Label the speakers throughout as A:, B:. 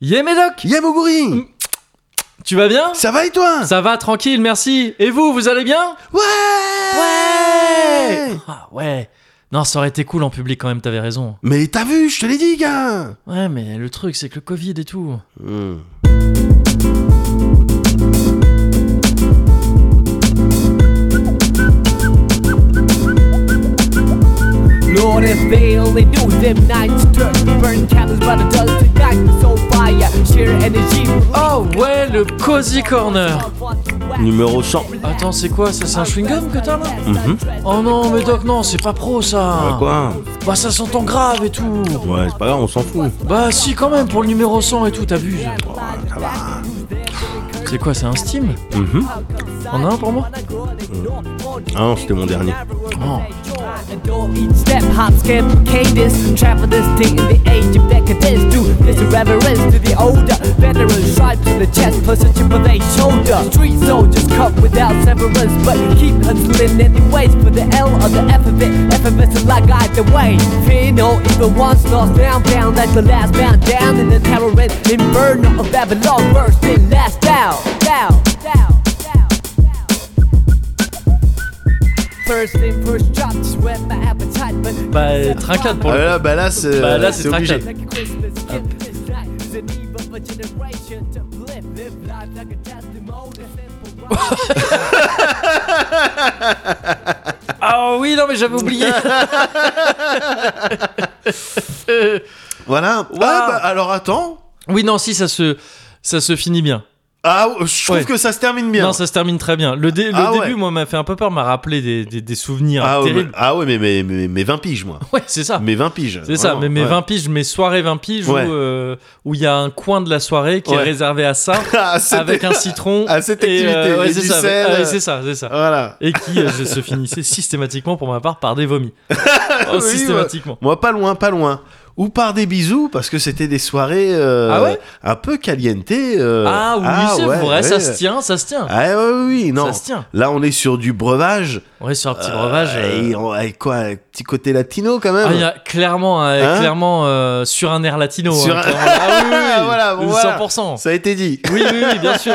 A: Yé Médoc
B: Yamouguri
A: Tu vas bien
B: Ça va et toi
A: Ça va, tranquille, merci. Et vous, vous allez bien
B: Ouais
A: Ah ouais Non, ça aurait été cool en public quand même, t'avais raison.
B: Mais t'as vu, je te l'ai dit, gars
A: Ouais, mais le truc, c'est que le Covid et tout. Hmm.
C: Lord, if fail, they do them nights turn Burn candles by the dozen nights So fire, sheer energy
A: Oh ouais, le Cozy Corner
B: Numéro 100.
A: Attends, c'est quoi ça C'est un chewing-gum que t'as là
B: Mhm.
C: Mm-hmm.
A: Oh non, Médoc, non, c'est pas pro ça
B: Quoi
A: Bah ça s'entend grave et tout
B: Ouais, c'est pas grave, on s'en fout.
A: Bah si, quand même, pour le numéro 100 et tout, t'abuses
B: Ça va.
A: C'est quoi, c'est un Steam
B: Mhm.
A: On a un pour moi
B: Ah non, c'était mon dernier.
A: Oh.
C: Adore each step, hop, skip, cadence Travel this thing in the age of decadence Do this reverence to the older Veterans stripes to the chest for such a they shoulder Street soldiers cut without severance But keep hustling anyways For the L or the F of it Effervescent like either way Fear no evil once lost down, down Like the last man down in the terrorist Inferno of Babylon bursting last down, down, down, down, down First in, first drop, just wet my appetite, but
A: Bah, trincade pour
B: Ah
A: le...
B: là, bah là, c'est
A: Bah là, c'est
B: c'est obligé.
A: trincade.
C: Like a Christmas gift, this night is an eve of a generation to flip. Live life like a testimony.
A: Ah oui, non mais j'avais oublié
B: Voilà. Ah, bah, alors attends.
A: Oui, non, si, ça se... Ça se finit bien.
B: Ah, je trouve
A: Ouais.
B: que ça se termine bien.
A: Non, ça se termine très bien. Le, dé- le
B: Ah ouais.
A: début, moi, m'a fait un peu peur, m'a rappelé des, des- des souvenirs
B: ah, ouais, mais,
A: terribles.
B: ah ouais, mais, mais, mais, mais 20 piges, moi.
A: Ouais, c'est ça.
B: Mais 20 piges.
A: C'est ça,
B: vraiment,
A: mais mes
B: ouais.
A: 20 piges, mes soirées 20 piges
B: Ouais.
A: où euh, où il y a un coin de la soirée qui est
B: Ouais.
A: réservé à ça,
B: Ah, c'était-
A: avec un citron.
B: à cette
A: et, euh,
B: activité,
A: ouais,
B: et
A: c'est
B: du
A: ça,
B: sel.
A: ouais, c'est ça, c'est ça.
B: Voilà.
A: Et qui euh, se finissait systématiquement, pour ma part, par des vomis. Oh,
B: Oui,
A: systématiquement.
B: Moi, pas loin, pas loin. Ou par des bisous, parce que c'était des soirées euh,
A: Ah ouais
B: un peu caliente. euh,
A: Ah oui, c'est
B: ouais,
A: vrai,
B: ouais.
A: ça se tient, ça se tient.
B: Ah ouais, oui, oui, non.
A: Ça se tient.
B: Là, on est sur du breuvage.
A: On est sur un petit breuvage.
B: Euh,
A: euh,
B: et on- avec quoi un Petit côté latino quand même
A: Ah, il y a clairement, euh,
B: Hein
A: clairement euh, sur un air latino.
B: Sur
A: hein,
B: un-
A: clairement. Ah oui, oui, oui,
B: Voilà, bon, voilà.
A: 100%.
B: Ça a été dit.
A: Oui, oui, oui, bien sûr.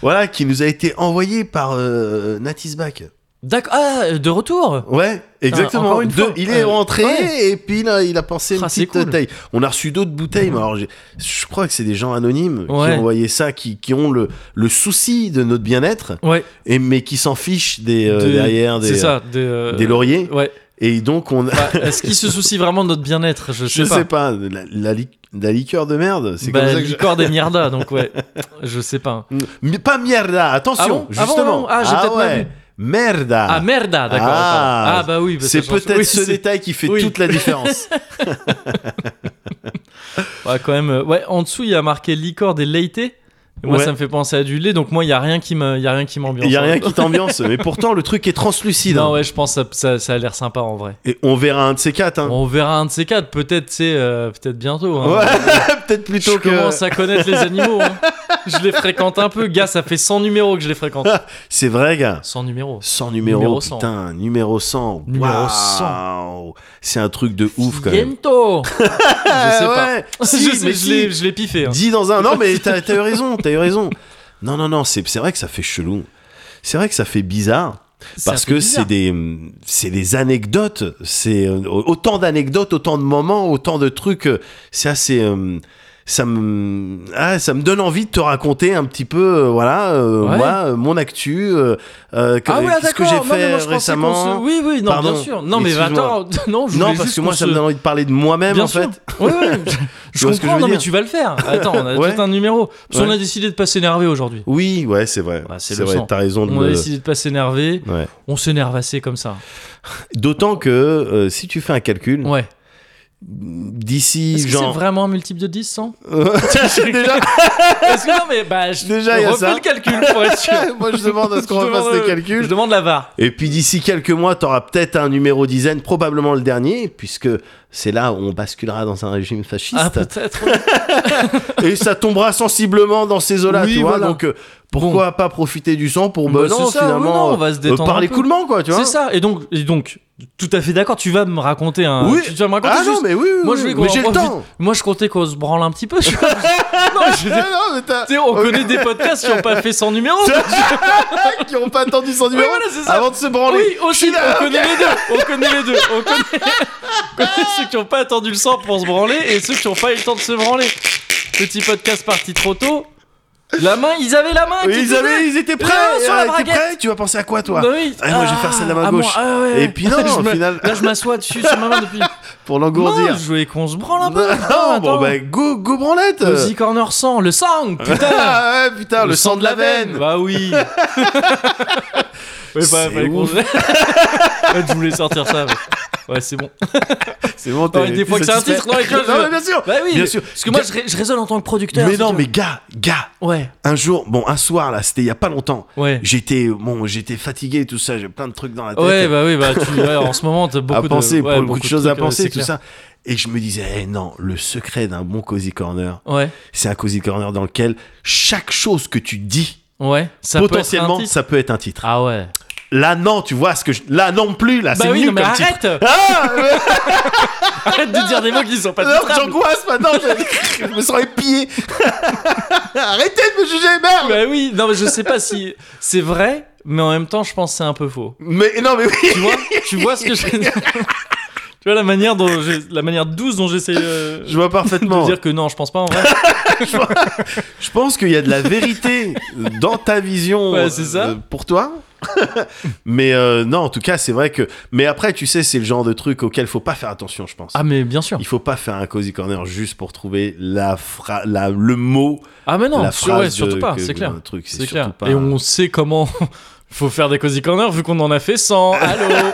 B: Voilà, qui nous a été envoyé par euh, Natisback.
A: D'accord. Ah, de retour.
B: Ouais, exactement.
A: encore une
B: Deux-
A: fois.
B: il est
A: Euh,
B: rentré
A: ouais.
B: et puis là, il a pensé une
A: Ah, c'est
B: petite
A: cool.
B: taille. On a reçu d'autres bouteilles, mais alors j'ai- je crois que c'est des gens anonymes qui
A: Ouais.
B: ont envoyé ça, qui, qui ont le, le souci de notre bien-être,
A: Ouais.
B: et mais qui s'en fichent des, euh,
A: de-
B: derrière des,
A: C'est ça. de, euh,
B: des lauriers.
A: Ouais.
B: Et donc, on a.
A: Bah, Est-ce qu'il se soucie vraiment de notre bien-être Je sais
B: je
A: pas.
B: sais pas, la, la li- la liqueur de merde, c'est
A: Bah,
B: comme ça que je-
A: Licor des Mierda, donc ouais. Je sais pas.
B: Mais pas mierda, attention,
A: Ah bon Ah bon,
B: justement.
A: non, ah, j'ai peut-être mal vu.
B: Merda.
A: Ah, merda, d'accord.
B: Ah.
A: pardon. bah oui. bah, ça
B: c'est
A: change-
B: peut-être
A: oui,
B: ce
A: c'est-
B: détail qui fait
A: oui.
B: toute la différence.
A: Ouais, quand même. euh, Ouais, en dessous, il y a marqué licor des Leité. Et Moi,
B: Ouais.
A: ça me fait penser à du lait, donc moi, il y a rien qui me, il y a rien qui m'ambiance.
B: Il y a rien
A: hein.
B: qui t'ambiance, mais pourtant le truc est translucide.
A: Non,
B: hein.
A: ouais, je pense que ça, ça, ça a l'air sympa en vrai.
B: Et on verra un de ces quatre. hein.
A: On verra un de ces quatre, peut-être, c'est peut-être bientôt. hein.
B: Ouais, peut-être plutôt
A: je
B: que.
A: commence à connaître les animaux. hein. Je les fréquente un peu, gars. Ça fait 100 numéros que je les fréquente.
B: C'est vrai, gars.
A: 100 numéros.
B: 100 numéros,
A: Numéro 100.
B: putain, numéro 100.
A: Numéro
B: Waouh.
A: 100.
B: C'est un truc de ouf quand même. Ah
A: Bientôt. je sais pas.
B: Ouais.
A: Je
B: Si,
A: sais,
B: mais
A: je
B: si.
A: l'ai- je l'ai piffé. hein.
B: Dis dans un. Non, mais t'as t'as eu raison, t'as eu raison. Non, non, non, c'est c'est vrai que ça fait chelou. C'est vrai que ça fait bizarre.
A: Ça
B: Parce
A: fait
B: que
A: bizarre.
B: c'est des, c'est des anecdotes, c'est euh, autant d'anecdotes, autant de moments, autant de trucs. euh, C'est assez, euh, ça me, ah, ça me donne envie de te raconter un petit peu, euh, voilà, euh,
A: Ouais.
B: moi, euh, mon actu, euh, euh, que-
A: Ah ouais,
B: qu'est-ce que
A: d'accord.
B: j'ai
A: Non, mais moi,
B: fait
A: je pensais qu'on
B: récemment.
A: se- Oui, oui, non,
B: Pardon.
A: bien sûr. Non, mais
B: Excuse-moi.
A: attends, non, je
B: Non,
A: voulais
B: parce
A: juste
B: que moi,
A: qu'on
B: ça me
A: se-
B: donne envie de parler de moi-même,
A: Bien
B: en
A: sûr.
B: fait.
A: Oui, oui. Je,
B: vois ce que je
A: comprends,
B: veux
A: non, mais
B: dire
A: tu vas le faire. Attends, on a
B: Ouais.
A: tout un numéro. Parce qu'on
B: Ouais.
A: a décidé de pas s'énerver aujourd'hui.
B: Oui, ouais, c'est vrai.
A: Bah, c'est
B: c'est
A: le
B: vrai,
A: sang.
B: t'as raison de
A: On a
B: le.
A: décidé de pas s'énerver.
B: Ouais.
A: On s'énerve assez comme ça.
B: D'autant que euh, si tu fais un calcul,
A: Ouais.
B: d'ici
A: Est-ce que c'est
B: genre.
A: vraiment un multiple de 10, 100
B: Déjà,
A: Est-ce que non, mais bah, je
B: Déjà, il y a
A: refais
B: ça.
A: le calcul pour être sûr.
B: moi je demande à ce qu'on
A: Je
B: refasse
A: demande,
B: les
A: euh, Je
B: calculs.
A: demande la VAR.
B: Et puis d'ici quelques mois, t'auras peut-être un numéro dizaine, probablement le dernier, puisque c'est là où on basculera dans un régime fasciste.
A: Ah, peut-être.
B: et ça tombera sensiblement dans ces eaux-là,
A: Oui,
B: tu vois.
A: voilà.
B: Donc euh, pourquoi pas profiter du sang pour
A: Bah,
B: ben
A: c'est
B: non,
A: ça,
B: finalement euh,
A: oui, non, on va se détendre un
B: parler
A: peu.
B: coolement quoi, tu vois.
A: C'est ça. Et donc, et donc, tout à fait d'accord. Tu vas me raconter un.
B: Oui.
A: Tu vas me raconter
B: Ah
A: juste-
B: non mais oui, oui,
A: Moi,
B: oui,
A: je vais
B: mais j'ai le
A: qu'on-
B: temps.
A: Moi, je comptais qu'on se branle un petit peu. tu vois. non, je...
B: Ah non, mais t'as-
A: tu sais, on connaît des podcasts qui n'ont pas fait 100 numéros.
B: qui ont pas attendu son numéro
A: Oui, voilà, c'est ça.
B: avant de se branler.
A: Oui, aussi,
B: Je suis là,
A: on connaît les deux. On connaît les deux. On connaît, on connaît ceux qui n'ont pas attendu le sang pour se branler et ceux qui n'ont pas eu le temps de se branler. Petit podcast parti trop tôt. La main, ils avaient la main.
B: Oui,
A: qui
B: ils,
A: disait-
B: avaient, ils étaient prêts.
A: Ah, Non, sur la
B: Ah, t'es
A: braguette.
B: prêt Tu vas penser à quoi toi
A: Bah oui.
B: Ah, moi, je vais faire celle de la main
A: à moi.
B: gauche.
A: Ah, ouais, ouais.
B: Et puis non,
A: Je
B: au
A: me-
B: final-
A: Là, je m'assois dessus sur ma main depuis.
B: Pour
A: Non,
B: l'engourdir.
A: je voulais qu'on se branle un peu.
B: Non, bon
A: attends.
B: bah go, go branlette.
A: Cozy Corner sang, le sang, putain
B: Ah ouais, putain, le, sang de la veine.
A: Bah oui Ouais, bah,
B: C'est
A: fallait qu'on-
B: ouf.
A: Ouais, Je voulais sortir ça, mais- Ouais, c'est bon.
B: C'est bon,
A: Non, mais des fois que c'est un titre, non, mais tu vois, je-
B: mais bien sûr.
A: Bah oui,
B: Bien sûr.
A: parce que moi, je, ré- je raisonne en tant que producteur.
B: mais
A: si
B: non,
A: tu
B: mais
A: veux.
B: gars, gars,
A: Ouais,
B: un jour, bon, un soir là, c'était il y a pas longtemps.
A: ouais.
B: J'étais, bon, j'étais fatigué et tout ça, j'ai plein de trucs dans la tête.
A: Ouais, bah oui, bah tu... ouais, en ce moment, t'as beaucoup
B: à penser,
A: de... ouais,
B: pour beaucoup de choses à
A: trucs, euh,
B: penser,
A: c'est
B: tout
A: clair.
B: ça. Et je me disais, eh non, le secret d'un bon cozy corner,
A: Ouais,
B: c'est un cozy corner dans lequel chaque chose que tu dis,
A: ouais. Ça peut être un
B: potentiellement,
A: titre.
B: ça peut être un titre.
A: Ah ouais.
B: Là, non, tu vois ce que je... là non plus, là,
A: bah
B: c'est
A: oui,
B: nul
A: non, mais
B: comme titre.
A: arrête
B: Ah, mais-
A: Arrête de dire des mots qui sont pas
B: non,
A: titrables.
B: j'angoisse maintenant, je... je me serais pillé. Arrêtez de me juger, merde.
A: Bah oui, non, mais je sais pas si c'est vrai, mais en même temps, je pense que c'est un peu faux.
B: Mais non, mais oui.
A: tu vois tu vois ce que je tu vois la manière dont j'ai- la manière douce dont j'essaie euh,
B: Je vois
A: de
B: parfaitement.
A: dire que non je pense pas en vrai
B: Je pense qu'il y a de la vérité dans ta vision
A: Ouais, c'est ça.
B: euh, pour toi. mais euh, non, en tout cas, c'est vrai que. Mais après, tu sais, c'est le genre de truc auquel faut pas faire attention, je pense.
A: ah mais bien sûr
B: Il faut pas faire un cozy corner juste pour trouver la phra- la, le mot,
A: ah mais non
B: la
A: sur-
B: phrase.
A: ouais, surtout
B: de-
A: pas
B: que-
A: c'est clair
B: un truc, c'est
A: c'est
B: surtout
A: clair
B: pas-
A: et on sait comment faut faire des cozy corners vu qu'on en a fait 100 allô on en a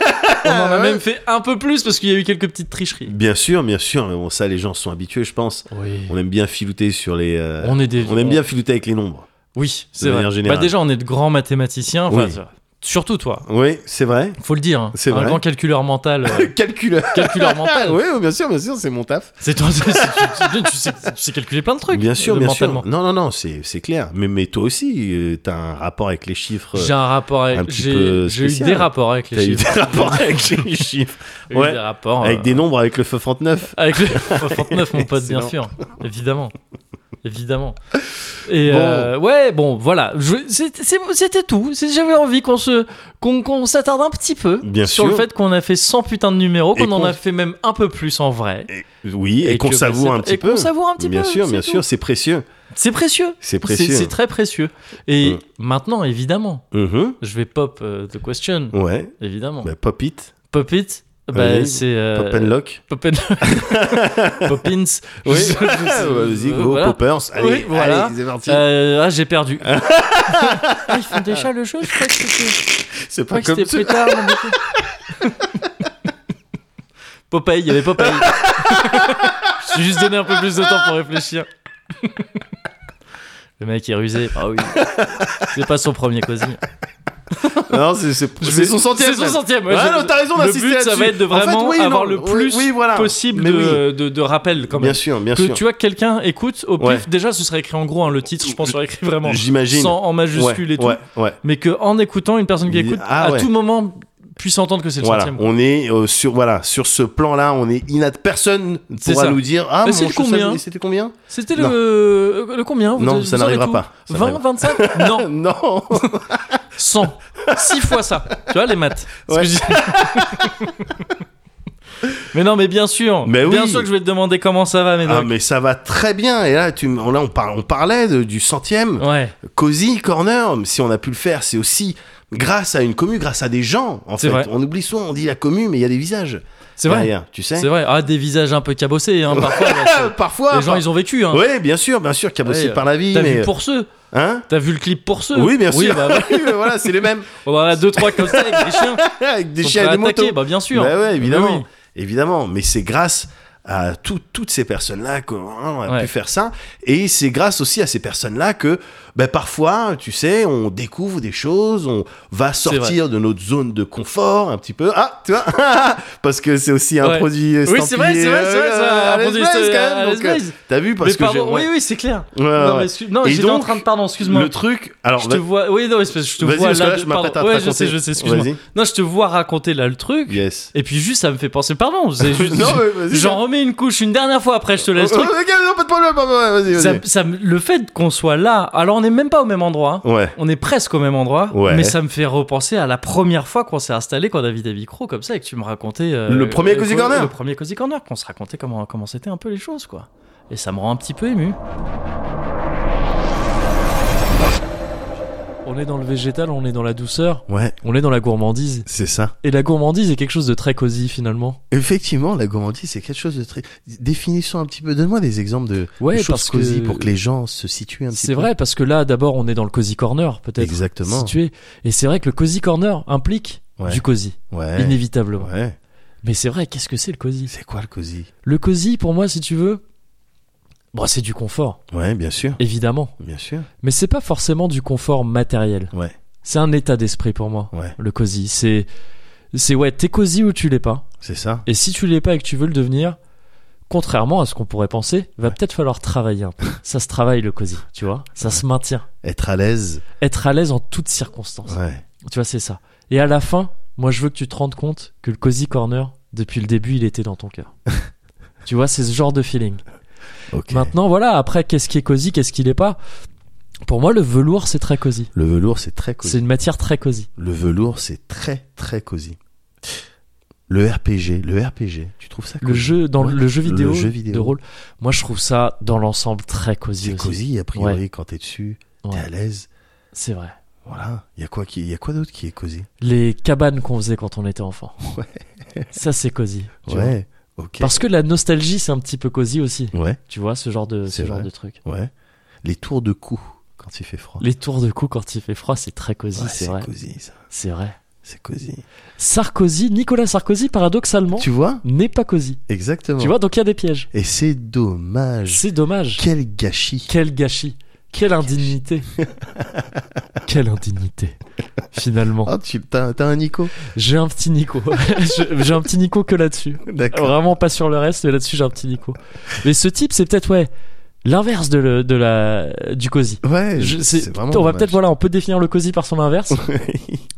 B: Ah Ouais.
A: même fait un peu plus parce qu'il y a eu quelques petites tricheries
B: Bien sûr, bien sûr. mais bon, ça, les gens sont habitués, je pense.
A: oui
B: On aime bien filouter sur les. euh,
A: on est des
B: on aime bien filouter avec les nombres.
A: oui c'est
B: manière
A: vrai
B: générale.
A: bah déjà on est de grands mathématiciens enfin,
B: Oui.
A: surtout toi
B: Oui, c'est vrai.
A: faut le dire hein.
B: C'est
A: un
B: vrai.
A: grand calculeur mental euh,
B: Calculeur.
A: calculeur mental
B: oui, oui, bien sûr, bien sûr, c'est mon taf.
A: C'est toi, tu, tu- tu sais, tu sais calculer plein de trucs.
B: Bien sûr,
A: euh,
B: bien
A: mentalement.
B: sûr. Non, non, non, c'est c'est clair. Mais, mais toi aussi, euh, t'as un rapport avec les chiffres.
A: J'ai un rapport
B: Un
A: avec.
B: petit
A: J'ai
B: peu
A: j'ai eu
B: spécial.
A: des rapports avec
B: T'as
A: les
B: eu
A: chiffres.
B: des rapports avec les chiffres.
A: J'ai eu
B: ouais.
A: des rapports.
B: Avec
A: euh,
B: des nombres, avec le feu 39.
A: Avec le 39, mon pote, bien
B: Excellent.
A: sûr. Évidemment. Évidemment. Et
B: Bon.
A: euh, ouais, bon, voilà. Je- c'est- c'est- C'était tout. C'est- J'avais envie qu'on se qu'on qu'on s'attarde un petit peu
B: Bien
A: sur
B: sûr.
A: le fait qu'on a fait 100 putains de numéros,
B: Et
A: qu'on en
B: qu'on-
A: a fait même un peu plus en vrai.
B: Et- oui, et,
A: Et
B: qu'on
A: que-
B: savoure
A: c'est-
B: un petit
A: et
B: peu.
A: qu'on savoure un petit
B: bien
A: peu,
B: sûr,
A: c'est
B: bien
A: tout.
B: sûr, c'est précieux.
A: C'est précieux.
B: C'est
A: C'est
B: précieux.
A: c'est très précieux. Et
B: Mm.
A: maintenant, évidemment,
B: Mhm.
A: je vais pop euh, the question,
B: Ouais,
A: évidemment.
B: Mm. bah, pop it,
A: Pop it, bah,
B: Oui.
A: c'est. euh,
B: pop and lock.
A: Pop and- Poppins.
B: Oui,
A: Je- je-
B: vas-y, go,
A: voilà.
B: poppers. Allez,
A: Oui, voilà.
B: allez, c'est parti.
A: Euh, ah, j'ai perdu. ah, ils font déjà le jeu, je crois que c'était.
B: c'est
A: Je crois
B: pas
A: que
B: comme
A: c'était
B: ça.
A: plus tard. mon Dieu. Popeye, il y avait Popeye. je suis juste donné un peu plus de temps pour réfléchir. le mec est rusé. Ah oui. C'est pas son premier cosy.
B: Non, c'est c'est-
A: Je
B: c'est
A: vais-
B: son centième.
A: C'est son
B: même.
A: centième. ouais,
B: Ouais,
A: je-
B: non, t'as raison
A: le
B: d'insister
A: but, ça
B: là-dessus.
A: va être de
B: En fait,
A: vraiment
B: oui, non,
A: avoir le
B: oui,
A: plus
B: oui, voilà.
A: possible
B: Mais
A: de,
B: oui.
A: de, de rappel quand même.
B: Bien sûr, bien
A: que
B: sûr.
A: tu vois quelqu'un écoute au pif
B: Ouais.
A: déjà ce serait écrit en gros hein, le titre je pense serait écrit vraiment
B: J'imagine.
A: sans en majuscule
B: ouais,
A: et tout
B: ouais, ouais.
A: mais que en écoutant une personne qui
B: Il-
A: écoute
B: ah
A: à
B: ouais.
A: tout moment puisse entendre que c'est le
B: Voilà,
A: centième
B: on est euh, sur voilà sur ce plan-là, on est inat. Personne ne
A: C'est
B: pourra
A: ça.
B: nous dire ah
A: Mais
B: mon
A: c'est
B: je
A: combien
B: savais- c'était combien
A: c'était le euh, le combien vous-
B: Non,
A: vous
B: ça
A: aurez
B: n'arrivera
A: tout
B: pas. Ça
A: 20
B: n'arrivera
A: 25 non
B: Non,
A: 100 6 fois ça tu vois les maths C'est ce
B: Ouais.
A: que je dis. mais non mais bien sûr
B: Mais
A: bien
B: oui.
A: sûr que je vais te demander comment ça va
B: ah,
A: Médoc
B: mais ça va très bien. Et là, tu, m- là on, par- on parlait de- du centième
A: ouais
B: cozy corner. Si on a pu le faire, c'est aussi grâce à une commu, grâce à des gens. En
A: C'est
B: fait,
A: vrai.
B: on oublie souvent, on dit la commu, mais il y a des visages.
A: c'est vrai
B: derrière, tu sais.
A: c'est vrai ah des visages un peu cabossés hein, parfois là,
B: Euh,
A: ça-
B: Parfois.
A: les gens ils ont vécu hein.
B: Oui, bien sûr, bien sûr, qui a bossé
A: Ouais,
B: par la vie,
A: T'as
B: mais
A: vu pour ceux
B: hein
A: T'as vu le clip pour ceux
B: Oui, bien sûr.
A: bah, ouais.
B: Oui, mais voilà, c'est les mêmes
A: on en a deux trois comme ça avec des chiens.
B: avec des
A: sont
B: chiens et
A: prêts à
B: des motos.
A: attaquer, Bah bien sûr.
B: Bah ouais, évidemment.
A: oui.
B: Évidemment, mais c'est grâce à tout- toutes ces personnes-là qu'on a
D: Ouais.
B: pu faire ça. Et c'est grâce aussi à ces personnes-là que ben, parfois, tu sais, on découvre des choses, on va sortir de notre zone de confort un petit peu. Ah, tu vois Parce que c'est aussi un
D: Ouais.
B: produit
D: Oui, c'est vrai, c'est vrai, c'est vrai, c'est
B: euh,
D: un
B: à
D: produit
B: l'espace,
D: estampillé,
B: quand même,
D: à
B: donc, euh,
D: l'espace.
B: T'as vu parce
D: Mais
B: que j'ai-
D: pardon,
B: ouais.
D: oui, oui, c'est clair.
B: Ouais, ouais,
D: non,
B: ouais.
D: mais excuse- non,
B: Et
D: j'étais
B: donc,
D: en train de. Pardon, excuse-moi.
B: le truc, alors
D: Je
B: là-
D: te vois. Oui, non, mais c'est parce que je te
B: Vas-y,
D: vois
B: parce que
D: là.
B: là,
D: de-
B: je m'apprête
D: pardon.
B: à te
D: Ouais, je sais,
B: raconter.
D: je sais, excuse-moi.
B: Vas-y.
D: Non, je te vois raconter là le truc.
B: yes.
D: Et puis juste, ça me fait penser. Pardon, c'est juste.
B: Non, mais vas-y.
D: J'en remets une couche une dernière fois après, je te laisse le
B: Oh,
D: truc.
B: ok, non, pas de problème, ouais, ouais, vas-y,
D: Ça-
B: vas-y.
D: ça me- le fait qu'on soit là, alors on n'est même pas au même endroit, hein.
B: Ouais.
D: on est presque au même endroit,
B: Ouais.
D: mais ça me fait repenser à la première fois qu'on s'est installé quand David a micro comme ça et que tu me racontais euh,
B: Le premier
D: euh,
B: Cozy
D: co-
B: Corner.
D: le premier cozy corner, qu'on se racontait comment comment c'était un peu les choses quoi. Et ça me rend un petit peu ému.
A: On est dans le végétal, on est dans la douceur,
B: Ouais,
A: on est dans la gourmandise.
B: c'est ça.
A: Et la gourmandise est quelque chose de très cosy finalement.
B: Effectivement, la gourmandise, c'est quelque chose de très. Définissons un petit peu, donne-moi des exemples de,
A: Ouais,
B: de choses
A: parce
B: cosy
A: que-
B: pour que les gens se situent un petit
A: C'est
B: peu.
A: vrai parce que là d'abord on est dans le cozy corner peut-être
B: Exactement.
A: situé. Et c'est vrai que le cozy corner implique
B: Ouais.
A: du cozy,
B: Ouais.
A: inévitablement.
B: Ouais.
A: Mais c'est vrai, qu'est-ce que c'est le cozy
B: C'est quoi le cosy
A: Le cozy pour moi si tu veux, bon c'est du confort,
B: Ouais, bien sûr.
A: évidemment.
B: Bien sûr.
A: Mais c'est pas forcément du confort matériel.
B: Ouais,
A: C'est un état d'esprit pour moi.
B: ouais.
A: Le cozy, c'est c'est ouais, t'es cozy ou tu l'es pas.
B: C'est ça.
A: Et si tu l'es pas et que tu veux le devenir, contrairement à ce qu'on pourrait penser, va
B: Ouais.
A: peut-être falloir travailler un peu. Ça se travaille le cosy, tu vois. Ça se maintient.
B: Être à l'aise.
A: Être à l'aise en toutes circonstances.
B: Ouais.
A: Tu vois, c'est ça. Et à la fin, moi je veux que tu te rendes compte que le cosy corner, depuis le début, il était dans ton cœur. tu vois, c'est ce genre de feeling.
B: Ok.
A: Maintenant, voilà, après, qu'est-ce qui est cosy, qu'est-ce qui l'est pas Pour moi, le velours, c'est très cosy.
B: Le velours, c'est très cosy.
A: C'est une matière très cosy.
B: Le velours, c'est très, très cosy. Le RPG, le RPG, tu trouves ça
A: Le
B: cosy
A: jeu, dans
B: Ouais,
A: le jeu vidéo,
B: le jeu vidéo.
A: de rôle, moi je trouve ça dans l'ensemble très cosy
B: C'est
A: aussi.
B: cosy, a priori, quand t'es dessus, t'es
A: Ouais.
B: à l'aise.
A: C'est vrai.
B: Voilà. Il y a quoi, qui... y a quoi d'autre qui est cosy
A: Les cabanes qu'on faisait quand on était enfant. Ça, c'est cosy. tu vois.
B: Ouais. Ok.
A: Parce que la nostalgie, c'est un petit peu cosy aussi.
B: Ouais,
A: Tu vois, ce genre de, ce
B: C'est
A: genre
B: vrai.
A: de truc.
B: ouais. Les tours de cou quand il fait froid.
A: Les tours de cou quand il fait froid, c'est très cosy,
B: Ouais,
A: c'est vrai.
B: cosy, ça.
A: C'est vrai.
B: C'est cosy.
A: Sarkozy, Nicolas Sarkozy, paradoxalement,
B: Tu vois
A: n'est pas cosy.
B: Exactement.
A: Tu vois, donc il y a des pièges.
B: Et c'est dommage.
A: C'est dommage.
B: Quel gâchis.
A: Quel gâchis. Quelle indignité. Quelle indignité. Finalement.
B: Oh, tu... t'as, t'as un Nico
A: J'ai un petit Nico. Je- j'ai un petit Nico que là-dessus.
B: D'accord.
A: Vraiment pas sur le reste, mais là-dessus j'ai un petit Nico. Mais ce type, c'est peut-être ouais l'inverse de, le- de la du cosy.
B: Ouais,
A: Je-
B: je-
A: c'est-
B: c'est, vraiment.
A: on va
B: dommage.
A: peut-être voilà, on peut définir le cosy par son inverse.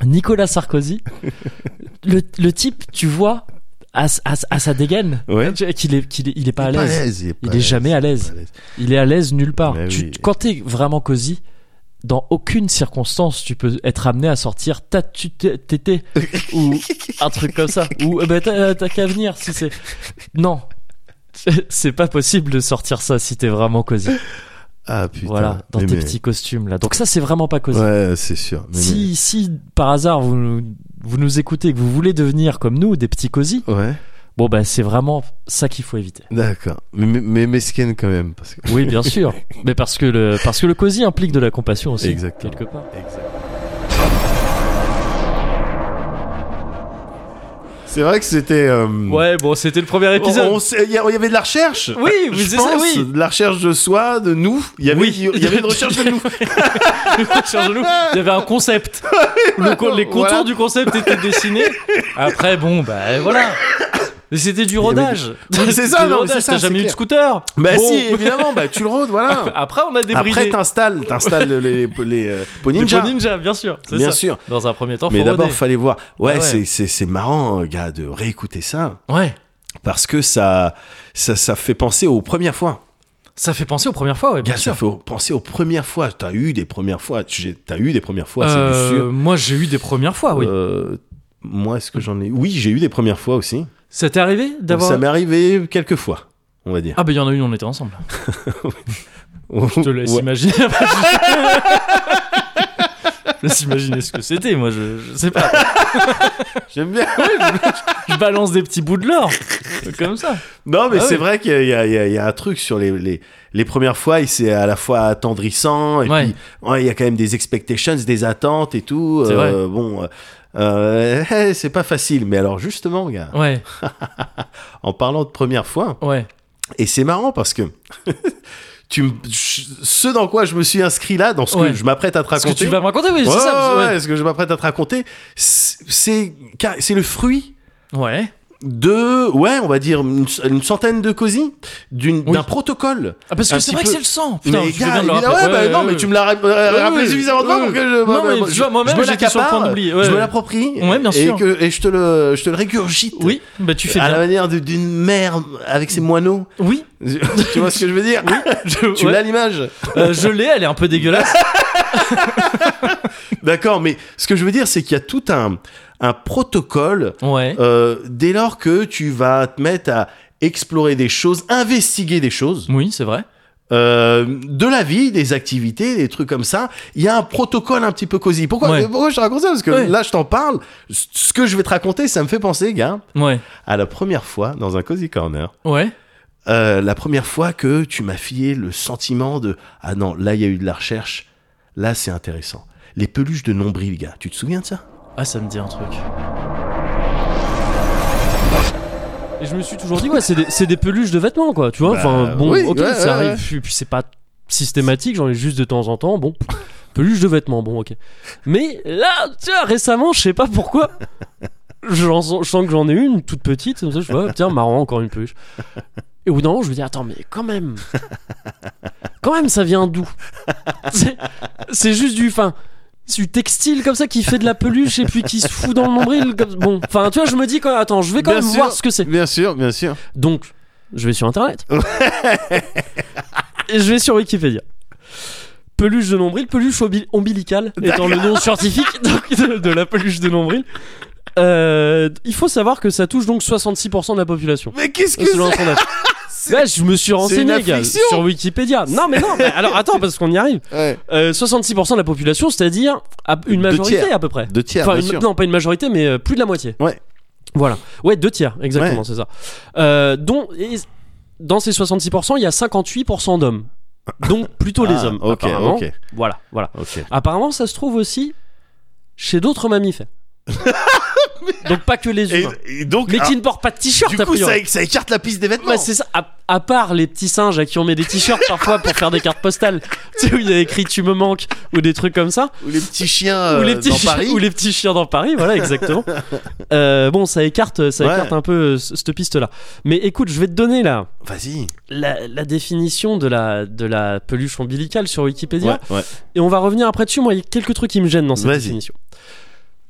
A: Nicolas Sarkozy, le, le type, tu vois, à, s- à s- à sa dégaine,
B: Ouais.
A: tu vois, qu'il est, qu'il est, il est pas à
B: Il est pas
A: l'aise.
B: Il est, pas
A: Il
B: à
A: est
B: l'aise,
A: jamais à l'aise.
B: pas
A: Il est à l'aise nulle part.
B: Mais
A: Tu,
B: oui.
A: Quand t'es vraiment cosy, dans aucune circonstance, tu peux être amené à sortir ta tu- t- tété ou un truc comme ça. Ou euh, bah, t'as t'as qu'à venir si c'est. Non. C'est pas possible de sortir ça si t'es vraiment cosy.
B: Ah putain.
A: voilà, dans
B: Mais-
A: tes
B: mais-
A: petits costumes là. Donc ça, c'est vraiment pas cosy.
B: Ouais, c'est sûr. Mais-
A: si, si par hasard vous, nous- vous nous écoutez et que vous voulez devenir comme nous des petits cosy,
B: mais- Ouais,
A: bon bah c'est vraiment ça qu'il faut éviter.
B: d'accord. Mais, mais, mais mesquine quand même. Parce que...
A: Oui, bien sûr. Mais parce que le parce que le cosy implique de la compassion aussi
B: Exactement.
A: quelque part.
B: C'est vrai que c'était. euh,
D: Ouais, bon, c'était le premier
B: on-
D: épisode.
B: on s'est- Il y a- il y avait de la recherche.
D: Oui,
B: Je
D: oui, c'est ça,
B: pense,
D: oui.
B: De la recherche de soi, de nous. Il y avait,
D: Oui.
B: il y avait une recherche de nous.
D: Cher Gelou, il y avait un concept. Le co- les contours
B: Voilà.
D: du concept étaient dessinés. Après, bon, bah voilà. Mais c'était du rodage.
B: Il y avait du- C'est ça,
D: C'était du
B: non, mais
D: rodage.
B: c'est ça,
D: T'as
B: c'est
D: jamais eu de
B: clair.
D: scooter
B: Bah
D: Bon.
B: si, évidemment. Bah tu le rôdes, voilà.
D: Après, on a débridé.
B: Après, t'installes, t'installes les, les, les, euh, Pau
D: Des
B: Ninja.
D: Pau Ninja, bien sûr. c'est
B: Bien
D: ça.
B: sûr.
D: Dans un premier temps,
B: Mais
D: faut
B: d'abord,
D: roder.
B: fallait voir. Ouais,
D: Ah ouais.
B: c'est- c'est c'est marrant, euh, gars, de réécouter ça
D: Ouais.
B: parce que ça, ça, ça fait penser aux premières fois.
D: Ça fait penser aux premières fois, ouais, bien,
B: Bien
D: sûr.
B: sûr, fait penser aux premières fois. T'as eu des premières fois. Tu- T'as eu des premières fois,
D: Euh,
B: c'est du sûr.
D: Moi, j'ai eu des premières fois, oui.
B: Euh, moi, est-ce que j'en ai Oui, j'ai eu des premières fois aussi.
D: Ça t'est arrivé d'avoir.
B: Ça m'est arrivé quelques fois, on va dire.
D: Ah, bah, il y en a une, on était ensemble. Ah, Je te laisse
B: Ouais.
D: imaginer. Je laisse imaginer ce que c'était, moi, je, je sais pas.
B: J'aime bien.
D: Je balance des petits bouts de l'or. Comme ça.
B: Non, mais
D: Ah
B: c'est
D: oui.
B: vrai qu'il y, a- il y a- il y a- il y a un truc sur les, les, les premières fois, et c'est à la fois attendrissant, et
D: Ouais.
B: puis ouais, il y a quand même des expectations, des attentes et tout.
D: C'est
B: Euh, Bon, euh, Euh, hey, c'est pas facile. Mais alors, justement, gars,
A: Ouais,
B: en parlant de première fois,
A: ouais.
B: et c'est marrant parce que. Tu me- ce dans quoi je me suis inscrit là, dans ce
A: Ouais.
B: que je m'apprête à te
A: Ce que
B: raconter,
A: tu vas me raconter, oui,
B: Ouais,
A: c'est ça.
B: ouais,
A: ouais.
B: ouais, ce que je m'apprête à te raconter, c'est c'est- c'est le fruit
A: Ouais.
B: de, ouais, on va dire une, une centaine de cosy, d'une-
A: Oui.
B: d'un protocole.
A: Ah, parce
B: Un
A: que c'est
B: petit
A: vrai
B: peu.
A: que c'est le sang. Putain,
B: mais
A: je
B: gars,
A: viens de le
B: évidemment,
A: rappeler.
B: ouais, bah,
A: Ouais,
B: non,
A: ouais,
B: mais tu me l'as ra- euh,
A: Ouais,
B: rappelé
A: ouais.
B: suffisamment de fois
A: Ouais,
B: pour que je.
A: ouais. Non, mais
B: je-
A: tu vois, moi-même,
B: je me
A: j'étais sur le point
B: l'accapare,
A: d'oublier, ouais,
B: Je me
A: ouais.
B: l'approprie.
A: Ouais, bien
B: et
A: sûr.
B: que- et je te le, je te le régurgite.
A: Oui, bah tu fais
B: À la
A: bien.
B: manière de- d'une mère avec ses moineaux.
A: Oui,
B: tu vois ce que je veux dire Tu
A: ouais.
B: l'as l'image
A: euh, je l'ai, elle est un peu dégueulasse.
B: D'accord, mais ce que je veux dire, c'est qu'il y a tout un, un protocole
A: Ouais.
B: Euh, dès lors que tu vas te mettre à explorer des choses, investiguer des choses,
A: Oui, c'est vrai.
B: euh, de la vie, des activités, des trucs comme ça, il y a un protocole un petit peu cosy. Pourquoi,
A: Ouais.
B: pourquoi je te raconte ça Parce que
A: Ouais.
B: là, je t'en parle. C- Ce que je vais te raconter, ça me fait penser, gars,
A: Ouais.
B: à la première fois dans un cosy corner.
A: Ouais.
B: euh, la première fois que tu m'as filé le sentiment de ah non là il y a eu de la recherche là c'est intéressant les peluches de nombril gars tu te souviens de ça
A: Ah, ça me dit un truc. Et je me suis toujours dit, ouais, c'est des, c'est des peluches de vêtements, quoi, tu vois.
B: Bah,
A: Enfin, bon,
B: oui,
A: ok,
B: ouais, ouais,
A: ça arrive.
B: ouais.
A: Puis, puis c'est pas systématique, j'en ai juste de temps en temps. Bon, peluche de vêtements, bon, ok. Mais là, tu vois, récemment, je sais pas pourquoi. j'en sens- Je sens que j'en ai une toute petite, comme ça, je vois, tiens, marrant, encore une peluche. Et au bout d'un moment, je me dis, attends, mais quand même, quand même, ça vient d'où C'est- C'est juste du fin. C'est du textile comme ça qui fait de la peluche et puis qui se fout dans le nombril. comme- Bon, enfin, tu vois, je me dis quand attends, je vais quand
B: Bien
A: même
B: sûr.
A: voir ce que c'est.
B: bien sûr bien sûr
A: Donc, je vais sur internet. et je vais sur Wikipédia. Peluche de nombril, peluche ombi- ombilicale étant le nom scientifique donc, de, de la peluche de nombril. Euh, il faut savoir que ça touche donc 66% de la population.
B: mais qu'est-ce que
A: Selon un sondage. Ouais, je me suis
B: une
A: renseigné, gars,
B: affliction.
A: sur Wikipédia. Non, mais non, mais alors attends, parce qu'on y arrive.
B: c'est Ouais.
A: Euh, 66% de la population, c'est-à-dire à- une
B: Deux
A: majorité
B: tiers.
A: à peu près.
B: deux tiers
A: Enfin,
B: bien
A: une-
B: sûr.
A: non, pas une majorité, mais euh, plus de la moitié.
B: Ouais.
A: Voilà. Ouais, deux tiers, exactement,
B: Ouais.
A: c'est ça. Euh, dont, et- dans ces 66%, il y a 58% d'hommes. Donc plutôt les
B: Ah,
A: hommes.
B: ok,
A: apparemment.
B: ok.
A: Voilà, voilà.
B: Ok.
A: Apparemment, ça se trouve aussi chez d'autres mammifères. Donc pas que les
B: Et,
A: humains.
B: et donc,
A: mais
B: ah,
A: qui ne portent pas de t-shirt,
B: du
A: a
B: coup,
A: priori.
B: ça, ça écarte la piste des vêtements.
A: Ouais, c'est ça. À, à part les petits singes à qui on met des t-shirts parfois pour faire des cartes postales, tu sais où il y a écrit tu me manques ou des trucs comme ça,
B: ou les petits chiens euh,
A: ou les petits
B: dans
A: chi-
B: Paris.
A: ou les petits chiens dans Paris, voilà exactement. Euh, bon, ça écarte, ça
B: Ouais.
A: écarte un peu euh, c- cette piste là. Mais écoute, je vais te donner là
B: Vas-y.
A: la, la définition de la de la peluche ombilicale sur Wikipédia,
B: Ouais, ouais.
A: et on va revenir après dessus. Moi, il y a quelques trucs qui me gênent dans cette
B: Vas-y.
A: définition.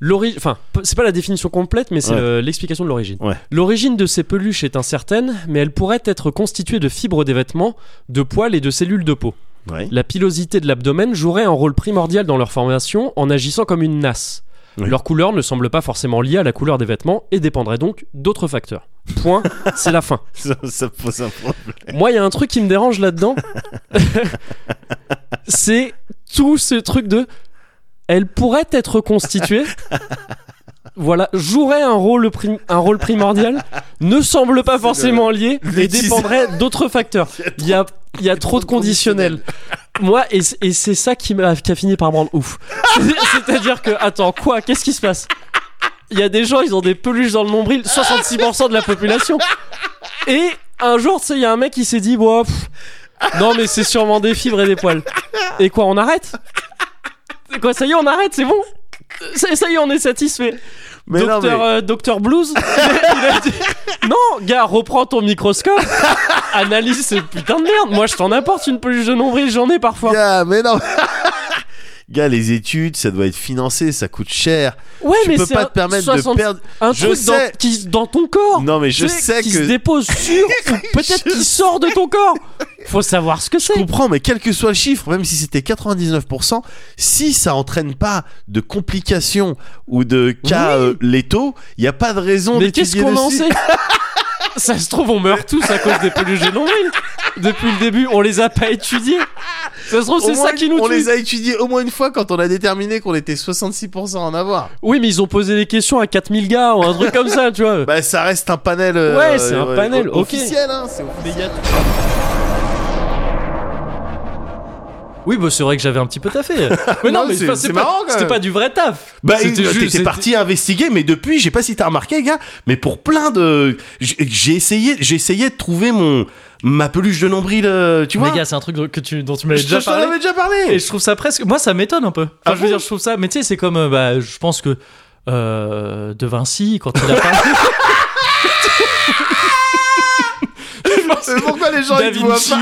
A: L'origine, enfin, p- c'est pas la définition complète, mais c'est
B: Ouais.
A: le- l'explication de l'origine.
B: Ouais.
A: L'origine de ces peluches est incertaine, mais elle pourrait être constituée de fibres des vêtements, de poils et de cellules de peau.
B: Ouais.
A: La pilosité de l'abdomen jouerait un rôle primordial dans leur formation en agissant comme une nasse.
B: Oui.
A: Leur couleur ne semble pas forcément liée à la couleur des vêtements et dépendrait donc d'autres facteurs. Point, c'est la fin.
B: Ça, ça pose un problème.
A: Moi, il y a un truc qui me dérange là-dedans. c'est tout ce truc de. Elle pourrait être constituée. Voilà, jouerait un rôle, prim- un rôle primordial, ne semble pas forcément lié et
B: bêtise.
A: dépendrait d'autres facteurs. Il y a, il y a trop de conditionnels. Moi, et, c- et c'est ça qui m'a qui a fini par me rendre ouf. C'est- C'est-à-dire que, attends, quoi Qu'est-ce qui se passe Il y a des gens, ils ont des peluches dans le nombril, 66% de la population. Et un jour, tu sais, il y a un mec qui s'est dit, bon, pff, non, mais c'est sûrement des fibres et des poils. Et quoi, on arrête C'est Quoi, ça y est, on arrête, c'est bon ça, ça y est, on est satisfait.
B: Mais non,
A: Docteur,
B: mais-
A: euh, Docteur Blues, il a dit, non, gars, reprends ton microscope, analyse ce putain de merde. Moi, je t'en apporte une peluche de nombril, j'en ai parfois.
B: Gars, mais non. Gars, les études, ça doit être financé, ça coûte cher.
A: Ouais,
B: tu
A: mais
B: peux
A: c'est
B: pas
A: un,
B: te permettre
A: 60
B: de perdre.
A: un
B: Je
A: truc
B: sais.
A: Dans, qui s- dans ton corps.
B: Non, mais
A: Tu
B: je sais
A: qui
B: que-
A: se dépose sur ou peut-être
B: Je
A: qui sort de ton corps. Faut savoir ce que
B: Je
A: c'est.
B: comprends, mais quel que soit le chiffre, même si c'était 99%, si ça entraîne pas de complications ou de cas
A: Oui.
B: euh, létaux, il n'y a pas de raison
A: Mais qu'est-ce
B: d'étudier
A: qu'on en
B: dessus.
A: sait Ça se trouve, on meurt tous à cause des peluches de nombril. Depuis le début, on les a pas étudiés. Ça se trouve,
B: Au
A: c'est
B: moins,
A: ça qui nous
B: on
A: tue.
B: les a étudiés au moins une fois quand on a déterminé qu'on était 66% à en avoir.
A: Oui, mais ils ont posé des questions à 4000 gars ou un truc comme ça, tu vois.
B: Bah ça reste un panel. euh,
A: Ouais, c'est un panel,
B: o-
A: ok. Bah,
B: officiel. Hein, c'est officiel.
A: Oui, bah c'est vrai que j'avais un petit peu taffé. Mais non,
B: Non,
A: mais
B: c'est-
A: enfin,
B: c'est
A: c'est
B: marrant,
A: pas,
B: quand
A: c'était
B: même.
A: pas du vrai taf.
B: Bah,
A: C'était juste-
B: t'étais
A: c'était-
B: parti investiguer, mais depuis, je sais pas si t'as remarqué, gars, mais pour plein de, j'ai- j'ai essayé, j'ai essayé de trouver mon ma peluche de nombril, euh, tu vois.
A: Les gars, c'est un truc que tu, dont tu m'avais
B: je
A: déjà
B: je t'en
A: parlé.
B: avais déjà parlé.
A: Et je trouve ça presque. Moi, ça m'étonne un peu. Enfin,
B: Ah
A: je veux
B: bon
A: dire, je trouve ça. Mais tu sais, c'est comme. euh, bah, je pense que. euh, de Vinci, quand il a parlé. Je pense
B: C'est
A: que
B: pourquoi les gens
A: Da
B: ils te voient
A: Vinci,
B: pas.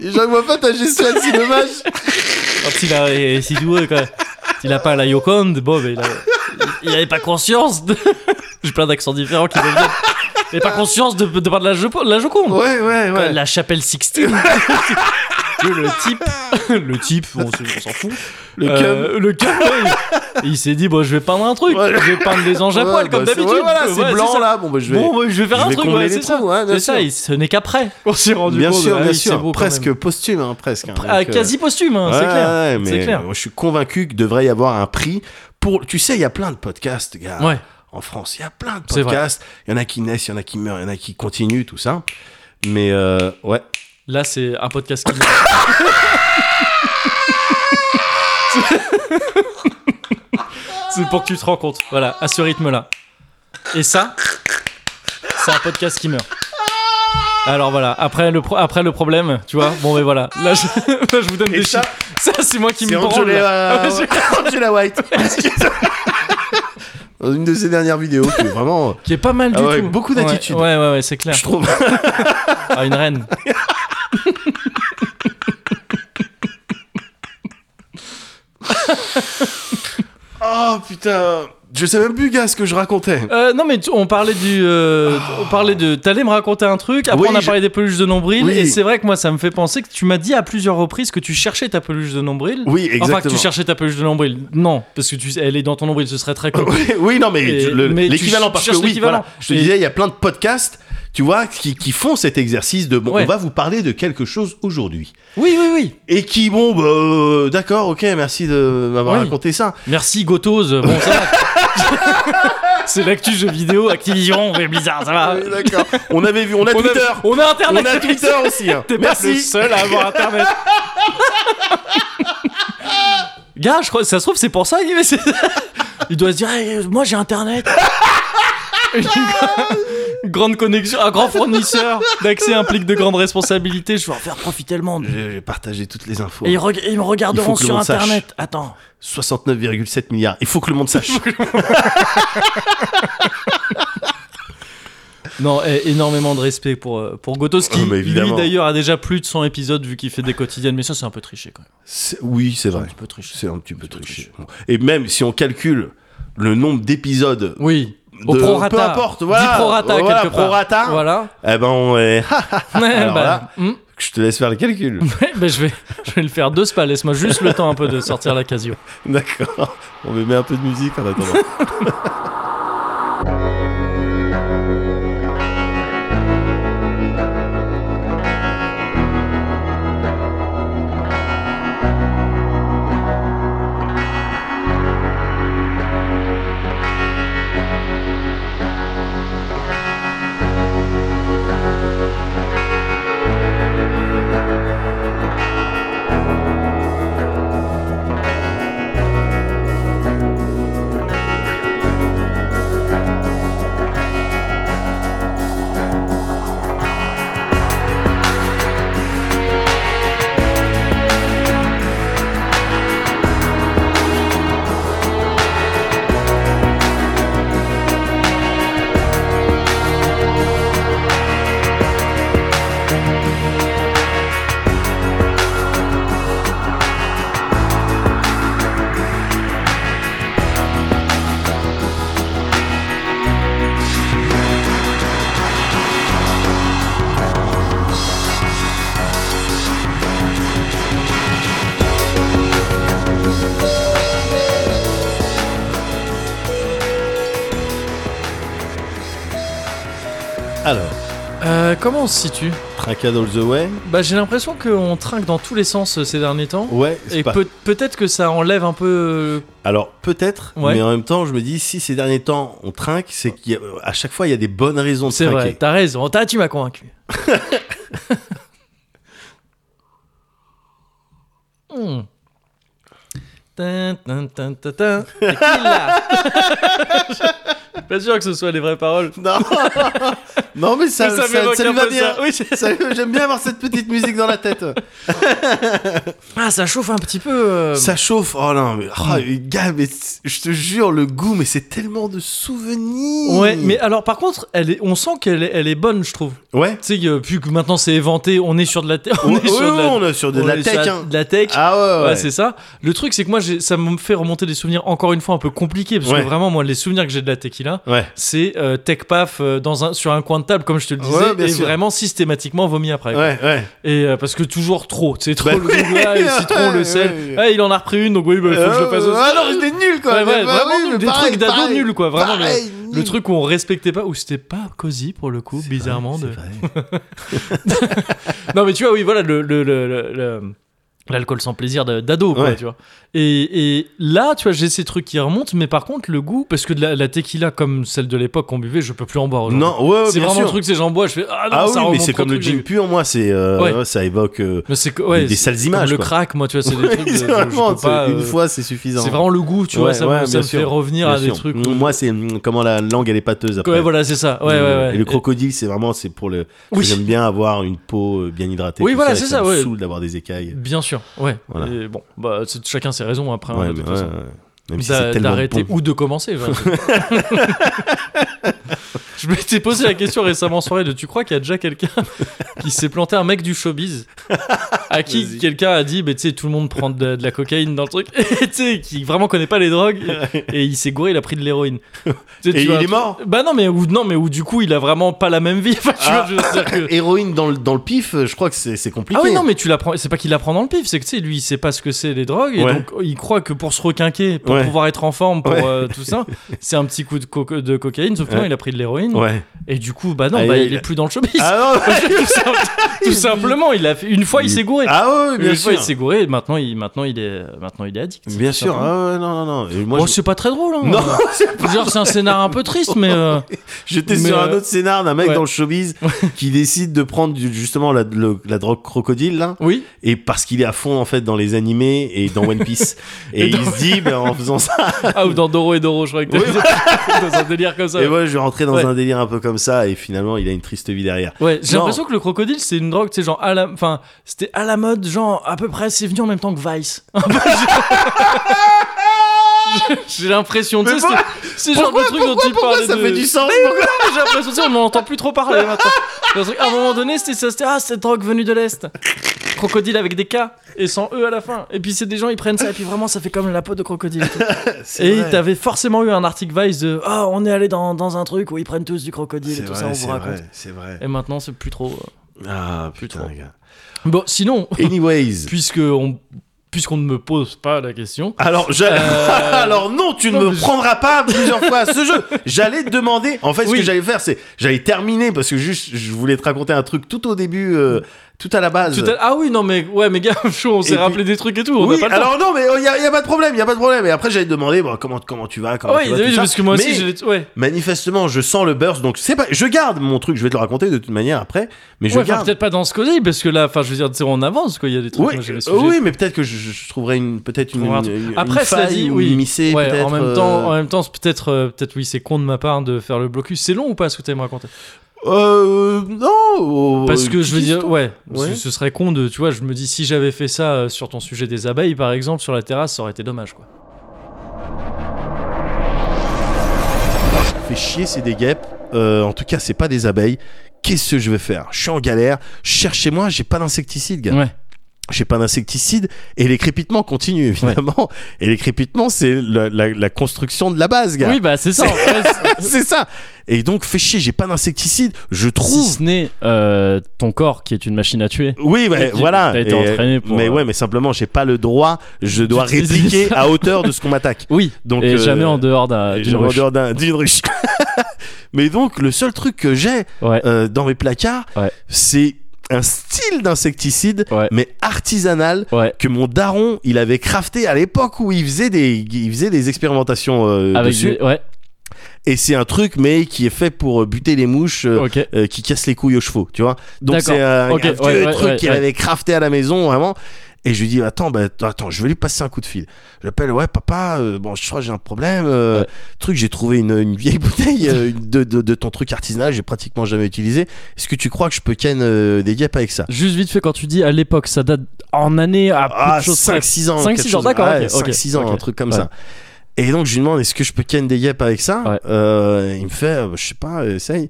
B: Les gens ils voient pas ta gestuelle si dommage.
A: quand il a. et si tu veux, quand il a pas la Yoconde, bon, mais il, a- il avait pas conscience de. J'ai plein d'accents différents qui me viennent. Il avait pas conscience de, de parler de la, Joco- la Joconde.
B: Ouais, ouais,
A: Quand
B: ouais.
A: La chapelle Sixtine. Que le type, le type, on se- on s'en fout.
B: Le
A: Euh, le cum, ouais. Et il s'est dit, bon, je vais peindre un truc.
B: Ouais.
A: Je vais peindre les anges à
B: Ouais,
A: poil,
B: bah,
A: comme
B: c'est-
A: d'habitude.
B: ouais, voilà,
A: Ouais,
B: c'est blanc
A: ça.
B: là. Bon, bah, je vais.
A: Bon, ouais, je vais faire
B: je
A: un
B: vais
A: truc,
B: combler
A: ouais,
B: les
A: c'est ça.
B: trous, ouais, bien
A: c'est ça,
B: sûr.
A: et ce n'est qu'après qu'on s'est rendu
B: Bien
A: compte.
B: sûr,
A: Ah
B: bien
A: oui, c'est
B: sûr,
A: beau quand
B: presque
A: même.
B: posthume, hein, presque. hein,
A: Ah,
B: donc, euh,
A: quasi posthume, hein, c'est
B: ouais,
A: clair.
B: ouais,
A: c'est
B: mais
A: clair.
B: Je suis convaincu qu'il devrait y avoir un prix pour. Tu sais, il y a plein de podcasts, gars.
A: Ouais.
B: En France, il y a plein de
A: C'est vrai.
B: podcasts. Il y en a qui naissent, il y en a qui meurent, il y en a qui continuent, tout ça. Mais euh, ouais.
A: Là, c'est un podcast qui. c'est pour que tu te rends compte. Voilà, à ce rythme-là. Et ça, c'est un podcast qui meurt. Alors voilà, après le, pro- après le problème, tu vois, bon mais voilà, là je, là, je vous donne
B: Et
A: des
B: ça,
A: chiffres. Ça, c'est moi qui
B: C'est euh,
A: me branle.
B: Angela,
A: Ah, ouais, je-
B: Angela White. Dans une de ses dernières vidéos, qui est vraiment.
A: Qui est pas mal du
B: Ah ouais,
A: tout.
B: beaucoup
A: Ouais,
B: d'attitude.
A: Ouais, ouais, ouais, c'est clair.
B: Je trouve.
A: Ah, une reine.
B: Oh putain. Je sais même plus, gars, ce que je racontais.
A: Euh, non mais tu- on parlait du, euh, on parlait de, t'allais me raconter un truc. Après
B: Oui,
A: on a
B: je-
A: parlé des peluches de nombril
B: Oui.
A: et c'est vrai que moi ça me fait penser que tu m'as dit à plusieurs reprises que tu cherchais ta peluche de nombril.
B: Oui, exactement.
A: Enfin que tu cherchais ta peluche de nombril. Non parce que tu, elle est dans ton nombril, ce serait très cool.
B: Oui, oui, non, mais
A: Et-
B: le-
A: mais tu
B: l'équivalent,
A: ch-
B: parce
A: cherches
B: que oui,
A: l'équivalent.
B: voilà, je te
A: Et-
B: disais, il y a plein de podcasts, tu vois, qui, qui font cet exercice de, bon,
A: Ouais.
B: on va vous parler de quelque chose aujourd'hui.
A: Oui oui oui.
B: Et qui, bon, bah, euh, d'accord, ok, merci de m'avoir
A: Oui.
B: raconté ça.
A: Merci Gotose. Bon ça. va. c'est l'actu jeu vidéo, Activision, c'est bizarre ça va.
B: Oui, d'accord. on avait vu, on a
A: Ah. On a-
B: Twitter.
A: on a internet.
B: On a Twitter aussi. hein.
A: T'es pas le
B: Merci.
A: seul à avoir internet. Gars, je crois, ça se trouve, c'est pour ça. Il, mais c'est- il doit se dire, Eh, moi j'ai internet. Une gra- une grande connexion, un grand fournisseur d'accès implique de grandes responsabilités. Je vais en faire profiter le monde.
B: J'ai j'ai partagé toutes les infos.
A: Et ils, reg- ils me regarderont
B: Il faut que le
A: sur
B: monde sache.
A: internet. Attends.
B: 69,7 milliards. Il faut que le monde sache.
A: Non, eh, énormément de respect pour, euh, pour Gotos qui,
B: Ah, mais
A: lui
B: évidemment.
A: d'ailleurs, a déjà plus de 100 épisodes vu qu'il fait des quotidiennes. Mais ça, c'est un peu triché quand même.
B: C'est- Oui, c'est vrai.
A: Un peu triché.
B: C'est un petit peu triché. Et même si on calcule le nombre d'épisodes,
A: Oui. Au
B: De-
A: prorata.
B: peu importe, voilà.
A: Du prorata,
B: Voilà,
A: quelque part.
B: prorata.
A: Voilà.
B: eh ben, on est- Alors
A: bah,
B: là-
A: hmm.
B: je te laisse faire le calcul.
A: Ouais, bah, je, vais, je vais le faire deux spas. Laisse-moi juste le temps un peu de sortir la casio.
B: D'accord. On me met un peu de musique en attendant. Alors,
A: Euh, comment on se situe
B: Tracade All the Way.
A: Bah, j'ai l'impression qu'on trinque dans tous les sens euh, ces derniers temps.
B: Ouais, Oh, c'est
A: Et
B: pas-
A: peut- peut-être que ça enlève un peu. euh,
B: Alors, peut-être,
A: Ouais.
B: mais en même temps, je me dis, si ces derniers temps on trinque, c'est qu'à chaque fois, il y a des bonnes raisons de
A: C'est
B: trinquer.
A: vrai, t'as raison. T'as- tu m'as convaincu. Hmm. Tin, tin, tin, tin, tin. C'est qui, là Je suis Pas sûr que ce soit les vraies paroles.
B: Non, non mais ça,
A: Mais
B: ça,
A: m'évoque
B: ça lui
A: un
B: va
A: peu
B: bien.
A: ça. Oui, c'est-
B: Ça- J'aime bien avoir cette petite musique dans la tête.
A: Ah, ça chauffe un petit peu. euh.
B: Ça chauffe. Oh non, mais,
A: Mm.
B: oh, gars, mais c- je te jure, le goût, mais c'est tellement de souvenirs.
A: Ouais, mais alors par contre, elle est, on sent qu'elle est, elle est bonne, je trouve.
B: Ouais.
A: Tu sais, euh, puis que maintenant c'est éventé, on est sur de la tech.
B: On,
A: On est sur de la-
B: on est sur de
A: on
B: la
A: est sur
B: tech.
A: la-
B: hein.
A: de la tech.
B: Ah ouais,
A: Ouais,
B: ouais.
A: c'est ça. Le truc, c'est que moi, j'ai- ça me fait remonter des souvenirs encore une fois un peu compliqués. Parce
B: Ouais.
A: que vraiment, moi, les souvenirs que j'ai de la tequila,
B: Ouais.
A: c'est euh, tech paf euh, dans un, sur un coin de table, comme je te le disais,
B: Ouais, bien
A: et
B: sûr.
A: vraiment systématiquement vomi après.
B: Ouais, ouais.
A: Et euh, parce que toujours trop, tu sais, trop
B: Bah
A: le
B: oui.
A: goût, le citron,
B: Ouais,
A: le sel.
B: ouais.
A: Ah, il en a repris une, donc oui, bah, il faut que je le fasse
B: Euh,
A: aussi.
B: Ah non, j'étais nul quoi.
A: Ouais, ouais,
B: Bah
A: vraiment
B: oui, mais
A: nul, des
B: pareil,
A: trucs d'ado
B: pareil.
A: nuls, quoi. Vraiment, le-
B: Pareil,
A: le,
B: nul.
A: truc où on respectait pas, où c'était pas cosy pour le coup,
B: C'est
A: bizarrement.
B: vrai,
A: de-
B: c'est vrai.
A: Non, mais tu vois, oui, voilà, le. le- le- le- le- L'alcool sans plaisir de- d'ado, quoi,
B: Ouais.
A: tu vois. Et, et là, tu vois, j'ai ces trucs qui remontent, mais par contre, le goût, parce que de la, la tequila, comme celle de l'époque qu'on buvait, je peux plus en boire aujourd'hui.
B: Non, ouais, ouais,
A: c'est
B: bien
A: vraiment
B: sûr.
A: le truc, c'est j'en bois, je fais ah non,
B: Ah
A: ça
B: oui, mais
A: remonte
B: c'est
A: trop
B: comme le
A: truc, j'ai
B: gin
A: eu.
B: pur, moi, c'est euh,
A: Ouais.
B: ouais, ça évoque euh,
A: Mais c'est que- ouais,
B: des, des
A: c'est
B: sales
A: comme
B: images.
A: le
B: quoi.
A: crack, moi, tu vois, c'est des
B: Ouais,
A: trucs. de- je- je
B: vraiment,
A: peux
B: c'est-
A: pas,
B: une
A: euh,
B: fois, c'est suffisant.
A: C'est vraiment le goût, tu vois,
B: Ouais,
A: ça,
B: ouais,
A: me- ça
B: bien
A: me fait
B: sûr,
A: revenir
B: bien
A: à des
B: sûr.
A: trucs.
B: Mm,
A: où-
B: Moi, c'est mm, comment la langue, elle est pâteuse après.
A: Ouais, voilà, c'est ça. Ouais, ouais,
B: Mm,
A: ouais.
B: Et le crocodile, c'est vraiment, c'est pour le.
A: Oui.
B: J'aime bien avoir une peau euh, bien hydratée.
A: Oui,
B: tout
A: voilà,
B: et
A: c'est
B: ça.
A: ça,
B: me
A: ouais.
B: saoule d'avoir des écailles.
A: Bien sûr, ouais.
B: Voilà.
A: Et bon, bah, c'est- chacun ses raisons après, hein,
B: Ouais,
A: de toute
B: mais ouais,
A: façon.
B: ouais. Même si
A: D'a-
B: c'est tellement
A: D'arrêter
B: bon.
A: ou de commencer. genre. Je m'étais posé la question récemment en soirée de tu crois qu'il y a déjà quelqu'un qui s'est planté un mec du showbiz à qui
B: Vas-y.
A: quelqu'un a dit bah, tu sais tout le monde prend de, de la cocaïne dans le truc et tu sais qui vraiment connaît pas les drogues et il s'est gouré il a pris de l'héroïne. Tu sais, tu
B: Et il
A: vois,
B: est mort.
A: Bah non mais ou non mais ou du coup il a vraiment pas la même vie. Enfin, tu vois,
B: Ah.
A: je veux dire que-
B: Héroïne dans le, dans le pif, euh, je crois que c'est c'est compliqué.
A: Ah oui non mais tu la prends c'est pas qu'il la prend dans le pif c'est que tu sais lui il sait pas ce que c'est les drogues et
B: Ouais.
A: donc il croit que pour se requinquer pour
B: Ouais.
A: pouvoir être en forme pour
B: Ouais.
A: euh, tout ça c'est un petit coup de, coco- de cocaïne sauf que non
B: Ouais.
A: il a pris de l'héroïne
B: Ouais.
A: et du coup bah non
B: Ah,
A: bah,
B: il-
A: il est plus dans le showbiz
B: Ah non, ouais.
A: tout, sim- tout simplement il a fait une fois il,
B: Il-
A: s'est gouré
B: Ah ouais, bien
A: une fois il
B: sûr.
A: s'est gouré et maintenant il maintenant il est maintenant il est addict
B: Bien
A: tout
B: sûr.
A: simplement.
B: Ah ouais, non, non, non. Et Moi,
A: Bon,
B: je-
A: hein. c'est pas très drôle hein.
B: Non, c'est pas-
A: genre c'est un scénar un peu triste mais euh,
B: j'étais
A: Mais,
B: sur un
A: euh,
B: autre scénar d'un mec
A: ouais.
B: dans le showbiz qui décide de prendre du- justement la, le- la drogue crocodile là,
A: oui
B: et parce qu'il est à fond en fait dans les animés et dans One Piece et,
A: Et
B: il se dit bah, en faisant ça
A: ah ou dans Doro et Doro je crois que t'as
B: Oui.
A: dit. dans un délire comme ça
B: et moi je vais rentrer dans
A: Ouais.
B: un délire un peu comme ça et finalement il a une triste vie derrière.
A: Ouais, j'ai
B: Non.
A: l'impression que le crocodile c'est une drogue, tu sais, genre à la, enfin, c'était à la mode, genre à peu près, c'est venu en même temps que Vice. Un peu, j'ai- J'ai l'impression, tu sais,
B: Mais
A: c'est- c'est genre le truc dont tu
B: Pourquoi
A: parlais.
B: ça
A: de-
B: fait du sens
A: J'ai l'impression, tu sais, on n'en entend plus trop parler maintenant. Parce que, à un moment donné, c'était ça, c'était ah cette drogue venue de l'est, crocodile avec des K et sans E à la fin. Et puis c'est des gens ils prennent ça et puis vraiment ça fait comme la peau de crocodile. Et t'avais forcément eu un article Vice de ah on est allé dans, dans un truc où ils prennent tous du crocodile et tout ça on vous raconte.
B: C'est vrai.
A: Et maintenant c'est plus trop. euh.
B: Ah
A: Plus
B: putain
A: trop.
B: les gars.
A: Bon sinon
B: Anyways.
A: puisque on puisqu'on ne me pose pas la question.
B: Alors, je- Alors non, tu
A: Euh.
B: ne
A: non,
B: me
A: mais je-
B: prendras pas plusieurs fois à ce jeu. J'allais te demander. En fait, ce
A: Oui.
B: que j'allais faire, c'est j'allais terminer parce que juste, je voulais te raconter un truc tout au début, euh, tout à la base.
A: Tout à- Ah oui, non mais ouais, mais gars, chaud, on s'est
B: euh. puis-
A: rappelé des trucs et tout, on n'a
B: oui,
A: pas le temps.
B: alors non, mais il n'y a, y a pas de problème, il a pas de problème. Et après, j'allais te demander bon, comment, comment tu vas, comment
A: Ah ouais,
B: tu vas,
A: oui,
B: tout ça.
A: parce que moi aussi,
B: Mais
A: je l'ai- ouais.
B: Manifestement, je sens le burst, donc c'est pas. Je garde mon truc, je vais te le raconter de toute manière après, mais je
A: Ouais, enfin,
B: garde.
A: peut-être pas dans ce cosy, parce que là, enfin, je veux dire, tu sais, on avance, quoi. Il y a des trucs.
B: Oui,
A: moi, j'ai mes
B: euh,
A: sujets.
B: oui, mais peut-être que je, je- je trouverai une peut-être une,
A: On verra.
B: une- une
A: Après, cela
B: faille
A: dit,
B: ou
A: oui.
B: une missée,
A: Ouais,
B: peut-être,
A: en même
B: euh,
A: temps, en même temps, c'est peut-être, euh, peut-être, oui, c'est con de ma part de faire le blocus. C'est long ou pas ce que t'allais me raconter
B: Euh, non. euh,
A: Parce que je veux
B: petite
A: dire, ouais,
B: Ouais.
A: Ce, ce serait con de, tu vois, je me dis, si j'avais fait ça euh, sur ton sujet des abeilles, par exemple, sur la terrasse, ça aurait été dommage, quoi.
B: fait chier, c'est des guêpes. Euh, en tout cas, c'est pas des abeilles. Qu'est-ce que je vais faire Je suis en galère. Cherchez-moi, j'ai pas d'insecticide, gars.
A: Ouais.
B: J'ai pas d'insecticide. Et les crépitements continuent, évidemment. Et les crépitements, c'est la, la- la construction de la base, gars.
A: Oui, bah c'est ça. en fait.
B: c'est ça. Et donc, fait chier, j'ai pas d'insecticide. Je
E: Si
B: trouve.
E: ce n'est euh, ton corps qui est une machine à tuer.
B: Oui, bah,
E: Et tu-
B: voilà.
E: t'as été
B: Et,
E: entraîné pour,
B: mais
E: euh,
B: ouais, mais simplement, j'ai pas le droit. Je dois
E: d'utiliser
B: répliquer
E: ça.
B: à hauteur de ce qu'on m'attaque.
E: Oui.
B: Donc,
E: et
B: euh,
E: jamais en dehors d'un.
B: Et
E: d'une
B: j'ai
E: ruche.
B: vendeur d'un- d'une ruche. Mais donc, le seul truc que j'ai
E: Ouais.
B: euh, dans mes placards,
E: Ouais.
B: c'est un style d'insecticide,
E: Ouais.
B: mais artisanal,
E: Ouais.
B: que mon daron, il avait crafté à l'époque où il faisait des, il faisait des expérimentations euh,
E: Avec
B: dessus.
E: des- ouais.
B: Et c'est un truc, mais qui est fait pour euh, buter les mouches. euh,
E: Ok.
B: euh, qui cassent les couilles aux chevaux, tu vois. Donc
E: D'accord.
B: c'est un,
E: Ok,
B: un
E: ouais,
B: vieux
E: ouais,
B: truc
E: ouais,
B: qu'il
E: ouais.
B: avait crafté à la maison, vraiment. Et je lui dis attends, bah, attends, je vais lui passer un coup de fil. Je l'appelle, ouais papa, euh, bon je crois que j'ai un problème, euh,
E: Ouais.
B: truc, j'ai trouvé une, une vieille bouteille euh, une- de, de, de ton truc artisanal, j'ai pratiquement jamais utilisé. Est-ce que tu crois que je peux ken euh, des guêpes avec ça
E: Juste vite fait, quand tu dis à l'époque, ça date en année à peu
B: Ah,
E: de choses près.
B: 5-6 ans.
E: 5-6
B: quelque
E: ans,
B: chose.
E: d'accord,
B: Ouais,
E: ok,
B: 5-6 ans,
E: ok.
B: un truc comme
E: Ouais.
B: ça. Et donc, je lui demande, est-ce que je peux ken des guêpes avec ça
E: Ouais.
B: Euh, Il me fait, euh, je sais pas, essaye.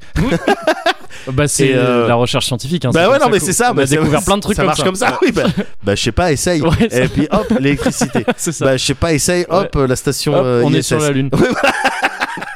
E: Bah, c'est
B: Et, euh,
E: la recherche scientifique. Hein,
B: bah ouais,
E: comme
B: non, mais c'est ça.
E: On
B: bah,
E: a
B: c'est-
E: découvert plein de trucs
B: ça
E: comme
B: marche
E: ça.
B: comme ça. Oui, bah, bah, je sais pas, essaye.
E: Ouais, ça-
B: Et puis, hop, l'électricité.
E: C'est ça.
B: Bah, je sais pas, essaye, hop, la station.
E: Hop,
B: euh,
E: on est
B: ISS.
E: sur la Lune.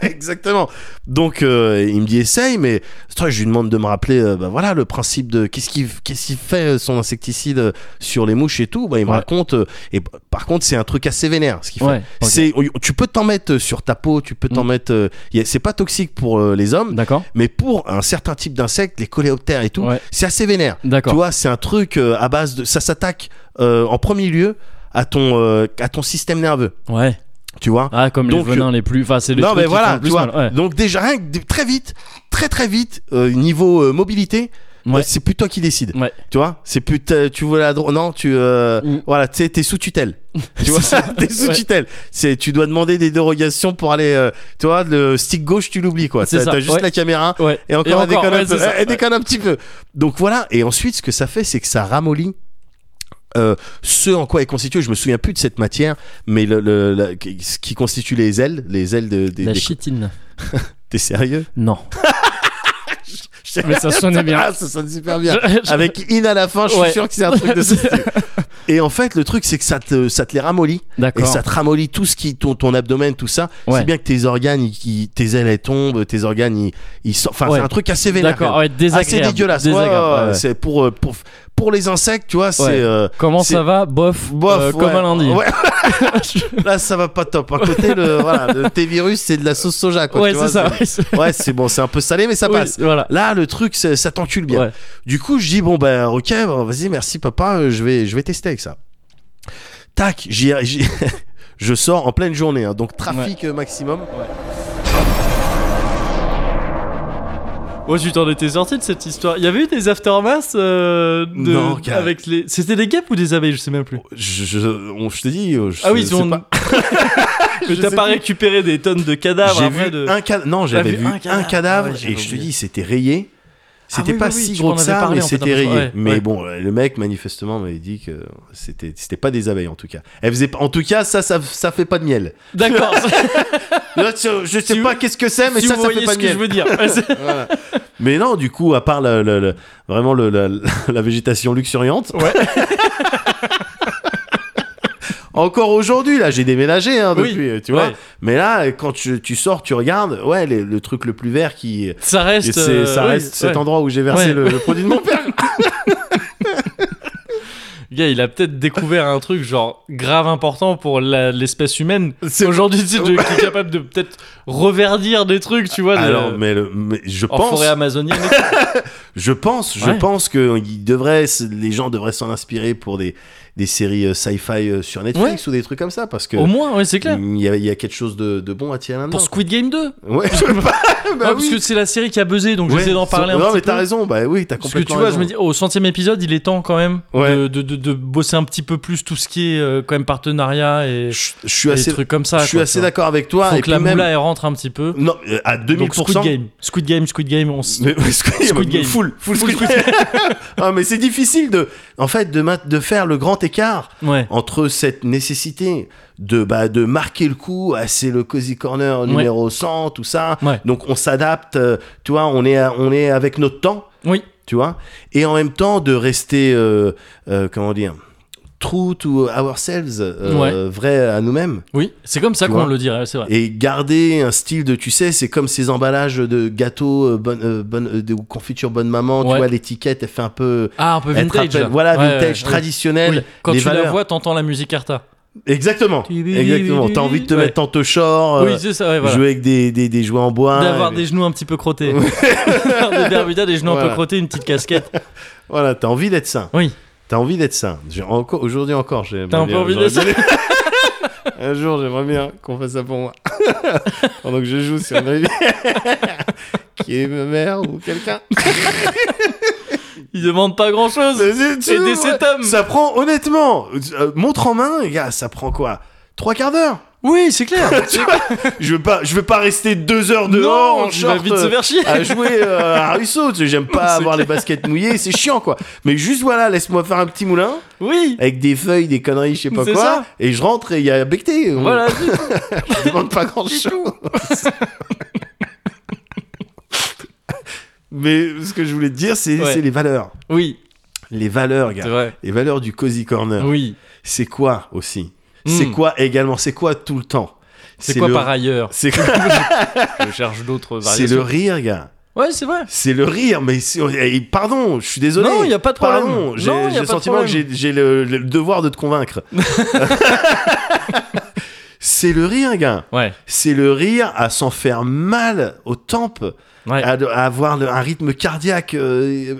B: Exactement. Donc, euh, il me dit essaye, mais toi, je lui demande de me rappeler, euh, bah, voilà, le principe de qu'est-ce qu'il qu'est-ce qu'il fait euh, son insecticide euh, sur les mouches et tout. Bah, il me
E: Ouais.
B: raconte. euh, et bah, par contre, c'est un truc assez vénère, ce qu'il fait.
E: Ouais, ok.
B: C'est, tu peux t'en mettre euh, sur ta peau, tu peux t'en
E: Mm.
B: mettre. euh, y a- c'est pas toxique pour euh, les hommes,
E: D'accord.
B: mais pour un certain type d'insectes, les coléoptères et tout,
E: Ouais.
B: c'est assez vénère. Tu
E: D'accord.
B: vois, c'est un truc euh, à base de. Ça s'attaque euh, en premier lieu à ton euh, à ton système nerveux.
E: Ouais.
B: Tu vois.
E: Ah, comme
B: Donc,
E: les venins les plus. Enfin, c'est les
B: Non
E: trucs
B: mais
E: qui font
B: voilà,
E: le
B: tu
E: plus
B: vois.
E: mal, ouais.
B: Donc déjà rien que de- très vite, très très vite euh, niveau euh, mobilité,
E: Ouais.
B: euh, c'est plus toi qui décides.
E: Ouais.
B: Tu vois, c'est plus t'as- tu veux la dro- non, tu euh,
E: Mm.
B: voilà, tu sais, t'es sous tutelle. tu vois, t'es sous
E: Ouais.
B: tutelle. C'est tu dois demander des dérogations pour aller euh, tu vois, le stick gauche, tu l'oublies quoi.
E: C'est
B: T'as
E: ça,
B: t'as juste
E: ouais.
B: la caméra
E: Ouais.
B: et encore, elle déconne,
E: ouais,
B: un peu.
E: c'est ça.
B: Elle déconne un petit peu. Donc voilà, et ensuite ce que ça fait, c'est que ça ramollit. euh, ce en quoi est constitué, je me souviens plus de cette matière, mais le, le- la- ce qui constitue les ailes, les ailes de, des-
E: La
B: des-
E: chitine.
B: T'es sérieux
E: Non. Mais ça sonnait bien.
B: Ah, ça sonne super bien. Avec in à la fin, je suis
E: Ouais.
B: sûr que c'est un truc de ce style. Et en fait, le truc, c'est que ça te, ça te les ramollit. Et
E: D'accord.
B: ça te ramollit tout ce qui, ton, ton abdomen, tout ça.
E: Ouais.
B: Si bien que tes organes, ils- ils- tes ailes, elles tombent, tes organes, ils, ils sortent. Enfin,
E: Ouais.
B: c'est un truc assez vénère.
E: D'accord. Ouais,
B: Assez
E: désagréable.
B: dégueulasse. Ouais, ouais,
E: Désagréable. ouais, ouais.
B: C'est pour, euh, pour, pour les insectes, tu vois,
E: Ouais.
B: c'est, euh,
E: Comment
B: c'est-
E: ça va Bof.
B: bof,
E: euh,
B: ouais.
E: Comme un lundi.
B: Ouais. Là, ça va pas top. À côté, le, voilà, le thé virus, c'est de la sauce soja, quoi.
E: Ouais,
B: tu
E: c'est
B: vois,
E: ça. ouais, c'est-
B: Ouais, c'est bon, c'est un peu salé, mais ça
E: oui,
B: passe.
E: Voilà.
B: Là, le truc, c'est- ça t'encule bien.
E: Ouais.
B: Du coup, je dis bon ben ok, bon, vas-y, merci papa, euh, je vais, je vais tester avec ça. Tac, j'y, j'y- je sors en pleine journée, hein, donc trafic euh, maximum.
A: Ouais, tu t'en étais sorti de cette histoire. Il y avait eu des aftermaths euh, de-
B: Non, gars.
A: avec les. C'était des guêpes ou des abeilles, je sais même plus.
B: Je, je- on- je te dis, euh, je,
A: Ah oui,
B: je
A: ils
B: sais
A: ont.
B: pas.
A: Mais
B: Je
A: t'as
B: sais
A: pas
B: plus.
A: récupéré des tonnes de cadavres
B: J'ai
A: après
B: vu
A: de.
B: un cadavre. Non, j'avais
A: vu
B: vu
A: un
B: un cadavre,
A: cadavre. Ah ouais, j'avais
B: et je te
A: oublié.
B: dis, c'était rayé. C'était
A: Ah oui,
B: pas
A: oui, oui,
B: si
A: tu
B: gros
A: m'en
B: que
A: avais
B: ça,
A: parlé,
B: mais
A: en fait,
B: c'était
A: un peu.
B: rayé.
A: Ouais,
B: mais
A: ouais.
B: bon, euh, le mec manifestement m'avait dit que c'était, c'était pas des abeilles en tout cas. Elle faisait, pas- en tout cas, ça, ça, ça fait pas de miel.
A: D'accord.
B: Là, je, je sais
A: Si
B: pas
A: vous-
B: qu'est-ce que c'est, Ah, mais
A: si
B: ça,
A: vous
B: ça
A: voyez
B: fait pas
A: ce
B: de
A: que
B: miel.
A: je veux dire. Ouais, c'est-
B: Voilà. Mais non, du coup, à part le- le- le- vraiment le- la, la- la végétation luxuriante. Encore aujourd'hui, là, j'ai déménagé hein,
A: Oui.
B: depuis, tu vois.
A: Ouais.
B: Mais là, quand tu, tu sors, tu regardes, ouais, les- le truc le plus vert qui.
A: Ça
B: et
A: reste.
B: c'est-
A: euh,
B: ça
A: oui,
B: reste cet
A: ouais.
B: endroit où j'ai versé
A: Ouais.
B: le, le produit de mon père.
A: Le Gars, il a peut-être découvert un truc genre grave important pour la- l'espèce humaine. Aujourd'hui, tu sais, de- qui est capable de peut-être reverdir des trucs, tu vois, de-
B: Alors, mais, le- mais je
A: en
B: pense.
A: forêt amazonienne.
B: Je pense, je
A: Ouais.
B: pense que euh, il devrait, les gens devraient s'en inspirer pour des, des séries euh, sci-fi euh, sur Netflix ou des trucs comme ça, parce que
A: Au moins, ouais, c'est clair.
B: il y, a- il y a quelque chose de, de bon à tirer là-dedans.
A: Pour Squid Game 2.
B: Ouais, je sais pas, bah
A: Ouais,
B: oui.
A: Parce que c'est la série qui a buzzé, donc
B: Ouais.
A: j'essaie d'en parler un
B: non,
A: petit
B: mais
A: peu.
B: t'as raison, bah oui, t'as
A: Parce que
B: complètement
A: tu vois, je me dis, au centième épisode, il est temps quand même
B: Ouais.
A: de, de, de- de bosser un petit peu plus tout ce qui est euh, quand même partenariat et,
B: raison. je, je suis
A: et
B: assez,
A: trucs comme ça.
B: je suis
A: quoi,
B: assez
A: tu vois.
B: d'accord avec toi.
A: Faut
B: et
A: que la
B: puis même,
A: moula elle rentre un petit peu.
B: non, euh, à 2000%.
A: Donc Squid Game, Squid Game, Squid Game, on s-
B: Mais, mais Squid,
A: Squid
B: mais
A: Game.
B: Full, full,
A: Full
B: Squid
A: Squid
B: Game. Ah, mais c'est difficile de, en fait, de, ma- de faire le grand écart
A: Ouais.
B: entre cette nécessité de, bah, de marquer le coup, ah, c'est le Cozy Corner numéro 100, tout ça.
A: Ouais.
B: Donc on s'adapte, euh, tu vois, on est, à- on est avec notre temps,
A: Oui.
B: tu vois, et en même temps de rester, euh, euh, comment dire, true to ourselves, euh, vrai à nous-mêmes,
A: Oui. C'est comme ça
B: Tu
A: qu'on
B: vois.
A: le dirait, c'est vrai.
B: et garder un style de, tu sais, c'est comme ces emballages de gâteaux, euh, bonne, euh, bonne, euh, de ou confiture bonne maman, tu
A: Ouais.
B: vois, l'étiquette, elle fait un peu.
A: Ah, un peu
B: elle te
A: vintage.
B: rappelle-
A: là.
B: voilà,
A: Ouais, ouais,
B: vintage
A: ouais.
B: traditionnel.
A: Oui. Quand
B: les
A: tu
B: valeurs.
A: la vois, t'entends la musique Arta.
B: Exactement. Exactement. T'as envie de te
A: Ouais.
B: mettre en te short, euh,
A: oui, c'est ça, ouais, voilà.
B: jouer avec des, des, des jouets en bois.
A: D'avoir
B: et-
A: des genoux un petit peu crottés. des Bermudas, des genoux un
B: Voilà.
A: peu crottés, une petite casquette.
B: Voilà, t'as envie d'être sain.
A: Oui.
B: T'as envie d'être sain. J'ai encore, aujourd'hui encore, j'ai.
A: T'as un peu envie de ça.
B: Un jour, j'aimerais bien qu'on fasse ça pour moi. Pendant que je joue sur une rivière. Qui est ma mère ou quelqu'un.
A: Il demande pas grand chose.
B: C'est
A: des sept hommes.
B: Ça prend, honnêtement, euh, montre en main, les gars, ça prend quoi Trois quarts d'heure
A: Oui, c'est clair.
B: Tu vois, je veux pas, je veux pas rester deux heures dehors en
A: non, tu vas
B: short,
A: vite se
B: euh,
A: faire chier.
B: à jouer euh, à Russo. Tu sais, J'aime pas
A: C'est
B: avoir les baskets mouillées, c'est chiant quoi. Mais juste voilà, laisse-moi faire un petit moulin
A: Oui.
B: avec des feuilles, des conneries, je sais pas
A: C'est
B: quoi.
A: ça.
B: Et je rentre et il y a becté. On-
A: Voilà.
B: Je demande pas grand chose. Mais ce que je voulais te dire, c'est
A: Ouais.
B: c'est les valeurs.
A: Oui,
B: Les valeurs,
A: c'est
B: gars.
A: vrai.
B: Les valeurs du Cozy Corner.
A: Oui.
B: C'est quoi aussi
A: Mm.
B: C'est quoi également C'est quoi tout le temps
A: C'est quoi
B: le-
A: par ailleurs
B: C'est
A: Je cherche d'autres
B: c'est le
A: variations.
B: rire, gars.
A: Ouais, c'est vrai.
B: C'est le rire, mais c'est- eh, pardon, je suis désolé.
A: Non, y a pas de problème.
B: Pardon, j'ai
A: Non, y a
B: j'ai
A: pas
B: le
A: de
B: sentiment que
A: problème.
B: j'ai j'ai le, le devoir de te convaincre. c'est le rire, gars.
A: Ouais.
B: C'est le rire à s'en faire mal aux tempes,
A: Ouais.
B: à, à avoir le- un rythme cardiaque euh,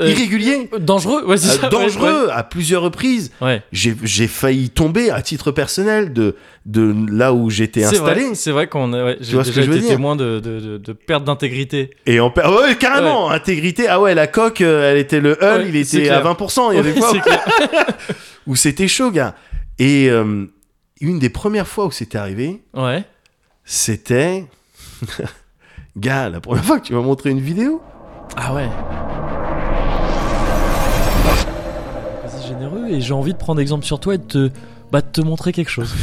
A: Euh,
B: irrégulier,
A: Dangereux. Ouais, c'est
B: euh,
A: ça. ouais,
B: dangereux à plusieurs reprises.
A: Ouais. Ouais.
B: J'ai j'ai failli tomber à titre personnel de, de là où j'étais
A: C'est
B: installé.
A: vrai, c'est vrai qu'on a, ouais, j'ai
B: vois ce que
A: déjà
B: je veux
A: été
B: dire
A: témoin de, de, de- de perte d'intégrité.
B: Et en per- ah ouais, carrément, intégrité. Ah ouais, la coque, euh, elle était le hull,
A: Ouais,
B: il
A: c'est
B: était à
A: clair.
B: 20%. Il y avait
A: Ouais,
B: pas
A: c'est clair.
B: où c'était chaud, gars. Et euh, une des premières fois où c'était arrivé,
A: Ouais.
B: c'était. gars, la première fois que tu m'as montré une vidéo.
A: Ah ouais.
E: Vas-y, généreux et j'ai envie de prendre exemple sur toi et de te, bah, de te montrer quelque chose.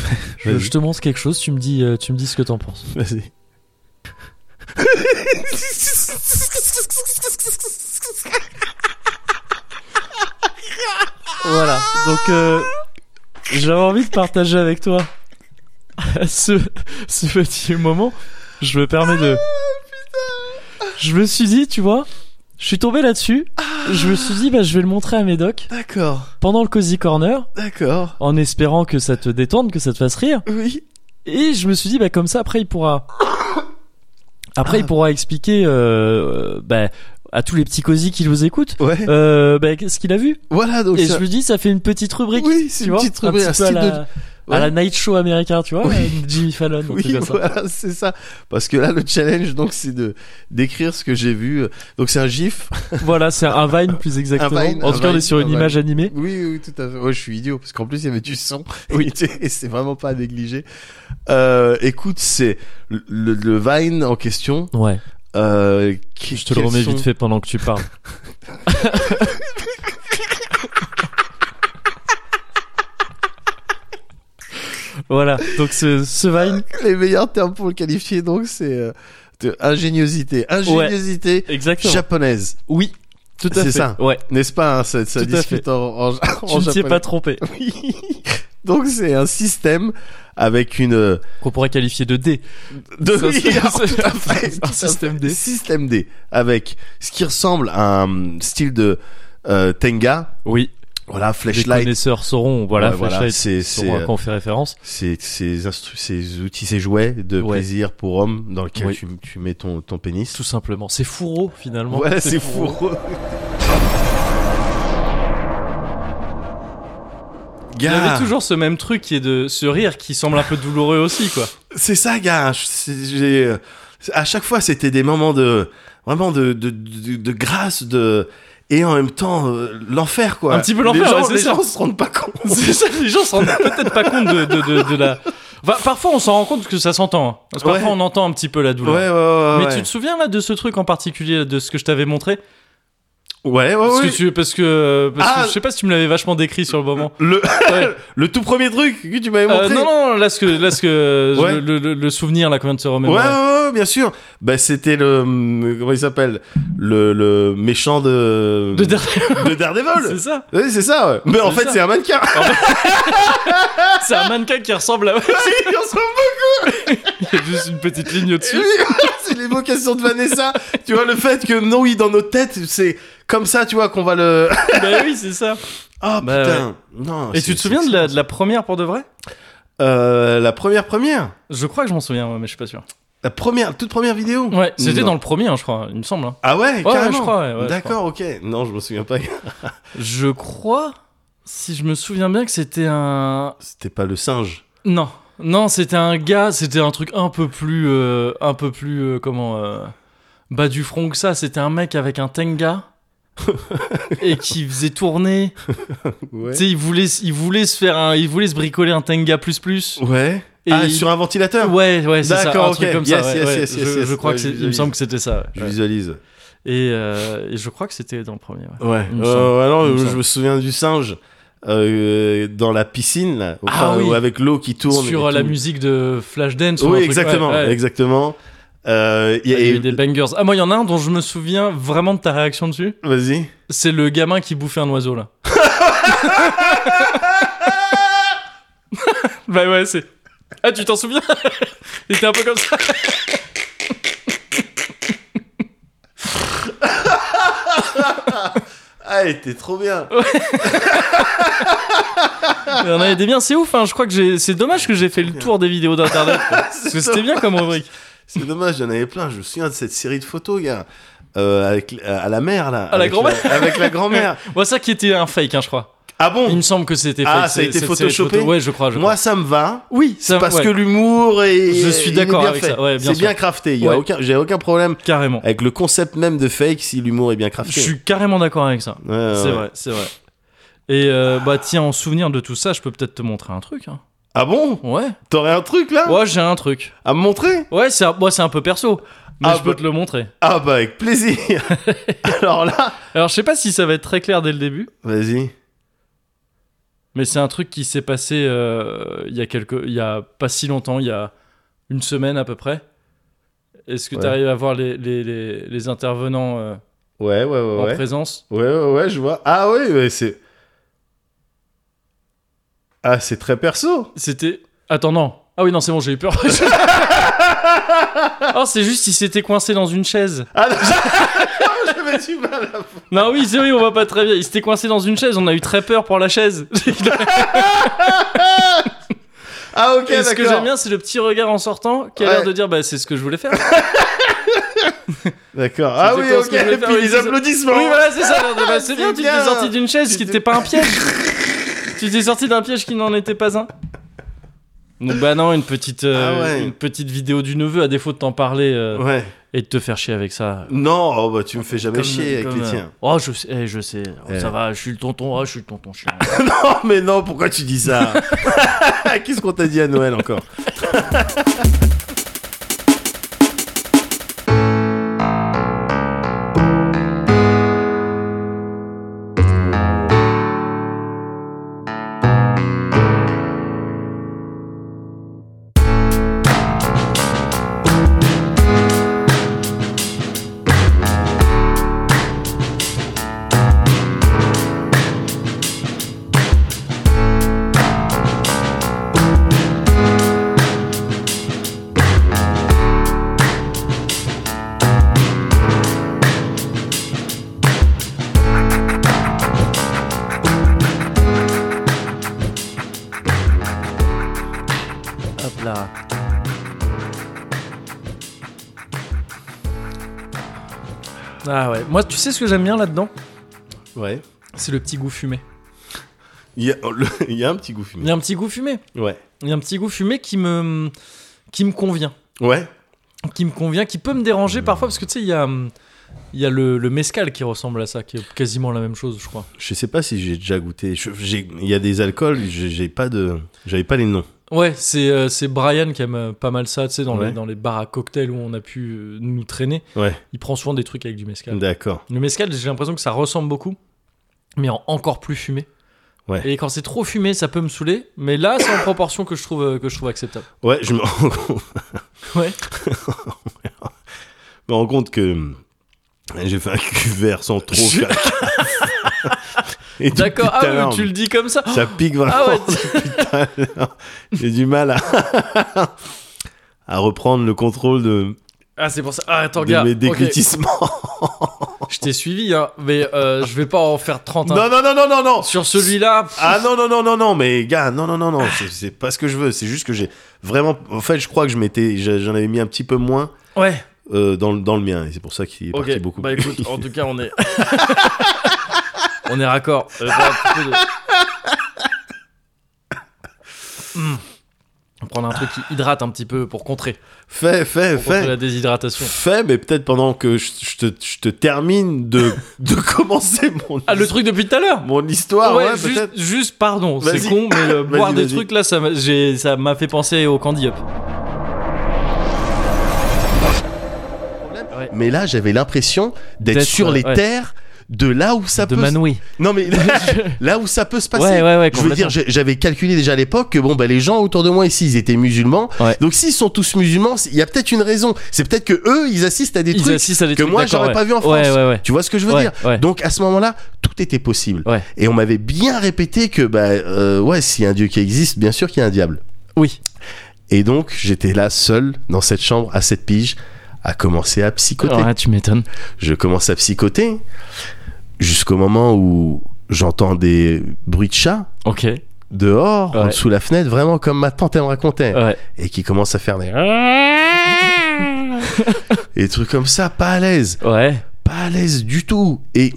E: je,
B: Vas-y.
E: je te montre quelque chose, tu me dis, euh, tu me dis ce que t'en penses.
B: Vas-y.
E: Voilà, donc euh, j'avais envie de partager avec toi ce, ce petit moment. Je me permets de... Je me suis dit, tu vois, je suis tombé là-dessus. Je me suis dit, bah, je vais le montrer à Médoc
B: D'accord,
E: pendant le Cozy Corner,
B: d'accord.
E: en espérant que ça te détende, que ça te fasse rire.
B: Oui.
E: Et je me suis dit, bah, comme ça, après, il pourra. Après,
B: Ah.
E: il pourra expliquer euh, bah, à tous les petits cosy qui nous écoutent
B: Ouais.
E: euh, bah, ce qu'il a vu.
B: Voilà, donc
E: Et
B: Oh, ça-
E: je me dis, ça fait une petite rubrique.
B: Oui, c'est
E: tu
B: une
E: vois,
B: petite
E: un
B: rubrique,
E: petit
B: un
E: peu à,
B: style
E: la,
B: de-
E: à
B: Ouais.
E: la night show américain, tu vois,
B: Oui.
E: Jimmy Fallon, un
B: Oui,
E: truc comme ça.
B: voilà, c'est ça. Parce que là, le challenge, donc, c'est de décrire ce que j'ai vu. Donc, c'est un gif.
E: Voilà, c'est un Vine plus exactement.
B: Un Vine,
E: en
B: un
E: tout cas, on
B: Vine,
E: est sur
B: un
E: une
B: Vine.
E: image animée.
B: Oui, oui, tout à fait. Ouais, je suis idiot parce qu'en plus il y avait du son. Oui, et c'est vraiment pas à négliger. Euh, écoute, c'est le, le- le Vine en question.
E: Ouais,
B: Euh, qui-
E: je te le
B: quels
E: remets
B: sont-
E: vite fait pendant que tu parles. voilà, donc ce, ce Vine,
B: Les meilleurs termes pour le qualifier, donc, c'est euh, de ingéniosité, ingéniosité
E: exactement.
B: japonaise,
E: Oui, tout à
B: C'est
E: fait.
B: ça.
E: Ouais,
B: n'est-ce pas hein, Ça, ça
E: Tout à
B: discute en, en, en
E: tu ne t'y es
B: japonais.
E: pas trompé.
B: Oui. Donc c'est un système avec une euh,
E: Qu'on pourrait qualifier de D.
B: de
E: Ça, c'est- c'est-
B: tout à fait,
E: un
B: tout à fait.
E: système D.
B: système D avec ce qui ressemble à un style de euh, Tenga
E: Oui,
B: voilà
E: les
B: flashlight
E: connaisseurs sauront, voilà,
B: Ouais, voilà,
E: Flashlight,
B: c'est c'est
E: sauront à
B: euh,
E: quoi on fait référence.
B: c'est- ces instru- ces outils ces jouets de
E: Ouais.
B: plaisir pour homme dans lequel
E: Oui.
B: tu, tu mets ton ton pénis
E: Tout simplement. C'est fourreau, finalement.
B: voilà c'est fou
E: fourreau.
A: Il
B: gars
A: avait toujours ce même truc qui est de ce rire qui semble un peu douloureux aussi, quoi.
B: c'est ça gars Je- c'est- j'ai euh, à chaque fois c'était des moments de vraiment de de, de, de grâce de et en même temps euh, l'enfer quoi
A: Un petit peu
B: Les
A: l'enfer,
B: gens-
A: ouais, c'est
B: les
A: ça.
B: gens se rendent pas compte
A: C'est ça, les gens se rendent peut-être pas compte de, de, de, de la. Enfin, parfois, on s'en rend compte que ça s'entend. hein. Parce que
B: Ouais.
A: parfois, on entend un petit peu la
B: ouais
A: douleur.
B: ouais ouais
A: Mais
B: ouais.
A: tu te souviens là de ce truc en particulier, là, de ce que je t'avais montré
B: ouais ouais
A: Parce
B: ouais.
A: que tu, parce que, parce que
B: Ah.
A: je sais pas si tu me l'avais vachement décrit sur le moment.
B: le
A: Ouais.
B: le tout premier truc que tu m'avais
A: Euh,
B: montré
A: non, non, là ce que, là ce que,
B: Ouais.
A: le, le- le souvenir là qu'on vient de se
B: Ouais,
A: remémorer.
B: ouais, ouais, bien sûr. Bah, c'était le. hum, Comment il s'appelle le, le méchant de.
A: De dernier-
B: de Daredevil.
A: c'est ça.
B: Oui, c'est ça, ouais. Mais en
A: C'est
B: fait,
A: ça.
B: c'est un mannequin.
A: C'est un mannequin qui ressemble à.
B: Il ressemble
A: Il y a juste une petite ligne
B: à
A: au-dessus.
B: lui. c'est l'évocation de Vanessa. tu vois, le fait que, non, oui, dans nos têtes, c'est comme ça, tu vois, qu'on va le.
A: bah oui, c'est ça.
B: Oh
A: Bah,
B: putain.
A: Et
B: Non. Ah, c'est-
A: tu te souviens
B: c'est-
A: de la, de la première pour de vrai
B: Euh, la première, première.
A: Je crois que je m'en souviens, ouais, mais je suis pas sûr.
B: La première, toute première vidéo.
A: Ouais, c'était
B: Non.
A: dans le premier, hein, je crois, il me semble. hein.
B: Ah ouais, carrément.
A: ouais, je crois, ouais, ouais, je
B: D'accord, ok. Non, je me souviens pas.
A: Je crois, si je me souviens bien, que c'était un.
B: C'était pas le singe.
A: Non, non, c'était un gars, c'était un truc un peu plus, euh, un peu plus, euh, comment, euh, bas du front que ça. C'était un mec avec un tenga et qui faisait tourner. Tu sais, il voulait, il voulait se faire un, il voulait se bricoler un Tenga plus plus.
B: Ouais.
A: Et
B: ah,
A: il-
B: sur un ventilateur
A: Ouais, ouais, c'est ça.
B: D'accord,
A: un
B: ok.
A: truc comme
B: Yes,
A: ça. ouais,
B: yes,
A: ouais.
B: yes, yes,
A: je,
B: yes.
A: je crois
B: Ouais,
A: que c'est,
B: je
A: il me semble que c'était ça. ouais.
B: Je visualise.
A: Et, euh, et je crois que c'était dans le premier. ouais.
B: Ouais.
A: Il me
B: Euh,
A: semble.
B: alors,
A: Il me
B: je
A: semble.
B: me souviens du singe euh, dans la piscine, là, au-
A: Ah
B: enfin,
A: oui.
B: ou avec l'eau qui tourne.
A: Sur
B: et
A: la
B: tout.
A: musique de Flashdance. ou un
B: Oui,
A: truc,
B: exactement,
A: ouais, ouais.
B: exactement. Euh, il y a-
A: Il y a eu des bangers. Ah, moi, il y en a un dont je me souviens vraiment de ta réaction dessus.
B: Vas-y.
A: C'est le gamin qui bouffait un oiseau, là. bah ouais, c'est. Ah, tu t'en souviens Il était un peu comme ça.
B: Ah, elle était trop bien.
A: Il y en a des biens, c'est ouf, hein. Je crois que j'ai- c'est dommage que j'ai fait le tour des vidéos d'internet. quoi. Parce que c'était bien comme rubrique.
B: C'est dommage, il y en avait plein. Je me souviens de cette série de photos, gars. Euh, avec, à la mère, là.
A: la
B: Avec
A: grand-mère.
B: Avec la grand-mère.
A: Moi, ça qui était un fake, hein, je crois.
B: Ah
A: Il
B: bon
A: me semble que c'était fake.
B: Ah, ça a
A: c'est-
B: été
A: cette série de
B: photoshopé
A: photos. Ouais, je crois. je
B: Moi,
A: crois.
B: ça me va.
A: oui, ça,
B: Parce
A: ouais,
B: que l'humour est.
A: Je suis
B: il est
A: d'accord
B: bien
A: avec
B: fait.
A: ça, ouais, bien
B: C'est
A: sûr.
B: bien crafté. Il y a
A: Ouais.
B: aucun, j'ai aucun problème
A: Carrément.
B: avec le concept même de fake si l'humour est bien crafté.
A: Je suis carrément d'accord avec ça.
B: Ouais, ouais,
A: c'est
B: ouais.
A: vrai, c'est vrai. Et euh, bah tiens, en souvenir de tout ça, je peux peut-être te montrer un truc. hein.
B: Ah bon
A: Ouais.
B: T'aurais un truc là
A: Ouais, j'ai un truc.
B: à me montrer
A: Ouais, c'est un, moi, c'est un peu perso, mais
B: Ah
A: je peux
B: bah-
A: te le montrer.
B: Ah bah avec plaisir. Alors là,
A: Alors, je sais pas si ça va être très clair dès le début,
B: vas-y.
A: mais c'est un truc qui s'est passé euh, il y a quelques, il y a pas si longtemps, il y a une semaine à peu près. Est-ce que
B: Ouais.
A: tu arrives à voir les, les, les- les intervenants euh,
B: Ouais, ouais, ouais,
A: en
B: ouais.
A: présence
B: Ouais, ouais, ouais, je vois. Ah ouais, ouais, c'est. Ah, c'est très perso.
A: C'était. Attends, non. Ah oui, non, c'est bon, j'ai eu peur. oh, c'est juste, il s'était coincé dans une chaise.
B: Ah non, je me suis mal à-
A: Non, Bah oui, c'est oui, on va pas très bien. Il s'était coincé dans une chaise, on a eu très peur pour la chaise.
B: Ah ok,
A: Et
B: d'accord.
A: ce que j'aime bien, c'est le petit regard en sortant qui a
B: Ouais.
A: l'air de dire bah, c'est ce que je voulais faire.
B: D'accord. Ah oui,
A: exactement ce
B: ok.
A: que je voulais
B: Et
A: faire,
B: puis
A: oui,
B: les
A: c'est ça.
B: applaudissements.
A: oui, voilà, c'est ça. Bah, c'est
B: C'est
A: bien, tu t'es
B: bien.
A: sorti d'une chaise qui
B: C'était-
A: n'était pas un piège. tu t'es sorti d'un piège qui n'en était pas un. Donc, bah non, une petite, euh,
B: Ah ouais.
A: une petite vidéo du neveu à défaut de t'en parler euh,
B: Ouais.
A: et de te faire chier avec ça.
B: Non, oh, bah tu me fais jamais
A: Comme-
B: chier avec
A: comme,
B: les
A: euh,
B: tiens.
A: Oh, je sais, eh, je sais. Oh,
B: Eh.
A: Ça va, je suis le tonton. Oh, je suis le tonton chien.
B: Non, Oh, mais non, pourquoi tu dis ça Qu'est-ce qu'on t'a dit à Noël encore
A: Hop là. Ah ouais. Moi, tu sais ce que j'aime bien là-dedans
B: Ouais.
A: C'est le petit goût fumé.
B: Il y, a, le- il y a un petit goût
A: Il y
B: fumé.
A: a un petit goût fumé.
B: Ouais.
A: Il y a un petit goût fumé qui me, qui me convient.
B: Ouais.
A: Qui me convient, qui peut me déranger parfois parce que tu sais, il y a, hum, il y a le, le mescal qui ressemble à ça, qui est quasiment la même chose, je crois.
B: Je sais pas si j'ai déjà goûté. Je- j'ai- Il y a des alcools, j'ai j'ai pas de, j'avais pas les noms.
A: Ouais, c'est euh, c'est Brian qui aime euh, pas mal ça, tu sais, dans, les,
B: Ouais.
A: dans les bars à cocktails où on a pu euh, nous traîner.
B: Ouais.
A: Il prend souvent des trucs avec du mescal.
B: D'accord.
A: Le mescal, j'ai l'impression que ça ressemble beaucoup, mais en encore plus fumé.
B: Ouais.
A: Et quand c'est trop fumé, ça peut me saouler, mais là, c'est en proportion que je trouve, euh, que je trouve acceptable.
B: Ouais, je me rends compte,
A: Ouais.
B: je me rends compte que hum, j'ai fait un cuvert sans trop.
A: Je-
B: faire Et depuis
A: D'accord,
B: tout à
A: ah,
B: l'heure,
A: oui, tu le dis comme ça.
B: Ça pique vraiment.
A: Ah ouais.
B: depuis tout à l'heure. j'ai du mal à, à reprendre le contrôle de,
A: Ah, c'est pour ça. Ah, attends,
B: de
A: gars.
B: mes
A: ok,
B: déglutissements.
A: Je t'ai suivi, hein, mais euh, je vais pas en faire 30. hein.
B: Non, non, non, non, non, non.
A: Sur celui-là, pff,
B: Ah non, non, non, non, non, mais gars, non, non, non, non, c'est- c'est pas ce que je veux. C'est juste que j'ai vraiment. En fait, je crois que je m'étais, j'a- j'en avais mis un petit peu moins
A: ouais.
B: euh, dans, le- dans le mien. Et c'est pour ça qu'il est
A: Ok,
B: parti beaucoup.
A: bah écoute, en tout cas, on est. on est raccord. Euh, bah, un petit peu de- Hmm. prendre un truc qui hydrate un petit peu pour contrer,
B: Fais, fais,
A: pour contrer
B: fais.
A: la déshydratation.
B: Fais, mais peut-être pendant que je, je te, je te termine de, de commencer mon,
A: Ah, le truc depuis tout à l'heure
B: mon histoire, ouais,
A: Ouais, juste,
B: peut-être.
A: juste pardon, c'est
B: Vas-y.
A: con, mais le
B: Vas-y,
A: boire des
B: vas-y.
A: trucs là, ça m'a j'ai- ça m'a fait penser au Candy Up.
B: Mais là, j'avais l'impression d'être
A: D'être,
B: sur les
A: ouais.
B: terres de là où ça
A: de
B: peut. se-
A: Manoui.
B: Non, mais là où ça peut se passer.
A: Ouais, ouais, ouais,
B: Je veux dire, j'ai- j'avais calculé déjà à l'époque que bon, bah, les gens autour de moi ici, ils étaient musulmans.
A: Ouais.
B: Donc s'ils sont tous musulmans, il y a peut-être une raison. C'est peut-être que eux, ils assistent à des
A: Ils
B: trucs
A: assistent à des
B: que
A: trucs,
B: moi,
A: d'accord,
B: j'aurais
A: ouais.
B: pas vu en
A: Ouais,
B: France.
A: ouais, ouais.
B: Tu vois ce que je veux
A: Ouais,
B: dire
A: ouais.
B: Donc à ce moment-là, tout était possible.
A: Ouais.
B: Et on m'avait bien répété que bah euh, ouais, s'il y a un dieu qui existe, bien sûr qu'il y a un diable.
A: Oui.
B: Et donc j'étais là seul dans cette chambre à cette pige à commencer à psychoter.
A: Ouais, tu m'étonnes.
B: Je commence à psychoter jusqu'au moment où j'entends des bruits de chat
A: Ok. Ouais.
B: dehors, en
A: Ouais.
B: dessous de la fenêtre, vraiment comme ma tante elle me racontait,
A: Ouais.
B: et qui commence à faire des et des trucs comme ça, pas à l'aise,
A: Ouais.
B: pas à l'aise du tout. Et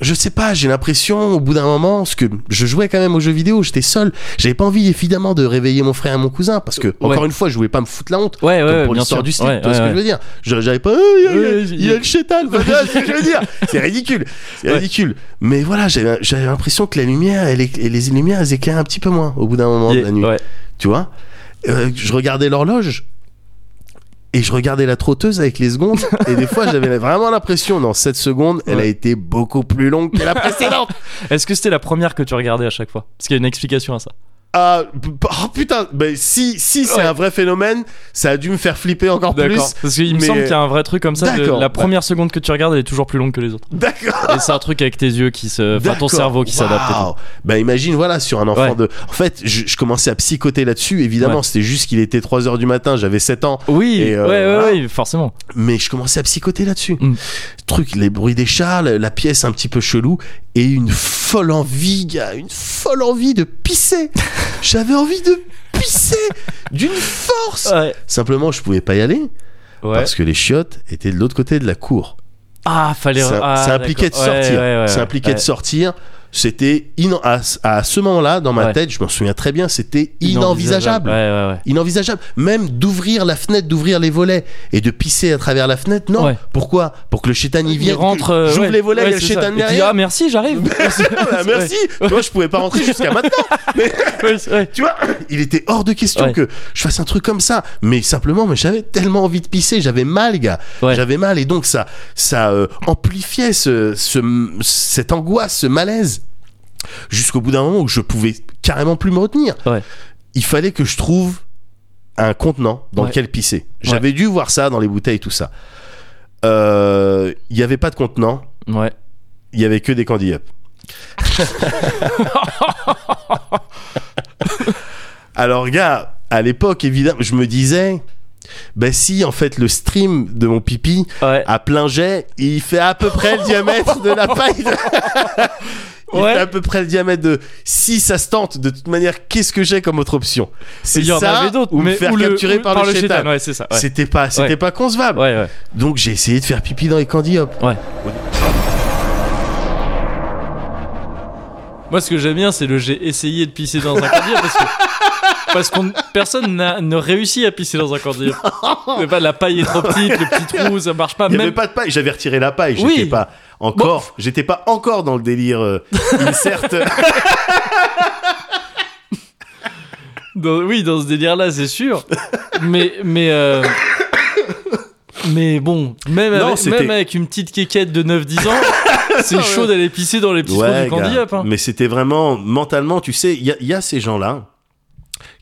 B: je sais pas, j'ai l'impression au bout d'un moment, parce que je jouais quand même aux jeux vidéo, j'étais seul, j'avais pas envie évidemment de réveiller mon frère et mon cousin, parce que encore une fois, je voulais pas me foutre la honte.
A: Ouais,
B: comme
A: ouais,
B: pour
A: bien
B: l'histoire
A: sûr.
B: du slip,
A: Ouais,
B: tu vois ce
A: ouais,
B: que je veux dire Je- J'avais pas. oh, il, y a,
A: Ouais,
B: il y a le chétal, voilà ce que je veux dire C'est ridicule, c'est
A: Ouais.
B: ridicule. Mais voilà, j'avais j'avais l'impression que la lumière, elle, éc- et les lumières, elles éclairent un petit peu moins au bout d'un moment
A: ouais.
B: de la nuit,
A: Ouais.
B: tu vois Euh, Je regardais l'horloge et je regardais la trotteuse avec les secondes et des fois j'avais vraiment l'impression, dans cette seconde, elle a
A: Ouais.
B: été beaucoup plus longue que la précédente.
A: Est-ce que c'était la première que tu regardais à chaque fois Parce qu'il y a une explication à ça.
B: Ah p- p- oh, putain, ben, si, si c'est
A: Ouais.
B: un vrai phénomène, ça a dû me faire flipper encore plus.
A: D'accord. Parce qu'il me
B: mais-
A: semble qu'il y a un vrai truc comme ça. de-
B: D'accord,
A: la
B: ouais.
A: première seconde que tu regardes, elle est toujours plus longue que les autres.
B: D'accord.
A: Et c'est un truc avec tes yeux qui se. Euh, Enfin, ton
B: D'accord.
A: cerveau qui s'adapte. et tout.
B: Waouh. Bah imagine, voilà, sur un enfant
A: Ouais.
B: de. En fait, je, je commençais à psychoter là-dessus, évidemment,
A: Ouais.
B: c'était juste qu'il était 3h du matin, j'avais 7 ans,
A: Oui,
B: Et, euh,
A: ouais, ouais,
B: voilà.
A: ouais, forcément.
B: mais je commençais à psychoter là-dessus.
A: Mm.
B: Truc, les bruits des chats, la, la pièce un petit peu chelou, et une folle envie, gars, une folle envie de pisser. j'avais envie de pisser d'une force.
A: Ouais.
B: Simplement, je pouvais pas y aller
A: ouais.
B: parce que les chiottes étaient de l'autre côté de la cour.
A: Ah, fallait.
B: ça,
A: ah,
B: ça impliquait de
A: d'accord. Ouais,
B: sortir.
A: ouais, ouais,
B: ça
A: ouais.
B: impliquait de
A: Ouais.
B: sortir. C'était inan- à, ce- à ce moment-là dans ma
A: Ouais.
B: tête, je m'en souviens très bien, c'était inenvisageable.
A: Ouais, ouais, ouais.
B: Inenvisageable, même d'ouvrir la fenêtre, d'ouvrir les volets et de pisser à travers la fenêtre. Non,
A: Ouais.
B: pourquoi Pour que le chétan y
A: Il
B: vienne.
A: rentre. euh,
B: J'ouvre
A: ouais,
B: les volets,
A: ouais,
B: il y a le
A: c'est ça.
B: chétan
A: Et puis,
B: derrière.
A: ah, merci, j'arrive.
B: Ah, merci. Tu vois, je pouvais pas rentrer jusqu'à maintenant.
A: Ouais, c'est- ouais.
B: Tu vois, il était hors de question
A: Ouais.
B: que je fasse un truc comme ça. Mais simplement, mais j'avais tellement envie de pisser, j'avais mal, gars.
A: Ouais.
B: J'avais mal et donc ça, ça euh, amplifiait ce, ce- cette angoisse, ce malaise, jusqu'au bout d'un moment où je pouvais carrément plus me retenir.
A: Ouais.
B: Il fallait que je trouve un contenant dans
A: Ouais.
B: lequel pisser. J'avais dû voir ça dans les bouteilles, tout ça. Euh, Il n'y avait pas de contenant,
A: Ouais.
B: il y avait que des candy up. Alors, gars, à l'époque, évidemment, je me disais, bah si, en fait, le stream de mon pipi
A: Ouais.
B: à plein jet, il fait à peu près le diamètre de la paille. de- il
A: Ouais.
B: fait à peu près le diamètre de. Si ça se tente, de toute manière, qu'est-ce que j'ai comme autre option C'est
A: Il y en
B: ça
A: avait d'autres,
B: ou me
A: mais
B: faire
A: ou le-
B: capturer
A: ou-
B: par, le chétan.
A: Ouais, c'est ça. Ouais.
B: C'était pas, c'était
A: Ouais.
B: pas concevable.
A: Ouais, ouais.
B: Donc j'ai essayé de faire pipi dans les candy hop.
A: Moi, ce que j'aime bien, c'est le j'ai essayé de pisser dans un cordier parce que. Parce qu'on personne n'a- ne réussit à pisser dans un cordier. Mais pas la paille est trop petite, le petit trou, ça marche pas.
B: Il y avait
A: Même
B: pas de paille, j'avais retiré la paille, j'étais
A: Oui.
B: pas encore, j'étais pas encore dans le délire euh, insert.
A: Dans- oui, dans ce délire-là, c'est sûr. mais mais euh, mais bon, même,
B: Non,
A: avec,
B: c'était-
A: même avec une petite quéquette de 9-10 ans, c'est chaud d'aller pisser dans les petits trous du candy
B: gars,
A: up. hein.
B: mais c'était vraiment mentalement, tu sais, il y, a- il y a ces gens-là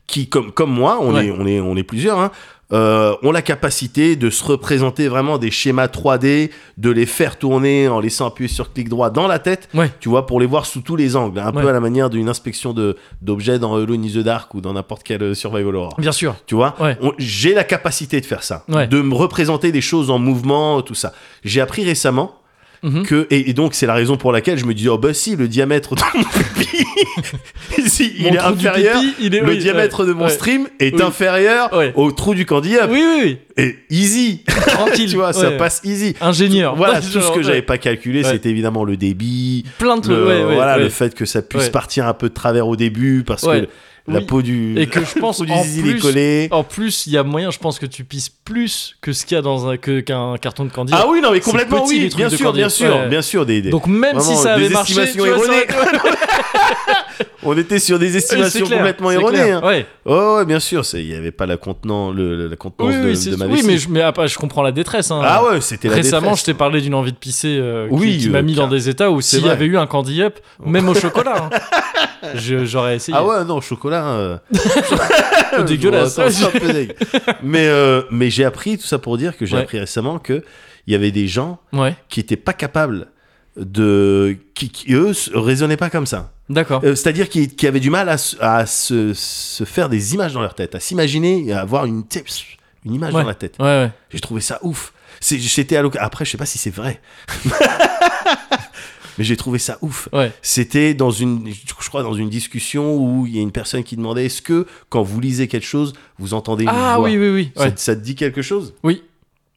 B: qui, comme, comme moi, on,
A: Ouais.
B: est, on, est, on est plusieurs, hein, euh, ont la capacité de se représenter vraiment des schémas 3D, de les faire tourner en laissant appuyer sur clic droit dans la tête,
A: Ouais.
B: tu vois, pour les voir sous tous les angles, un peu
A: Ouais.
B: à la manière d'une inspection de- d'objets dans Alone in the Dark ou dans n'importe quel euh, survival horror.
A: Bien sûr.
B: Tu vois,
A: Ouais.
B: On- j'ai la capacité de faire ça,
A: Ouais.
B: de me représenter des choses en mouvement, tout ça. J'ai appris récemment
A: Mhm.
B: que, et, et donc c'est la raison pour laquelle je me dis, oh bah si, le diamètre de mon pipi, si,
A: Mon
B: il est
A: trou du
B: inférieur,
A: pipi, il est-
B: le
A: oui, euh,
B: diamètre
A: ouais,
B: de mon
A: ouais.
B: stream est
A: Oui.
B: inférieur
A: Ouais.
B: au trou du candy up.
A: Oui, oui,
B: Et easy,
A: oui. Tranquille.
B: tu vois, ça
A: ouais.
B: passe easy.
A: Ingénieur.
B: Voilà,
A: Ouais,
B: tout ce
A: genre,
B: que j'avais
A: ouais.
B: pas calculé,
A: Ouais.
B: c'était évidemment le débit,
A: Plein de trucs.
B: le,
A: ouais, ouais,
B: voilà,
A: ouais.
B: le fait que ça puisse
A: Ouais.
B: partir un peu de travers au début parce
A: Ouais.
B: que la
A: Oui.
B: peau du.
A: Et que je pense
B: la peau du
A: en
B: zizi est
A: plus,
B: collée.
A: en plus, il y a moyen, je pense que tu pisses plus que ce qu'il y a dans un que- qu'un carton de candy.
B: Ah oui, non, mais complètement,
A: petit,
B: oui,
A: les trucs
B: bien
A: de
B: sûr, bien
A: cordier.
B: sûr,
A: Ouais.
B: bien sûr, des, des-
A: Donc même si
B: vraiment,
A: ça
B: des
A: avait marché, tu
B: estimations
A: vois, ça aurait
B: erronées.
A: été-
B: On était sur des
A: Oui, c'est
B: estimations
A: clair,
B: complètement
A: c'est
B: erronées.
A: clair,
B: hein.
A: ouais.
B: Oh, ouais, bien sûr, c'est- il n'y avait pas la, contenant, le- le- la contenance
A: Oui,
B: de,
A: oui, c'est-
B: de ma
A: oui,
B: vessie.
A: mais, je, mais après, je comprends la détresse. hein.
B: Ah ouais, c'était la
A: Récemment,
B: détresse.
A: je t'ai parlé d'une envie de pisser euh, qui-
B: Oui,
A: qui, m'a
B: euh,
A: mis dans des états où
B: c'est
A: s'il y
B: vrai.
A: avait eu un candy up, même au chocolat, hein, je- j'aurais essayé.
B: Ah ouais, non, chocolat. euh,
A: Dégueulasse.
B: Ouais, c'est un peu dégueu. mais euh, mais j'ai appris, tout ça pour dire que j'ai
A: Ouais.
B: appris récemment que il y avait des gens
A: Ouais,
B: qui n'étaient pas capables de. qui, qui, eux, s- raisonnaient pas comme ça.
A: d'accord.
B: Euh, C'est-à-dire qui, qui avaient du mal à, se- à se, se faire des images dans leur tête, à s'imaginer, à avoir une, tu sais, une image dans la tête.
A: Ouais, ouais.
B: J'ai trouvé ça ouf. C'est- J'étais à l'oc- Après, je sais pas si c'est vrai. Mais j'ai trouvé ça ouf.
A: Ouais.
B: C'était dans une, je crois, dans une discussion où il y a une personne qui demandait est-ce que quand vous lisez quelque chose, vous entendez une
A: Ah
B: voix
A: oui, oui, oui.
B: ça,
A: ouais.
B: te- ça te dit quelque chose
A: Oui,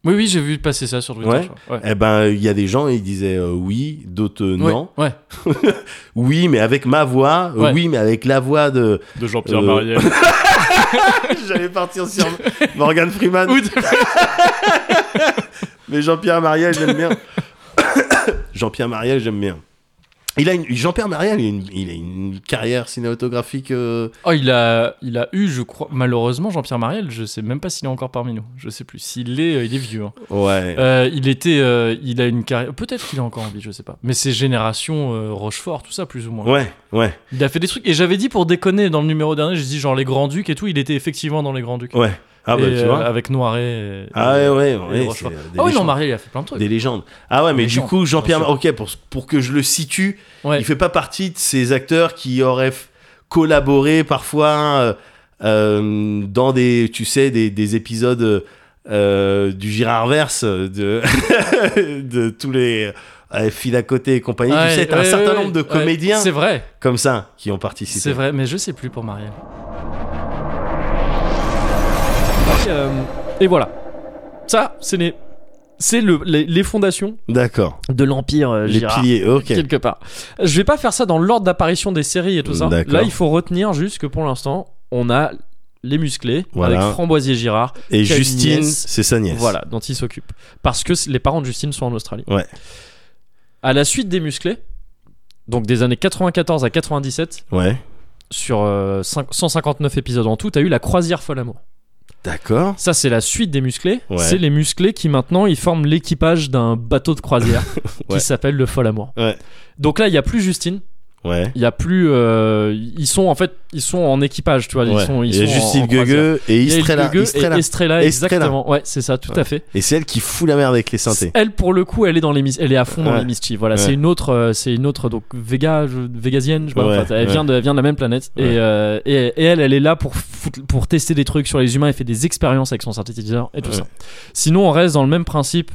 A: oui, oui j'ai vu passer ça sur Twitter.
B: Ouais.
A: je crois.
B: Eh ben, il y a des gens ils disaient euh, oui, d'autres euh,
A: Ouais.
B: non.
A: Ouais.
B: Oui, mais avec ma voix. euh,
A: Ouais.
B: Oui, mais avec la voix de.
A: De Jean-Pierre
B: Euh,
A: Mariel.
B: J'allais partir sur Morgan Freeman.
A: Ou de-
B: Mais Jean-Pierre Mariel, j'aime bien. Jean-Pierre Mariel, j'aime bien. Il a une... Jean-Pierre Mariel, il a une, il a une carrière cinématographique. euh,
A: Oh, il a, il a eu, je crois, malheureusement, Jean-Pierre Mariel, je sais même pas s'il est encore parmi nous. Je sais plus. S'il est, euh, il est vieux. hein.
B: Ouais.
A: Euh, il était, euh, il a une carrière. Peut-être qu'il est encore en vie, je sais pas. Mais c'est génération euh, Rochefort, tout ça, plus ou moins.
B: Ouais, ouais,
A: Il a fait des trucs. Et j'avais dit pour déconner dans le numéro dernier, j'ai dit genre les Grands Ducs et tout. Il était effectivement dans les Grands Ducs.
B: ouais. Ah bah,
A: Et,
B: tu
A: euh,
B: vois.
A: Avec Noiret. et-
B: ah ouais, ouais,
A: et
B: ouais.
A: Rochefort.
B: c'est, euh, des
A: Ah oui, non,
B: légendes.
A: Mariel, il a fait plein de trucs.
B: Des légendes. Ah ouais, mais
A: Des
B: du
A: légendes,
B: coup, Jean-Pierre,
A: bien
B: ok, pour, pour que je le situe,
A: Ouais.
B: il fait pas partie de ces acteurs qui auraient f- collaboré parfois euh, euh, dans des, tu sais, des, des épisodes euh, du Girardverse de, de tous les euh, fil à côté et compagnie.
A: Ouais,
B: tu sais, t'as
A: ouais,
B: un certain
A: ouais,
B: nombre de
A: ouais.
B: comédiens
A: C'est vrai,
B: comme ça qui ont participé.
A: c'est vrai, mais je sais plus pour Marielle. Et, euh, et voilà. Ça, c'est les, c'est le, les, les fondations
B: D'accord.
E: de l'Empire euh,
B: Les
E: Girard,
B: piliers, ok.
E: quelque part. Je vais pas faire ça dans l'ordre d'apparition des séries et tout ça.
B: D'accord.
E: Là, il faut retenir juste que pour l'instant, on a les musclés
B: Voilà.
E: avec Framboisier Girard,
B: Et
E: Quelle
B: Justine,
E: nièce.
B: c'est sa nièce.
E: voilà, dont il s'occupe. Parce que c- les parents de Justine sont en Australie.
B: Ouais.
E: À la suite des musclés, donc des années 94 à 97,
B: Ouais.
E: sur euh, cinq- 159 épisodes en tout, t'as eu la croisière folle amour.
B: D'accord.
E: Ça, c'est la suite des musclés.
B: Ouais.
E: C'est les musclés qui maintenant ils forment l'équipage d'un bateau de croisière
B: Ouais.
E: qui s'appelle le Fol Amour.
B: Ouais.
E: Donc là, il y a plus Justine,
B: Ouais.
E: il y a plus. euh, ils sont en fait, ils sont en équipage, tu vois.
B: Ouais.
E: Ils sont, ils
B: Il y a
E: sont en- en
B: Justine
E: croisière.
B: Gueugueux et
E: Il y a
B: Istrella.
E: Gugueux et
B: Istrella.
E: Estrella,
B: Estrella.
E: exactement. Ouais, c'est ça, tout
B: Ouais.
E: à fait.
B: Et c'est elle qui fout la merde avec les synthés.
E: Elle, pour le coup, elle est dans les mis- elle est à fond dans
B: Ouais.
E: les mischiefs. Voilà,
B: Ouais.
E: c'est une autre, euh, c'est une autre donc Vega, je- Vegasienne, je sais pas,
B: Ouais,
E: enfin, elle
B: ouais.
E: vient de, elle vient de la même planète.
B: Ouais.
E: Et, euh, et, et elle, elle est là pour foutre- pour tester des trucs sur les humains et fait des expériences avec son synthétiseur et tout
B: Ouais.
E: ça. Sinon, on reste dans le même principe.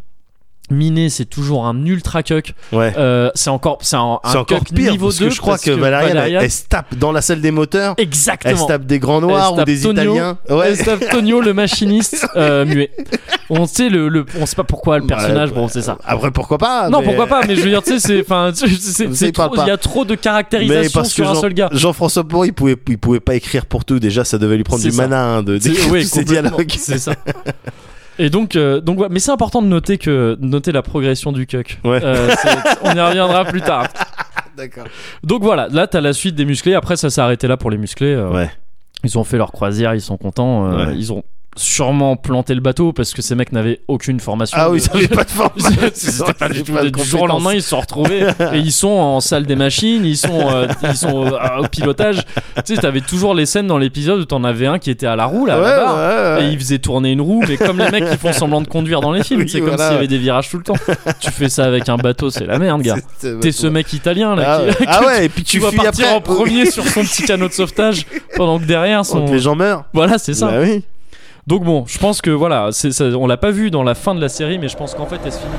E: Miné, c'est toujours un ultra cuck.
B: Ouais.
E: Euh, c'est encore, c'est un, un
B: C'est encore
E: cuck
B: pire
E: niveau
B: parce
E: 2,
B: que je crois
E: parce
B: que, Valériane, elle-
E: Valérian-
B: elle, se tape dans la salle des moteurs, elle se
E: exactement.
B: tape des grands
E: Elle
B: noirs
E: se
B: ou
E: tape
B: des
E: Tonio.
B: Italiens. Ouais.
E: Estave Tonio, le machiniste euh, muet. On sait le, le- on sait pas pourquoi le personnage.
B: Ouais,
E: bon, c'est ça.
B: Après pourquoi pas
E: Non,
B: Ah, mais-
E: pourquoi pas, mais je veux dire, tu sais, c'est. Enfin, tu sais, c'est-
B: Vous
E: c'est
B: savez, parle
E: trop-
B: pas.
E: Il y a trop de
B: Mais
E: caractérisation
B: parce que
E: sur un
B: Jean-
E: seul gars.
B: Jean-François Pourri, il pouvait, il pouvait pas écrire pour tout. Déjà, ça devait lui prendre
E: C'est
B: du
E: ça.
B: mana hein, de
E: C'est-
B: d'écrire
E: ouais,
B: tous ces
E: complètement,
B: dialogues.
E: C'est ça. Et donc, euh, donc ouais, mais c'est important de noter que de noter la progression du cuck.
B: Ouais.
E: Euh, c'est- on y reviendra plus tard.
B: D'accord.
E: Donc voilà, là t'as la suite des musclés. Après ça s'est arrêté là pour les musclés. euh,
B: Ouais.
E: Ils ont fait leur croisière, ils sont contents. euh,
B: Ouais.
E: Ils ont sûrement planté le bateau parce que ces mecs n'avaient aucune formation.
B: Ah oui,
E: de-
B: ça avait pas de forme.
E: C'était pas du tout du jour au lendemain ils se sont retrouvés et ils sont en salle des machines ils sont euh, ils sont euh, au pilotage tu sais t'avais toujours les scènes dans l'épisode où t'en avais un qui était à la roue là à la barre.
B: Ouais, ouais,
E: Et
B: ouais.
E: il faisait tourner une roue, mais comme les mecs qui font semblant de conduire dans les films,
B: Oui,
E: c'est comme
B: voilà,
E: s'il y
B: ouais.
E: avait des virages tout le temps. tu fais ça avec un bateau, c'est la merde, gars.
B: C'est-
E: T'es ce mec italien là
B: Ah
E: qui,
B: ouais.
E: que
B: Ah
E: tu-
B: ouais, et puis
E: tu
B: tu
E: vois
B: fuis
E: partir
B: après.
E: en premier sur son petit canot de sauvetage pendant que derrière son.
B: Quand les gens meurent.
E: Voilà, c'est ça.
B: Bah oui.
E: Donc bon, je pense que voilà, c'est ça, on l'a pas vu dans la fin de la série, mais je pense qu'en fait elle se finit.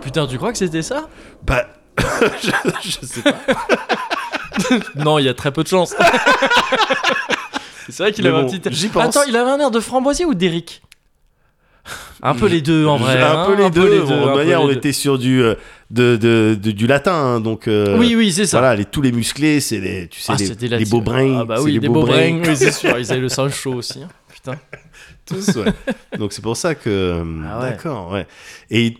E: Putain, tu crois que c'était ça
B: Bah, je, je sais pas.
E: Non, il y a très peu de chance. c'est vrai qu'il
B: Mais
E: avait
B: bon,
E: un petit.
B: j'y pense.
E: Attends, il avait un air de framboisier ou d'Eric Un peu les deux en vrai.
B: un
E: hein,
B: peu les deux.
E: un
B: Bon, de
E: peu
B: manière,
E: les
B: on
E: deux.
B: était sur du euh, de, de- de- du latin, hein, donc. euh,
A: oui, oui, c'est ça.
B: Voilà, les, tous les musclés, c'est les, tu sais,
A: Ah,
B: les,
A: c'était
B: les
A: là-dessus.
B: beaux brins.
A: Ah, bah
B: c'est
A: oui,
B: les
A: des
B: beaux
A: beaux
B: brins.
A: brins, oui, c'est sûr. Ils avaient le singe chaud aussi. hein. Putain.
B: tous, ouais. Donc c'est pour ça que. euh,
A: Ah ouais.
B: D'accord, ouais. Et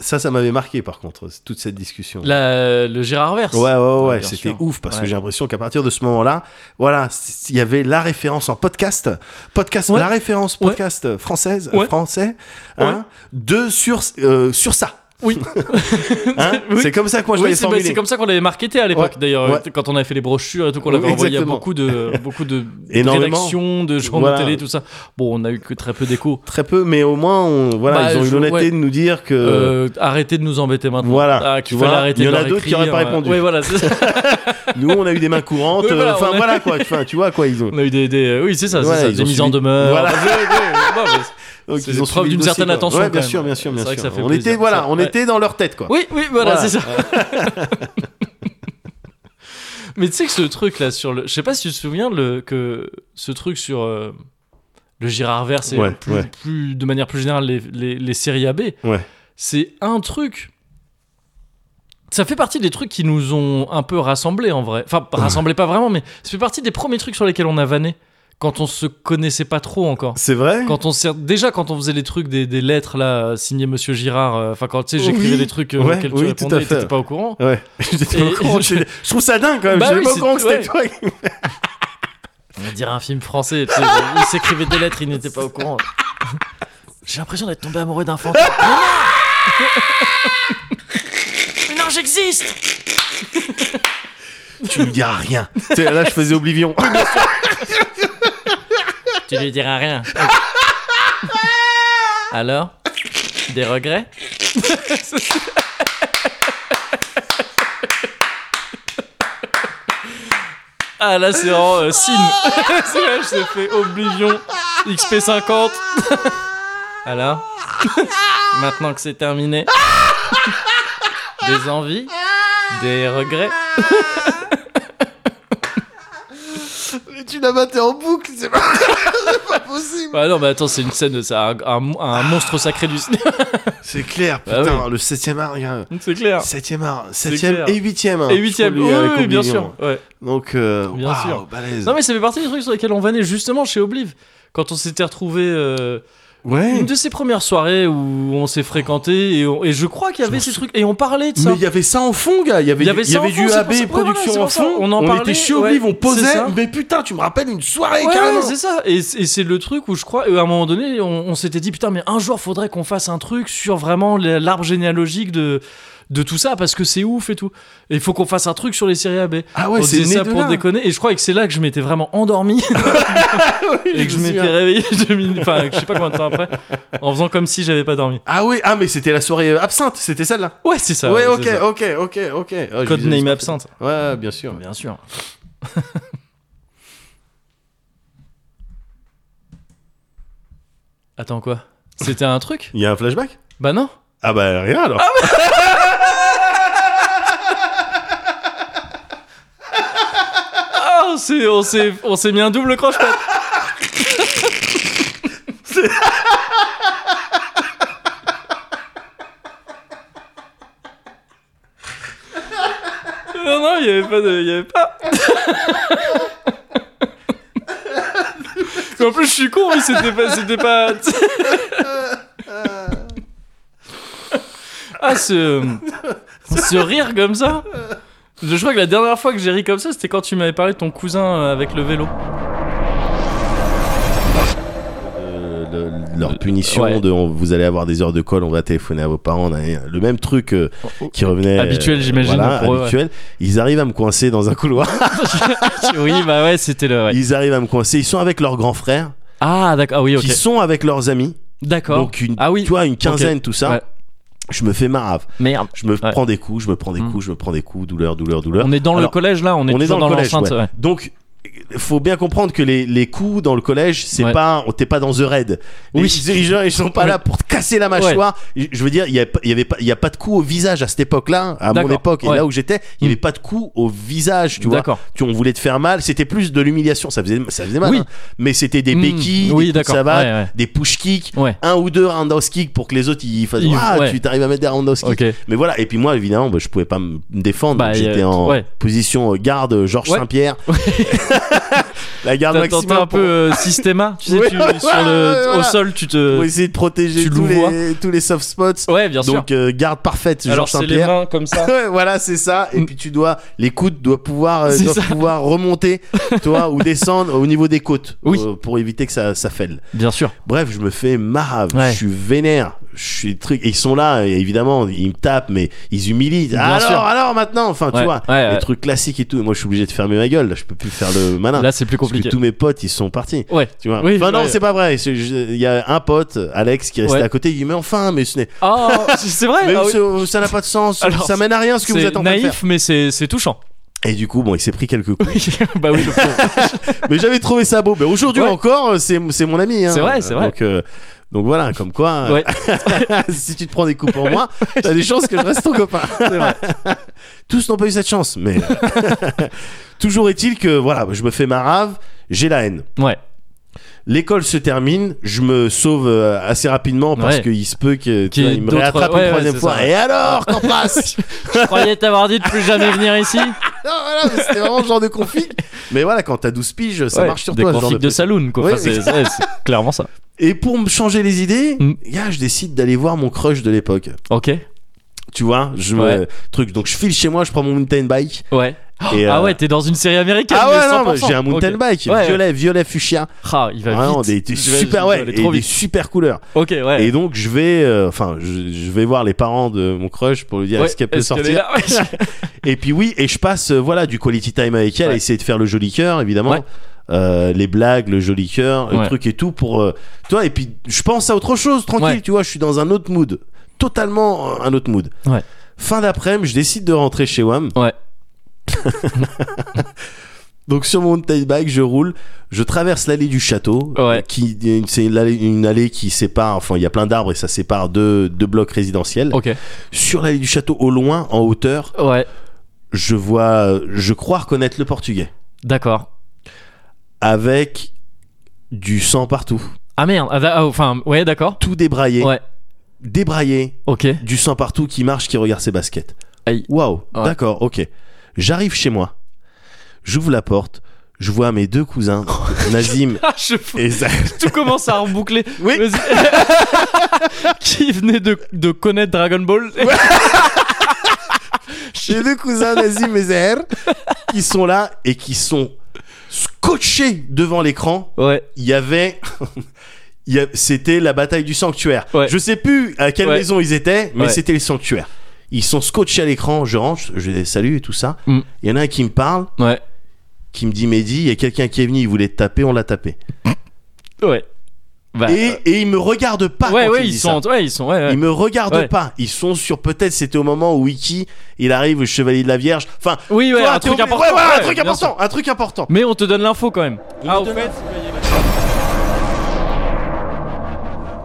B: ça, ça m'avait marqué par contre, toute cette discussion.
A: La- le Gérard Verse.
B: Ouais, ouais, ouais,
A: bien
B: c'était
A: sûr.
B: ouf parce que
A: Ouais.
B: j'ai l'impression qu'à partir de ce moment-là, voilà, c- il y avait la référence en podcast, podcast,
A: Ouais.
B: la référence
A: Ouais.
B: podcast euh, française,
A: Ouais.
B: français, hein, de sur, euh, sur ça.
A: Oui.
B: Hein
A: Oui.
B: c'est comme ça que moi je
A: Oui,
B: l'avais
A: c'est bah,
B: formulé.
A: c'est comme ça qu'on l'avait marketé à l'époque
B: Ouais,
A: d'ailleurs
B: ouais.
A: quand on avait fait les brochures et tout qu'on l'avait
B: Oui,
A: envoyé à
B: exactement.
A: beaucoup de beaucoup de
B: Énormément.
A: rédactions de gens
B: Voilà.
A: de télé tout ça bon on a eu que très peu d'écho
B: Très peu, mais au moins, on- voilà,
A: Bah,
B: ils ont eu
A: je-
B: l'honnêteté
A: ouais.
B: de nous dire que.
A: Euh, arrêtez de nous embêter maintenant
B: Voilà,
A: Ah,
B: tu
A: qu'il
B: vois,
A: fallait arrêter
B: il y
A: de
B: en a
A: leur
B: d'autres qui auraient pas
E: euh,
A: écrire,
B: répondu.
A: ouais, voilà c'est ça.
B: Nous, on a eu des mains courantes.
A: Oui,
B: euh,
A: voilà,
B: Enfin,
A: on a-
B: voilà quoi. Enfin, tu vois quoi, ils ont.
A: on a eu des, des-
E: euh,
A: oui c'est ça, c'est
B: Voilà,
A: ça,
B: ils ont
A: des mises
B: suivi.
A: en demeure
B: Voilà.
A: Bah, ouais, ouais, ouais, ouais.
B: Donc,
A: C'est
B: ils ont
A: preuve
B: suivi le
A: d'une
B: dossier,
A: certaine
B: quoi.
A: attention,
B: Ouais,
A: quand
B: bien
A: même.
B: sûr, bien sûr,
A: C'est
B: bien sûr.
A: vrai que ça fait
B: on
A: plaisir,
B: était, voilà,
A: ça.
B: on
A: Ouais.
B: était dans leur tête quoi.
A: oui oui voilà,
B: Voilà.
A: c'est ça mais tu sais que ce truc là sur le je sais pas si tu te souviens le que ce truc sur euh, le Girard vert c'est
B: Ouais,
A: plus,
B: ouais.
A: plus- de manière plus générale les, les, les séries AB
B: Ouais.
A: c'est un truc. Ça fait partie des trucs qui nous ont un peu rassemblés en vrai. Enfin, rassemblés pas vraiment, mais ça fait partie des premiers trucs sur lesquels on a vanné quand on se connaissait pas trop encore.
B: C'est vrai.
A: Quand on s'est- déjà quand on faisait les trucs des, des lettres là euh, signées Monsieur Girard, euh, enfin quand tu sais j'écrivais
B: Oui.
A: des trucs euh,
B: Ouais,
A: auxquels tu
B: oui, tout à
A: répondais, et
B: fait.
A: t'étais pas au courant.
B: Ouais. J'étais
A: Et-
B: pas au courant, j'étais- Je trouve ça dingue quand même.
A: Bah
B: J'étais
A: oui,
B: pas au
A: c'est-
B: courant que c'était toi.
A: On dirait un film français. Tu sais, il s'écrivait des lettres, il n'était pas au courant. J'ai l'impression d'être tombé amoureux d'un fantôme. Mais non Mais non, j'existe
B: Tu me diras rien. Tu sais, Là, je faisais Oblivion.
A: Tu lui diras rien. Alors Des regrets Ah là c'est en euh, signe. c'est vrai, je t'ai fait Oblivion XP50. Alors Maintenant que c'est terminé. Des envies Des regrets
B: Mais tu l'as battu en boucle. C'est pas, c'est pas possible.
A: Bah non mais attends c'est une scène de ça, un, un- un monstre sacré du cinéma.
B: C'est clair.
A: Bah
B: Putain, le 7ème art. regarde.
A: c'est clair.
B: 7ème art. 7ème
A: clair.
B: et 8ème. hein,
A: Et huitième,
B: faut
A: oui,
B: le- avec
A: oui, oui, bien
B: Oblivion.
A: sûr. Ouais.
B: Donc, euh,
A: Bien
B: waouh,
A: sûr.
B: balèze.
A: Non mais ça fait partie des trucs sur lesquels on vanait justement chez Obliv. Quand on s'était retrouvé euh,
B: Ouais.
A: une de ces premières soirées où on s'est fréquenté et, on- et je crois qu'il y avait ces trucs et on parlait de ça.
B: Mais il y avait ça en fond, gars. Il y avait,
A: Il y avait
B: du,
A: ça en fond,
B: du
A: c'est
B: AB
A: pour ça- ouais, voilà,
B: production
A: c'est
B: en
A: pour ça,
B: fond.
A: on en
B: était
A: parlait,
B: chez Obliv,
A: ouais,
B: on posait.
A: c'est ça.
B: Mais putain, tu me rappelles une soirée
A: Ouais,
B: carrément.
A: ouais, c'est ça. Et, c- et c'est le truc où je crois, et à un moment donné, on, on s'était dit putain, mais un jour faudrait qu'on fasse un truc sur vraiment la- l'arbre généalogique de de tout ça parce que c'est ouf et tout. Et il faut qu'on fasse un truc sur les séries AB.
B: Ah ouais,
A: on
B: c'est
A: disait
B: né
A: ça
B: de
A: pour
B: là.
A: déconner. Et je crois que c'est là que je m'étais vraiment endormi. et que je
B: me
A: m'étais
B: souviens.
A: réveillé deux minutes, enfin, je sais pas combien de temps après, en faisant comme si j'avais pas dormi.
B: Ah oui, ah mais c'était la soirée euh, absinthe, c'était celle-là.
A: Ouais, c'est ça.
B: ouais,
A: c'est
B: ok,
A: ça.
B: ok, ok, ok. Ah, je disais,
A: Codename
B: c'est-
A: absinthe.
B: Ouais, bien sûr.
A: Bien sûr. Attends quoi C'était un truc
B: Il y a un flashback
A: Bah non.
B: Ah bah rien alors.
A: Ah, on s'est, on s'est, on s'est mis un double croche-patte. Non, non, il n'y avait pas de. Il y avait pas. en plus, je suis con, mais c'était pas. C'était pas... ah, ce. Ce rire comme ça. Je crois que la dernière fois que j'ai ri comme ça, c'était quand tu m'avais parlé de ton cousin euh, avec le vélo.
B: Euh, le- leur punition
A: ouais.
B: de on- vous allez avoir des heures de colle, on va téléphoner à vos parents, on a- le même truc euh, qui revenait euh,
A: Oh, Habituel, j'imagine,
B: voilà,
A: pour eux, ouais.
B: habituel. Ils arrivent à me coincer dans un couloir.
A: oui, bah ouais, c'était le. ouais.
B: Ils arrivent à me coincer, ils sont avec leurs grands frères,
A: Ah, d'accord. Ah oui, ok.
B: qui sont avec leurs amis.
A: D'accord.
B: Donc une
A: ah oui.
B: tu vois une quinzaine tout ça.
A: Ouais.
B: Je me fais marave.
A: Merde.
B: Je me
A: Ouais.
B: prends des coups, je me prends des
A: Mm.
B: coups, je me prends des coups, douleur, douleur, douleur.
A: On est dans le
B: Alors,
A: collège là, on est,
B: on est
A: toujours
B: dans le collège,
A: l'enceinte.
B: ouais.
A: ouais.
B: Donc faut bien comprendre que les, les coups dans le collège, c'est
E: Ouais.
B: pas, t'es pas dans The Raid. Les
E: Oui.
B: dirigeants, ils sont pas
E: Ouais.
B: là pour te casser la mâchoire. Je veux dire, il y, a pas- il y avait pas, il y a pas de coups au visage à cette époque-là, à mon
E: D'accord.
B: époque et
E: Ouais.
B: là où j'étais, il y
E: Mm.
B: avait pas de coups au visage, tu vois.
E: D'accord.
B: Tu, on voulait te faire mal. C'était plus de l'humiliation. Ça faisait, ça faisait mal.
E: Oui.
B: hein. Mais c'était des
E: Mm.
B: béquilles, des coups
E: Oui,
B: de
E: d'accord.
B: savate,
E: Ouais, ouais.
B: des push kicks,
E: Ouais.
B: un ou deux roundhouse kicks pour que les autres ils fassent.
E: Ils-
B: Ah,
E: ouais.
B: tu t'arrives à mettre des roundhouse kicks.
E: Ok.
B: Mais voilà, et puis moi, évidemment, bah, je pouvais pas me défendre.
E: Bah,
B: donc J'étais
E: euh,
B: en
E: ouais.
B: position euh, garde Georges
E: Ouais.
B: Saint-Pierre. la garde
E: T'as tenté
B: maximum
E: un peu euh, Systema, tu sais,
B: Oui,
E: tu-
B: voilà,
E: sur le,
B: voilà.
E: au sol, tu
B: pour,
E: te.
B: pour essayer de protéger
E: euh, tu
B: tous
E: le
B: les,
E: vois.
B: tous les soft spots.
E: Ouais, bien sûr.
B: donc, euh, garde parfaite,
E: Alors
B: Georges
E: c'est les
B: Saint-Pierre.
E: mains comme ça.
B: Ouais, voilà, c'est ça. Et
E: Mm.
B: puis tu dois, les coudes doivent pouvoir, euh,
E: C'est
B: doivent
E: ça.
B: pouvoir remonter, toi, ou descendre au niveau des côtes,
E: Oui.
B: euh, pour éviter que ça, ça fêle.
E: Bien sûr.
B: Bref, je me fais marave,
E: Ouais.
B: je suis vénère, je suis truc. Et ils sont là, et évidemment, ils me tapent, mais ils humilient.
E: Bien
B: alors,
E: sûr.
B: alors maintenant, enfin, tu
E: Ouais,
B: vois,
E: ouais,
B: les
E: ouais.
B: trucs classiques et tout. Et moi, je suis obligé de fermer ma gueule. Là, je peux plus faire le malin.
E: Là c'est plus
B: parce que
E: compliqué.
B: tous mes potes, ils sont partis.
E: Ouais.
B: Tu vois.
E: Oui,
B: enfin, non,
E: ouais.
B: c'est pas vrai. C'est- je- Il y a un pote, Alex, qui restait
E: Ouais.
B: à côté. Il dit, mais enfin, mais ce n'est,
E: Ah, c'est vrai.
B: mais
E: ah oui.
B: ce- ça n'a pas de sens.
E: Alors,
B: ça mène à rien ce que vous
E: C'est
B: êtes en train de faire.
E: naïf, mais c'est c'est touchant.
B: Et du coup, bon, il s'est pris quelques coups.
E: bah oui, le pauvre.
B: mais j'avais trouvé ça beau. Mais aujourd'hui
E: Ouais.
B: encore, c'est, c'est mon ami. hein.
E: C'est vrai, c'est vrai.
B: Donc, euh, donc voilà, comme quoi. euh,
E: Ouais,
B: si tu te prends des coups pour moi, t'as des chances que je reste ton copain.
E: c'est vrai.
B: Tous n'ont pas eu cette chance, mais toujours est-il que voilà, je me fais ma rave, j'ai la haine.
E: Ouais.
B: L'école se termine, je me sauve euh, assez rapidement parce
E: Ouais.
B: qu'il se peut que tu
E: Qu'il y
B: vois,
E: ait
B: il me
E: d'autres-
B: réattrape
E: ouais,
B: une
E: ouais,
B: troisième
E: c'est
B: fois.
E: ça.
B: Et alors, t'en passes
E: Je croyais t'avoir dit de plus jamais venir ici.
B: Non, voilà, mais C'était vraiment ce genre de config. Mais voilà, quand t'as 12 piges, ça
E: Ouais,
B: marche sur
E: Des
B: toi. ce genre
E: configs
B: de
E: de saloon, quoi.
B: Oui,
E: Enfin, c'est ouais, c'est clairement ça.
B: Et pour me changer les idées,
E: Mm.
B: gars, je décide d'aller voir mon crush de l'époque.
E: Ok.
B: Tu vois, je me
E: Ouais.
B: truc. Donc je file chez moi, je prends mon mountain bike.
E: Ouais.
B: Et,
E: Ah
B: euh,
E: ouais, t'es dans une série américaine.
B: Ah
E: mais
B: ouais, non,
E: 100%.
B: mais j'ai un mountain
E: Ok.
B: bike,
E: Ouais,
B: violet, violet fuchsia.
E: Ah, il va
B: Vraiment,
E: vite.
B: des, des
E: Je vais-
B: super,
E: je vais
B: ouais,
E: aller
B: et
E: trop
B: des
E: vite.
B: super couleurs.
E: Ok, ouais.
B: Et donc, je vais, euh, enfin, je, je vais voir les parents de mon crush pour lui dire
E: Ouais,
B: est-ce qu'elle peut
E: est-ce qu'elle est
B: sortir.
E: là Ouais.
B: Et puis oui, et je passe, euh, voilà, du quality time avec elle,
E: Ouais.
B: à essayer de faire le joli cœur, évidemment.
E: Ouais.
B: Euh, les blagues, le joli cœur, le
E: Ouais.
B: truc et tout pour euh, toi. Et puis, je pense à autre chose, tranquille,
E: Ouais.
B: tu vois, je suis dans un autre mood. Totalement euh, un autre mood.
E: Ouais.
B: Fin d'après-midi, je décide de rentrer chez WAM.
E: Ouais.
B: Donc sur mon mountain bike, je roule, je traverse l'allée du château,
E: Ouais.
B: euh, qui c'est une allée, une allée qui sépare, enfin il y a plein d'arbres et ça sépare deux, deux blocs résidentiels.
E: Ok.
B: Sur l'allée du château, au loin, en hauteur,
E: Ouais.
B: je vois, euh, je crois reconnaître le portugais,
E: D'accord.
B: avec du sang partout,
E: Ah merde, ah, da- ah, enfin, ouais, d'accord.
B: tout débraillé,
E: Ouais,
B: débraillé,
E: ok.
B: du sang partout qui marche, qui regarde ses baskets.
E: Aïe.
B: Waouh,
E: Ouais.
B: d'accord, ok. J'arrive chez moi, j'ouvre la porte, je vois mes deux cousins, Nazim
E: Ah, je fous,
B: et Zach.
E: tout commence à reboucler.
B: Oui.
E: Vas-y. Qui venait de, de connaître Dragon Ball
B: J'ai deux cousins Nazim et Zahir qui sont là et qui sont scotchés devant l'écran.
E: Ouais,
B: Il y avait. il y a- C'était la bataille du sanctuaire.
E: Ouais.
B: Je sais plus à quelle
E: Ouais.
B: maison ils étaient, mais
E: Ouais.
B: c'était les sanctuaires. Ils sont scotchés à l'écran, je range, je les salue et tout ça. Il
E: Mm.
B: y en a un qui me parle,
E: ouais,
B: qui me dit Mehdi, il y a quelqu'un qui est venu, il voulait te taper, on l'a tapé.
E: ouais. Bah,
B: Et, et ils me regardent pas.
E: ouais,
B: quand
E: ouais,
B: Ah, il
E: ils
B: dit
E: sont,
B: ça.
E: ouais, ils sont, ouais, ouais.
B: Ils me regardent
E: Ouais.
B: pas. Ils sont sur peut-être c'était au moment où Wiki, il arrive au Chevalier de la Vierge. Enfin,
E: Oui, ouais,
B: Toi,
E: un
B: t'es
E: truc
B: obligé-
E: important.
B: ouais, voilà, un
E: ouais,
B: truc
E: bien sûr.
B: important, un truc important.
E: Mais on te donne l'info quand même. ah, au fait.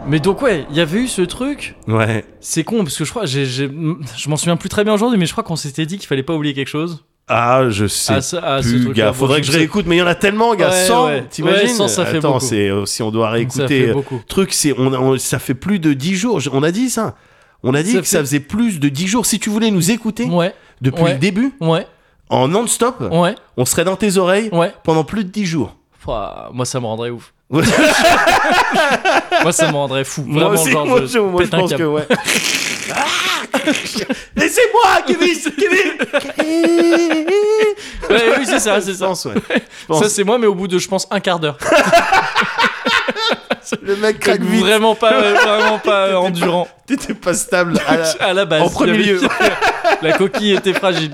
E: Mais donc, ouais, il y avait eu ce truc.
B: Ouais.
E: C'est con parce que je crois, j'ai, j'ai- je m'en souviens plus très bien aujourd'hui, mais je crois qu'on s'était dit qu'il fallait pas oublier quelque chose.
B: Ah, je sais.
E: à ce- à ce
B: plus,
E: truc-là.
B: gars.
E: Bon,
B: Faudrait
E: je
B: que
E: me
B: je réécoute, mais il y en a tellement, gars.
E: Ouais,
B: 100,
E: ouais.
B: t'imagines
E: Ouais, 100, ça fait
B: Attends,
E: beaucoup.
B: c'est, euh, si on doit
E: Ça fait
B: réécouter. euh,
E: beaucoup.
B: Truc, c'est, on, a- on- ça fait plus de 10 jours. Je- On a dit ça. On a dit
E: Ça
B: que ça
E: fait-
B: faisait plus de 10 jours. Si tu voulais nous écouter
E: Ouais,
B: depuis
E: ouais.
B: le début,
E: ouais,
B: en non-stop,
E: ouais,
B: on serait dans tes oreilles
E: ouais.
B: pendant plus de 10 jours.
E: Pouah, moi, ça me rendrait ouf.
B: Moi
E: Moi, ça me rendrait fou.
B: moi
E: Vraiment,
B: aussi,
E: genre,
B: moi,
E: je
B: je- moi, je
E: pète un
B: pense
E: câble.
B: que, ouais. Ah Laissez-moi, Kevin Kevin
E: Ouais, oui, c'est ça, c'est
B: Je
E: ça.
B: pense, ouais. Je pense.
E: Ça, c'est moi, mais au bout de, je pense, un quart d'heure.
B: Le mec craque vite.
E: Vraiment pas, euh, vraiment pas euh, endurant.
B: T'étais pas stable. à la-
E: À la base.
B: En premier
E: il Ah, y avait-
B: lieu.
E: La coquille était fragile.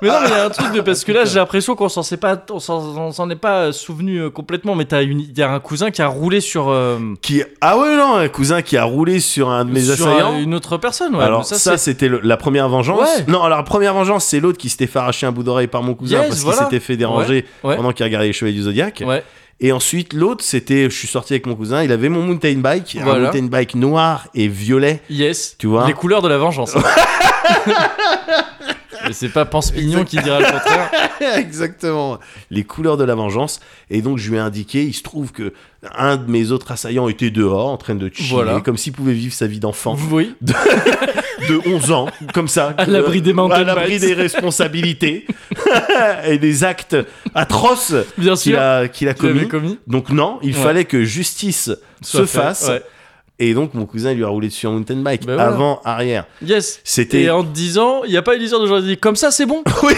E: Mais non, mais il y a un truc de parce que là, j'ai l'impression qu'on s'en s'est pas, on s'en on s'en est pas euh, souvenu euh, complètement. Mais t'as une, il y a un cousin qui a roulé sur, euh,
B: Qui... Ah ouais, non, un cousin qui a roulé sur un de mes
E: sur
B: assaillants.
E: euh, une autre personne. Ouais.
B: alors
E: Mais
B: ça,
E: c'est-
B: c'était le- la première vengeance.
E: Ouais.
B: Non, alors la première vengeance, c'est l'autre qui s'était fait arracher un bout d'oreille par mon cousin
E: Yes,
B: parce
E: voilà.
B: qu'il s'était fait déranger
E: Ouais, ouais.
B: pendant qu'il regardait les Chevaliers du Zodiac.
E: ouais.
B: Et ensuite, l'autre, c'était, je suis sorti avec mon cousin, il avait mon mountain bike, un
E: Voilà.
B: mountain bike noir et violet.
E: Yes.
B: Tu vois
E: Les couleurs de la vengeance. Et c'est pas Pense Pignon qui dira le contraire.
B: Exactement. Les couleurs de la vengeance. Et donc, je lui ai indiqué, il se trouve que un de mes autres assaillants était dehors, en train de chiller,
E: Voilà.
B: comme s'il pouvait vivre sa vie d'enfant.
E: Oui.
B: de 11 ans, comme ça. euh,
E: À l'abri des mountain
B: À l'abri
E: bikes.
B: des responsabilités et des actes atroces
E: Bien
B: qu'il
E: sûr.
B: a, qu'il a
E: Tu l'avais
B: commis.
E: commis.
B: Donc non, il
E: Ouais.
B: fallait que justice se
E: Soit fait,
B: fasse.
E: ouais.
B: Et donc mon cousin il lui a roulé dessus en mountain bike,
E: Bah voilà.
B: avant, arrière.
E: Yes.
B: C'était...
E: Et en te disant, il n'y a pas eu l'histoire d'aujourd'hui. Comme ça, c'est bon.
B: Oui,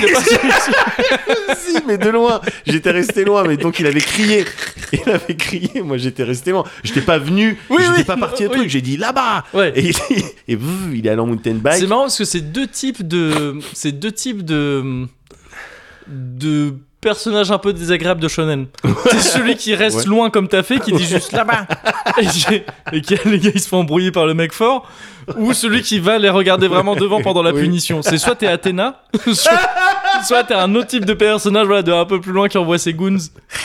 B: si, mais de loin. J'étais resté loin, mais donc il avait crié. Il avait crié, moi j'étais resté loin. J'étais pas venu,
E: Oui,
B: j'étais
E: oui,
B: pas parti au
E: oui.
B: truc, j'ai dit là-bas.
E: Ouais.
B: Et, il, et bzz, il est allé en mountain bike.
E: C'est marrant parce que c'est deux types de. C'est deux types de. De personnages un peu désagréables de shonen. C'est celui qui reste
B: Ouais.
E: loin comme t'as fait, qui dit juste là-bas. Et, j'ai- et qui- les gars ils se font embrouiller par le mec fort. Ou celui qui va les regarder vraiment devant pendant la
B: Oui.
E: punition. C'est soit t'es Athéna, soit soit t'es un autre type de personnage voilà, de un peu plus loin qui envoie ses goons.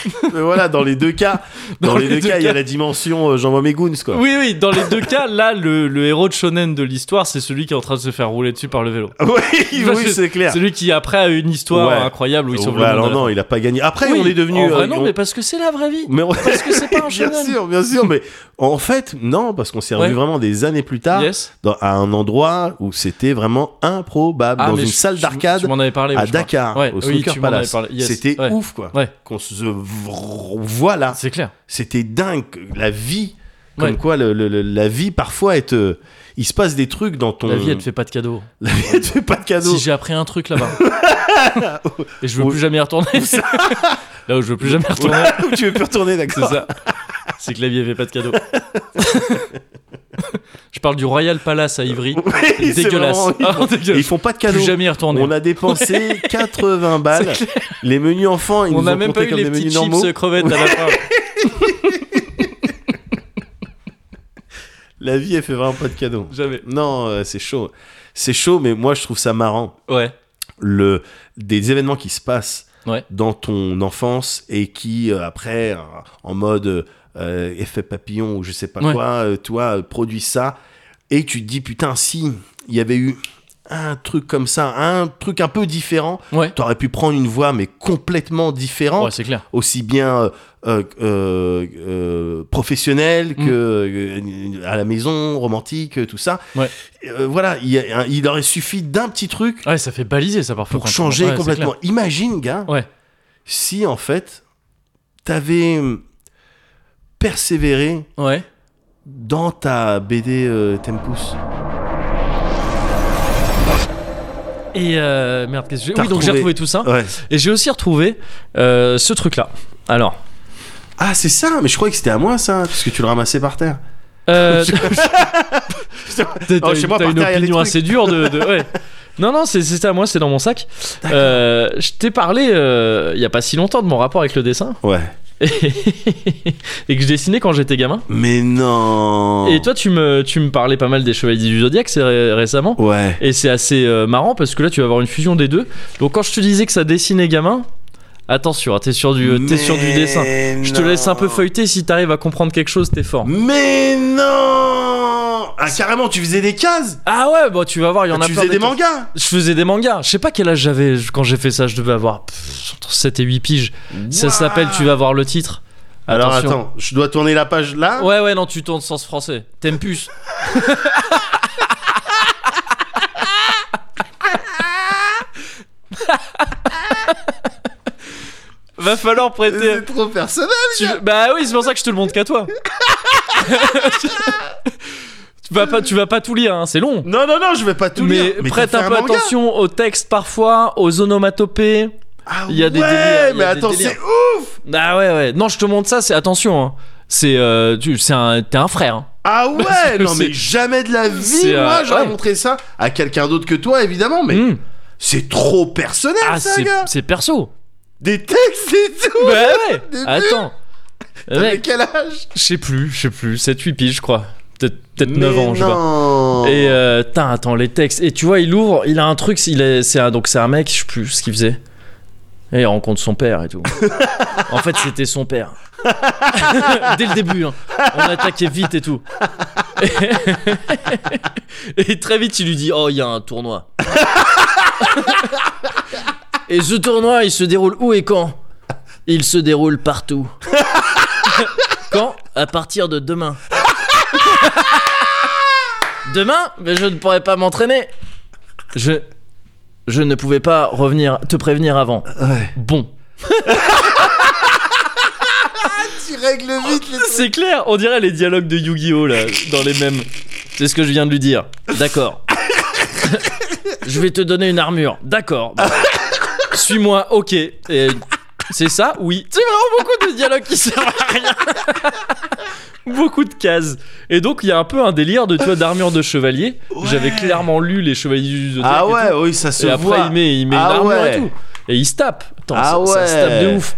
B: Mais Euh, voilà, dans les deux cas, dans, les, deux, cas, il y a la dimension euh, j'envoie mes goons quoi.
E: Oui, oui, dans les deux cas, là, le, le héros de shonen de l'histoire, c'est celui qui est en train de se faire rouler dessus par le vélo.
B: Oui,
E: Bah,
B: oui, c'est clair.
E: Celui qui après a une histoire
B: Ah. Ouais.
E: incroyable où il
B: Oh,
E: sauve
B: bah,
E: le monde.
B: alors non, il a pas gagné. Après, on est devenu.
E: En vrai,
B: euh,
E: non,
B: on-
E: mais parce que c'est la vraie vie.
B: mais on-
E: Parce que c'est pas un
B: Bien
E: shonen.
B: sûr, bien sûr, mais en fait, non, parce qu'on s'est revu
E: Ouais.
B: vraiment des années plus tard
E: Yes.
B: dans- à un endroit où c'était vraiment improbable,
E: Ah,
B: dans
E: mais
B: une
E: je-
B: salle
E: tu-
B: d'arcade
E: Tu m'en avais parlé. oui,
B: à
E: je crois.
B: Dakar,
E: Ouais,
B: au
E: oui,
B: Snooker
E: tu m'en avais
B: Palace.
E: parlé, yes.
B: C'était
E: Ouais.
B: ouf, quoi.
E: Ouais.
B: Qu'on se voilà,
E: C'est clair.
B: c'était dingue la vie. Comme
E: Ouais.
B: quoi, le- le- le- la vie parfois est, euh, il se passe des trucs dans ton.
E: La vie, elle te fait pas de cadeaux.
B: La vie, elle te fait pas de cadeaux.
E: Si j'ai appris un truc là-bas. Et je veux
B: Où-
E: plus jamais y retourner. là où je veux plus jamais retourner,
B: Où tu veux plus retourner,
E: c'est
B: d'accord.
E: ça. C'est que la vie avait pas de cadeaux. je parle du Royal Palace à Ivry.
B: Oui, c'est
E: dégueulasse.
B: vraiment-
E: Ah,
B: Et ils
E: dégueulasse.
B: font pas de
E: Plus
B: cadeaux.
E: jamais y retourner.
B: On a dépensé 80 balles. Les menus enfants, ils
E: On
B: nous
E: a
B: ont
E: même pas
B: comptés
E: eu
B: comme
E: les
B: des
E: petits
B: menus
E: chips
B: normaux.
E: crevettes à la fin.
B: La vie, elle fait vraiment pas de cadeaux.
E: Jamais.
B: Non, euh, c'est chaud. C'est chaud, mais moi, je trouve ça marrant.
E: Ouais.
B: Le, des événements qui se passent
E: Ouais.
B: dans ton enfance et qui, euh, après, euh, en mode euh, effet papillon ou je sais pas
E: Ouais.
B: quoi, euh, toi, euh, produis ça. Et tu te dis, putain, si, il y avait eu un truc comme ça, un truc un peu différent,
E: Ouais.
B: t'aurais pu prendre une voie, mais complètement différente.
E: Ouais, c'est clair.
B: aussi bien euh, euh, euh, euh, professionnel que
E: Mm.
B: euh, à la maison, romantique, tout ça.
E: Ouais.
B: Euh, voilà, il, y a un- il aurait suffi d'un petit truc
E: Ouais, ça fait baliser ça parfois.
B: pour
E: quand on-
B: changer
E: ouais, c'est
B: complètement.
E: clair.
B: Imagine, gars,
E: Ouais.
B: si en fait, t'avais euh, persévéré
E: Ouais.
B: dans ta BD euh, Tempus.
E: Et euh, merde, qu'est-ce que j'ai
B: T'as
E: Oui, donc j'ai
B: retrouvé. Euh.
E: retrouvé tout ça.
B: Ouais.
E: Et j'ai aussi retrouvé euh, ce truc-là. Alors.
B: Ah, c'est ça, mais je croyais que c'était à moi ça, parce que tu le ramassais par terre.
E: Euh,
B: Je-
E: T'as
B: Oh,
E: t'as
B: je sais
E: une,
B: pas,
E: t'as
B: par
E: une
B: terre, il y a des
E: opinion
B: trucs.
E: assez dure de. de- ouais. Non, non, c'est- c'était à moi, c'est dans mon sac. Euh, je t'ai parlé euh, il y a pas si longtemps de mon rapport avec le dessin
B: Ouais.
E: et, et que je dessinais quand j'étais gamin.
B: Mais non.
E: Et toi, tu me, tu me parlais pas mal des Chevaliers du Zodiac c'est ré- récemment.
B: Ouais.
E: Et c'est assez euh, marrant parce que là, tu vas avoir une fusion des deux. Donc, quand je te disais que ça dessinait gamin, attention, hein, t'es sur, du- euh, t'es sur du
B: Mais
E: dessin. Je te laisse un peu
B: non.
E: feuilleter. Si t'arrives à comprendre quelque chose, t'es fort.
B: Mais non Ah carrément, tu faisais des cases
E: Ah ouais, bon, tu vas voir, il y en a
B: Tu
E: plein
B: faisais des
E: des trucs.
B: mangas
E: Je faisais des mangas. Je sais pas quel âge j'avais quand j'ai fait ça. Je devais avoir pff, entre 7 et 8 piges. Ça
B: Ouah.
E: s'appelle Tu vas voir le titre.
B: Alors
E: Attention.
B: attends, je dois tourner la page là
E: Ouais, ouais, non, tu tournes sens français. Tempus. Va falloir prêter.
B: Euh, C'est trop personnel
E: Tu- Bah oui, c'est pour ça que je te le montre qu'à toi. tu, vas pas, tu vas pas tout lire, hein, c'est long.
B: Non, non, non, je vais pas tout
E: mais
B: lire Mais
E: prête
B: t'as
E: un
B: fait
E: peu
B: manga
E: attention au texte parfois, aux onomatopées.
B: Ah
E: Il y a des
B: ouais,
E: délires, il y a
B: mais
E: des
B: attends,
E: délires.
B: c'est ouf
E: Ah ouais, ouais. Non, je te montre ça, c'est attention. hein. C'est euh, tu- c'est un, t'es un frère. hein.
B: Ah ouais
E: que
B: Non mais
E: c'est-
B: jamais de la vie,
E: c'est,
B: moi,
E: euh,
B: j'aurais
E: ouais.
B: montré ça à quelqu'un d'autre que toi, évidemment, mais...
E: Mm.
B: C'est trop personnel,
E: Ah,
B: ça,
E: c'est
B: gars
E: c'est perso.
B: Des textes et tout
E: Bah ouais.
B: Début.
E: Attends. Euh,
B: Mais
E: Mec,
B: quel âge
E: je sais plus, je sais plus, 7 8 piges je crois. Peut-être peut-être 9
B: Mais
E: ans, je sais pas.
B: non.
E: Et euh, tain, attends les textes et tu vois il ouvre, il a un truc, il est c'est un, donc c'est un mec, je sais plus ce qu'il faisait. Et il rencontre son père et tout. en fait, c'était son père. Dès le début, hein. on attaquait vite et tout. et très vite, il lui dit "Oh, il y a un tournoi." et ce tournoi, il se déroule où et quand Il se déroule partout. quand À partir de demain. Demain, mais je ne pourrais pas m'entraîner. Je. Je ne pouvais pas revenir te prévenir avant.
B: Ouais.
E: Bon.
B: Tu règles vite les
E: C'est clair, on dirait les dialogues de Yu-Gi-Oh! là, dans les mêmes. C'est ce que je viens de lui dire. D'accord. je vais te donner une armure. D'accord. Bon. Suis-moi, ok. Et c'est ça Oui. C'est vraiment beaucoup de dialogues qui servent à rien. beaucoup de cases. Et donc, il y a un peu un délire de toi d'armure de chevalier. J'avais
B: Ouais.
E: clairement lu les chevaliers du Zodiac
B: Ah
E: et tout.
B: ouais, oui, ça se
E: et
B: voit.
E: après il met, il met
B: Ah
E: une armure
B: ouais.
E: et tout et il se tape Attends,
B: Ah
E: ça, ça se
B: ouais.
E: tape de ouf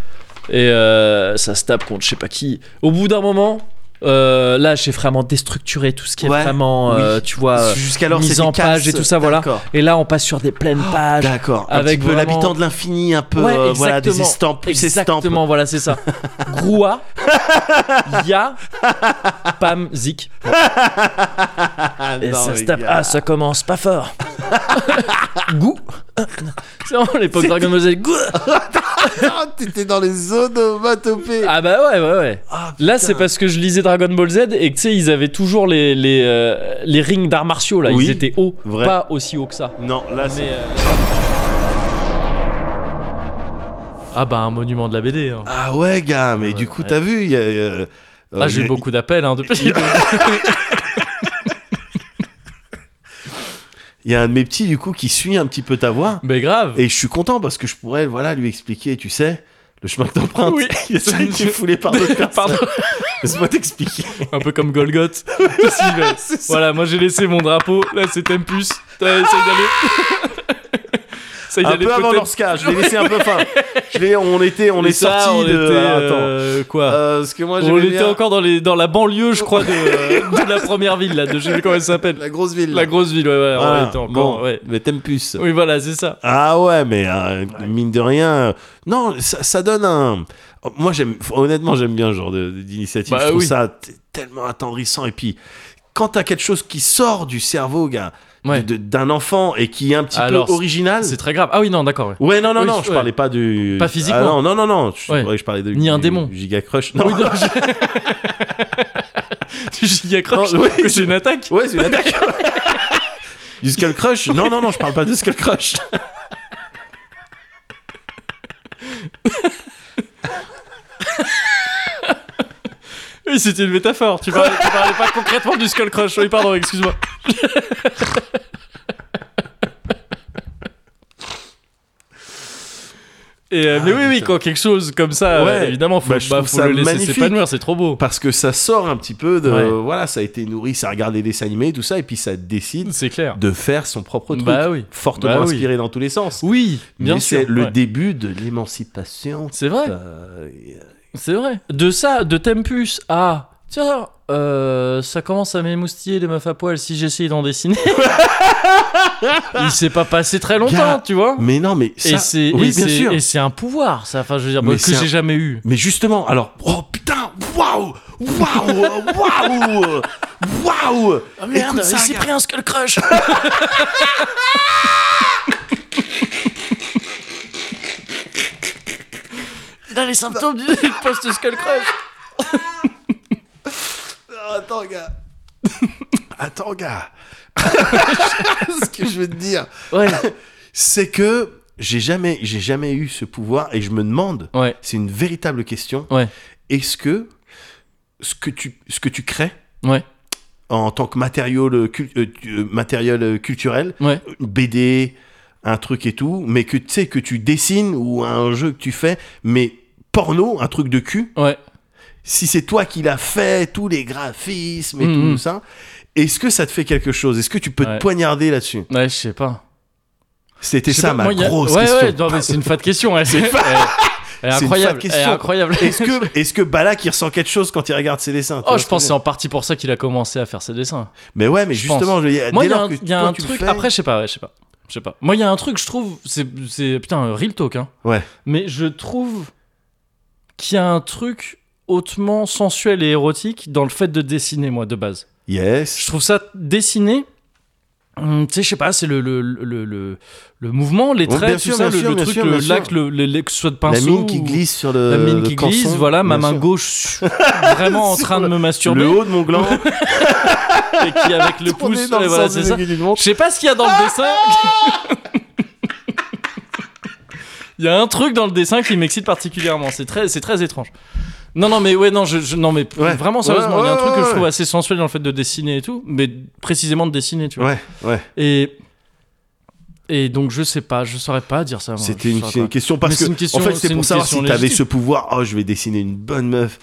E: et euh, ça se tape contre je sais pas qui au bout d'un moment euh, là j'ai vraiment déstructuré tout ce qui est
B: Ouais.
E: vraiment euh,
B: Oui.
E: tu vois euh,
B: Jusqu'alors,
E: mise
B: c'était
E: en page et
B: casse.
E: tout ça, voilà.
B: D'accord. Oh,
E: et là on passe sur des pleines pages
B: D'accord. Avec
E: Ah, Avec
B: peu
E: vraiment-
B: l'habitant de l'infini, un peu
E: Ouais,
B: euh, voilà des
E: exactement.
B: estampes, plus estampes.
E: Exactement, voilà, c'est ça. Groua, Ya, Pam, Zik.
B: Ah,
E: Et
B: non,
E: ça
B: les
E: se tape.
B: gars.
E: Ah, ça commence pas fort. Goût. C'est vraiment l'époque Dragon Ball Z. Goût.
B: Ah, T'étais dans les onomatopées.
E: Ah bah ouais, ouais, ouais.
B: Ah, putain.
E: Là, c'est parce que je lisais Dragon Ball Z et que tu sais, ils avaient toujours les, les, euh, les rings d'arts martiaux là.
B: Oui,
E: ils étaient hauts,
B: vrai.
E: pas aussi hauts que ça.
B: Non, là
E: Mais,
B: c'est.
E: euh, Ah bah un monument de la BD. hein.
B: Ah ouais, gars, mais du coup,
E: ouais.
B: t'as vu il y a, euh,
E: Ah, j'ai
B: euh,
E: eu beaucoup d'appels hein, depuis.
B: Il y a un de mes petits, du coup, qui suit un petit peu ta voix.
E: Mais grave.
B: Et je suis content parce que je pourrais voilà, lui expliquer, tu sais, le chemin que t'empruntes.
E: Oui.
B: Il y a celui qui est foulé par d'autres personnes.
E: Pardon.
B: Laisse-moi t'expliquer.
E: Un peu comme Golgoth. Aussi, mais- voilà, moi j'ai laissé mon drapeau. Là, c'est Tempus. T'as- Ça y allait. Ça y
B: Un
E: allait
B: peu avant
E: peut-être.
B: Lorska, je l'ai laissé un peu fin. Je l'ai- on était, on est
E: Ça,
B: sorti
E: on
B: de.
E: était,
B: Ah, attends.
E: euh, quoi
B: Euh, parce que moi,
E: On
B: j'aimais
E: était
B: bien
E: encore dans, les, dans la banlieue, je crois, de, euh, de la première ville, là, de je sais plus comment elle s'appelle.
B: la grosse ville.
E: La grosse ville, ouais, ouais,
B: Voilà.
E: on était encore,
B: Ah, Bon,
E: ouais.
B: mais t'aimes plus.
E: Oui, voilà, c'est ça.
B: Ah ouais, mais euh, mine de rien, euh, non, ça, ça donne un. Moi, j'aime, honnêtement, j'aime bien ce genre de- de- d'initiative.
E: Bah
B: Je trouve
E: oui.
B: ça t- tellement attendrissant. Et puis, quand t'as quelque chose qui sort du cerveau, gars,
E: Ouais.
B: de- d'un enfant et qui est un petit
E: Alors,
B: peu original.
E: C'est très grave. Ah oui, non, d'accord, ouais.
B: Ouais, non, non,
E: Oui,
B: non, je
E: ouais.
B: parlais pas du.
E: Pas
B: Ah,
E: physiquement.
B: non, non, non, non. Je,
E: Ouais.
B: c'est vrai que je parlais de.
E: Ni un
B: du
E: démon.
B: Giga Crush. Non.
E: Oui, non, je- J'y accroche.
B: Non, oui,
E: que c'est une attaque.
B: Ouais, c'est une attaque. du Skull Crush Non, non, non, je parle pas de Skull Crush.
E: Oui, c'était une métaphore. Tu parlais, tu parlais pas concrètement du Skull Crush. Oui, pardon, excuse-moi. Et euh, mais oui, oui, quand quelque chose comme ça,
B: Ah, Ouais.
E: euh, évidemment, faut,
B: Bah, je
E: bah,
B: trouve
E: faut
B: ça
E: le laisser
B: magnifique.
E: s'épanouir, c'est trop beau.
B: parce que ça sort un petit peu de
E: Ouais.
B: voilà ça a été nourri ça a regardé des dessins animés tout ça et puis ça décide
E: C'est clair.
B: de faire son propre truc
E: Bah oui.
B: fortement
E: Bah oui.
B: inspiré dans tous les sens
E: Oui, bien
B: mais
E: sûr.
B: c'est le
E: ouais.
B: début de l'émancipation
E: C'est vrai,
B: Euh,
E: c'est vrai. De ça, de Tempus à. Tiens, euh, ça commence à m'émoustiller les meufs à poil si j'essaye d'en dessiner. Il s'est pas passé très longtemps,
B: Gars,
E: tu vois.
B: mais non mais ça,
E: et c'est
B: oui
E: et
B: bien
E: c'est-
B: sûr
E: et c'est un pouvoir, ça. Enfin, je veux dire,
B: Mais
E: que
B: c'est un-
E: j'ai jamais eu.
B: mais justement alors oh putain waouh waouh waouh waouh
E: Oh,
B: écoute ça gars.
E: un Euh, Skull Crush. Il a les symptômes du post Skull Crush.
B: Ah, attends gars attends gars ce que je veux te dire
E: Ouais,
B: c'est que j'ai jamais j'ai jamais eu ce pouvoir et je me demande
E: ouais,
B: C'est une véritable question.
E: Ouais.
B: Est-ce que ce que tu ce que tu crées
E: ouais,
B: en tant que matériau le cul- euh, tu- euh, matériel euh, culturel,
E: ouais.
B: une BD, un truc et tout, mais que tu sais que tu dessines ou un jeu que tu fais, mais porno, un truc de cul,
E: Ouais.
B: si c'est toi qui l'as fait, tous les graphismes et
E: Mhm.
B: tout ça, est-ce que ça te fait quelque chose Est-ce que tu peux
E: Ouais.
B: te poignarder là-dessus
E: Ouais, je sais pas.
B: C'était
E: Je sais
B: ça
E: pas,
B: ma
E: moi, il y a-
B: grosse
E: ouais,
B: question.
E: Ouais, non, mais c'est une fat question. elle.
B: C'est une fat-
E: Elle est
B: C'est une fat
E: incroyable. Elle est
B: question.
E: incroyable.
B: Est-ce que, est-ce que Balak il ressent quelque chose quand il regarde ses dessins tu
E: Oh,
B: vois
E: je
B: très
E: pense que c'est
B: bien.
E: en partie pour ça qu'il a commencé à faire ses dessins.
B: Mais ouais, mais
E: je
B: justement,
E: pense.
B: je, dès
E: Moi, il y a
B: lors
E: un,
B: que
E: il y a
B: toi,
E: un
B: tu le
E: truc.
B: fais-
E: Après, je sais pas, ouais, je sais pas. Je sais pas. Moi, il y a un truc, je trouve. C'est, c'est putain, un real talk. Hein.
B: Ouais.
E: Mais je trouve qu'il y a un truc hautement sensuel et érotique dans le fait de dessiner, moi, de base. Je
B: Yes.
E: trouve ça dessiné. hum, Tu sais, je sais pas, c'est le, le, le, le, le mouvement, les
B: Ouais,
E: traits,
B: bien
E: tout
B: sûr,
E: ça,
B: bien
E: le,
B: sûr,
E: le
B: bien
E: truc,
B: sûr,
E: le
B: bien
E: lac,
B: sûr.
E: le, le- le- que ce soit de
B: La
E: pinceau.
B: mine qui
E: ou-
B: glisse sur le.
E: La mine
B: Euh, le
E: qui
B: canson,
E: glisse, voilà, ma
B: bien
E: main
B: sûr.
E: gauche vraiment en
B: Sur
E: train de
B: le-
E: me masturber.
B: Le haut de mon gland.
E: et qui avec le
B: tourné
E: pouce,
B: dans le
E: ouais, voilà,
B: sens
E: c'est
B: des
E: ça.
B: aiguilles d'une montre.
E: Je sais pas ce qu'il y a dans le dessin. Il y a un truc dans le dessin qui m'excite particulièrement. C'est très, c'est très étrange. Non, non, mais ouais, non, je, je- non, mais
B: Ouais.
E: vraiment sérieusement,
B: Ouais,
E: il y a un
B: ouais,
E: truc que
B: ouais,
E: je trouve
B: ouais.
E: assez sensuel dans le fait de dessiner et tout, mais précisément de dessiner, tu vois.
B: Ouais, ouais.
E: Et et donc je sais pas, je saurais pas dire ça. moi.
B: C'était
E: Je
B: une,
E: saurais
B: c'est une
E: pas.
B: question parce
E: Mais c'est
B: que
E: une question-
B: en fait
E: c'est
B: c'est pour
E: une
B: savoir
E: question
B: si t'avais
E: légitime.
B: ce pouvoir. Oh, je vais dessiner une bonne meuf.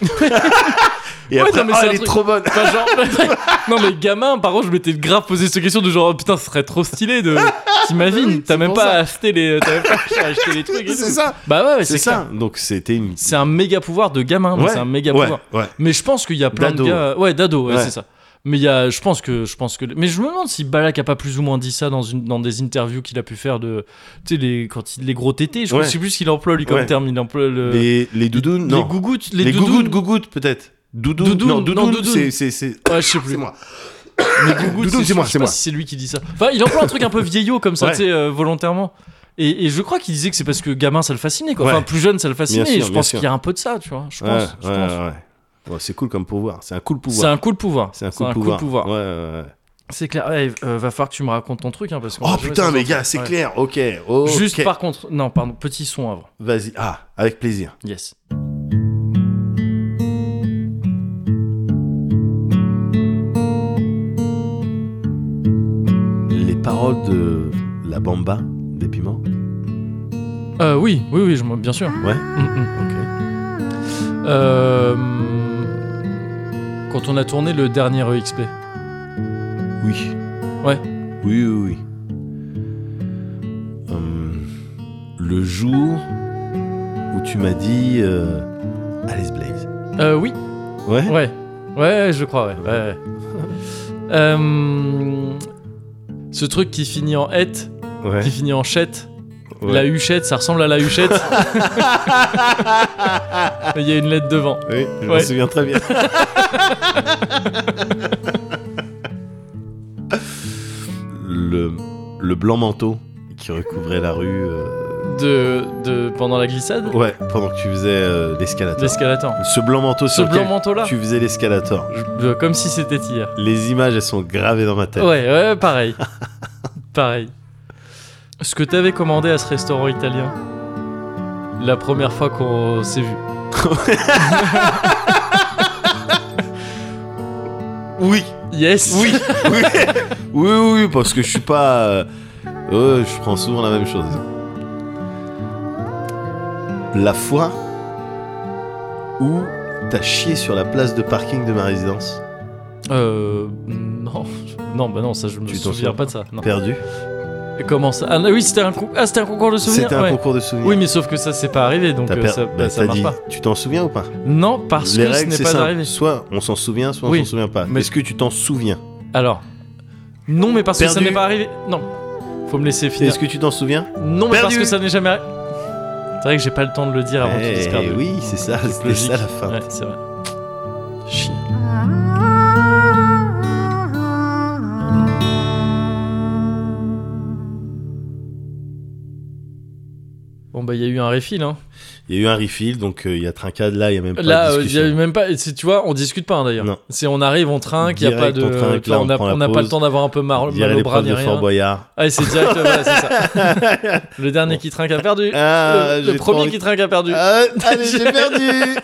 B: Et
E: Ouais,
B: après,
E: non, mais
B: oh,
E: c'est un
B: elle est
E: truc-
B: trop bonne.
E: Enfin, genre- non mais gamin, par contre, je m'étais grave posé cette question de genre oh, putain, ce serait trop stylé de.
B: Ah
E: T'imagines, t'as même
B: bah pour
E: pas
B: ça.
E: acheté les, t'as même pas acheté les trucs. et tout.
B: C'est ça.
E: Bah ouais, ouais,
B: C'est
E: c'est
B: ça.
E: ça.
B: Donc c'était une.
E: C'est un méga pouvoir de gamin, donc
B: Ouais,
E: c'est un méga
B: ouais,
E: pouvoir.
B: ouais.
E: Mais je pense qu'il y a plein
B: D'ado,
E: de gars, ouais, d'ado, ouais,
B: Ouais.
E: c'est ça. Mais il y a, je pense que, je pense que, mais je me demande si Balak a pas plus ou moins dit ça dans une, dans des interviews qu'il a pu faire de, tu sais les, quand il les gros tétés, je
B: Ouais.
E: sais plus ce qu'il emploie lui comme
B: Ouais.
E: terme, il emploie le,
B: Les, les doudounes,
E: les
B: non.
E: gougouttes, les,
B: Les
E: doudounes.
B: gougouttes, gougouttes peut-être. Doudou,
E: Doudoune,
B: non,
E: non,
B: doudoune,
E: doudoune.
B: c'est- c'est c'est-
E: Ouais, je sais plus.
B: c'est moi.
E: Les gougouttes,
B: Doudou, c'est moi,
E: je sais
B: c'est
E: pas
B: moi.
E: si c'est lui qui dit ça. Enfin, il emploie un truc un peu vieillot comme ça,
B: Ouais.
E: tu sais, euh, volontairement. Et, et je crois qu'il disait que c'est parce que gamin ça le fascinait, quoi.
B: Ouais.
E: Enfin, plus jeune ça le fascinait.
B: Bien
E: et
B: sûr,
E: je
B: bien
E: pense
B: sûr.
E: qu'il y a un peu de ça, tu vois. Je
B: Ouais,
E: pense. je
B: ouais,
E: pense.
B: ouais. Bon, c'est cool comme pouvoir. C'est un cool
E: C'est
B: pouvoir.
E: un coup de pouvoir.
B: C'est un cool pouvoir. Ouais, ouais, ouais.
E: C'est clair. Ouais, euh, va falloir que tu me racontes ton truc, hein, parce que.
B: Oh putain, mais gars, c'est
E: Ouais.
B: clair. Ok. ok.
E: Juste par contre, non, pardon, petit son avant.
B: Vas-y. Ah, avec plaisir.
E: Yes.
B: Les paroles de la bamba des piments.
E: Euh, oui, oui, oui, je, m'en- bien sûr.
B: Ouais.
E: Mm, mm.
B: Ok.
E: Euh, Quand on a tourné le dernier E EXP.
B: Oui.
E: Ouais.
B: Oui, oui, oui. Hum, le jour où tu m'as dit euh, Alice Blaze.
E: Euh, oui.
B: Ouais.
E: Ouais, ouais, je crois, ouais. ouais, ouais. Euh, ce truc qui finit en hête,
B: Ouais.
E: qui finit en chette,
B: Ouais.
E: la huchette, ça ressemble à la huchette. Il y a une lettre devant.
B: Oui, je me
E: Ouais.
B: souviens très bien. le, le blanc manteau qui recouvrait la rue euh,
E: De, de pendant la glissade,
B: ouais, pendant que tu faisais euh, l'escalator.
E: l'escalator.
B: Ce blanc manteau
E: Ce
B: sur
E: blanc
B: lequel
E: manteau-là,
B: tu faisais l'escalator.
E: Je- euh, comme si c'était hier.
B: Les images, elles sont gravées dans ma tête.
E: Ouais, ouais, pareil, pareil. Ce que t'avais commandé à ce restaurant italien, la première fois qu'on s'est vu.
B: Oui,
E: Yes.
B: oui, oui, oui, oui, parce que je suis pas. euh, euh, je prends souvent la même chose. La fois où t'as chié sur la place de parking de ma résidence,
E: Euh. Non. Non, bah non, ça, je me
B: Tu t'en
E: souviens
B: souviens
E: pas de ça. Non.
B: perdu.
E: Et Comment ça Ah oui, c'était un, con- ah, c'était un concours de souvenirs
B: C'était un
E: ouais.
B: concours de souvenirs.
E: Oui, mais sauf que ça, c'est pas arrivé, donc
B: T'as
E: euh,
B: per-
E: ça,
B: bah,
E: ça
B: t'as
E: marche
B: dit,
E: pas.
B: tu t'en souviens ou pas
E: Non, parce
B: Les
E: que
B: règles,
E: ce
B: c'est
E: n'est pas
B: simple.
E: arrivé.
B: Soit on s'en souvient, soit
E: Oui.
B: on s'en souvient pas.
E: Mais-
B: Est-ce que tu t'en souviens
E: Alors. Non, mais parce que ça
B: Perdu.
E: n'est pas arrivé. Non. Faut me laisser finir.
B: Est-ce que tu t'en souviens
E: Non, mais parce
B: Perdu.
E: que ça n'est jamais arrivé. C'est vrai que j'ai pas le temps de le dire avant
B: Eh
E: que tu dises perdu.
B: oui, c'est ça, c'était
E: Logique.
B: ça la fin.
E: Ouais, c'est vrai. Chien. Bon bah il y a eu un refill hein.
B: Il y a eu un refill, donc euh, il y a trincade là, il y a même pas
E: Là
B: de
E: euh, il y
B: discussion.
E: a eu même pas c'est- tu vois on discute pas hein, d'ailleurs.
B: Non.
E: C'est on arrive on trinque, il y a pas
B: Direct,
E: de
B: on trinque,
E: tu vois,
B: là, on
E: on a-
B: prend la
E: on n'a pas
B: pause.
E: le temps d'avoir un peu mar-
B: Il y a
E: mal au bras
B: l'épreuve
E: ni
B: de Fort
E: rien.
B: Boyard.
E: Ah c'est direct voilà, c'est ça. Le dernier qui trinque a perdu.
B: Ah,
E: le le
B: j'ai trop
E: premier
B: envie-
E: qui trinque a perdu.
B: Ah, allez, j'ai perdu.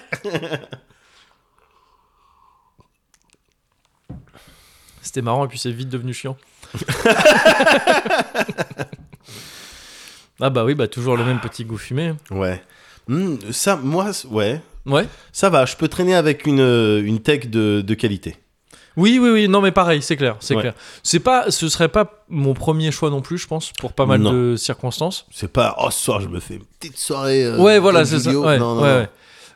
E: C'était marrant et puis c'est vite devenu chiant. ah bah oui, bah toujours le même petit goût fumé.
B: Ouais. Hmm, ça, moi, c- ouais,
E: Ouais.
B: ça va. Je peux traîner avec une euh, une tech de, de qualité.
E: Oui, oui, oui. Non, mais pareil, c'est clair, c'est
B: Ouais.
E: clair. C'est pas, ce serait pas mon premier choix non plus, je pense, pour pas mal
B: Non.
E: de circonstances.
B: C'est pas oh ce soir je me fais une petite soirée. euh,
E: ouais, voilà,
B: Don
E: c'est ça.
B: Giglio.
E: Ouais,
B: Non, non,
E: ouais,
B: non.
E: ouais.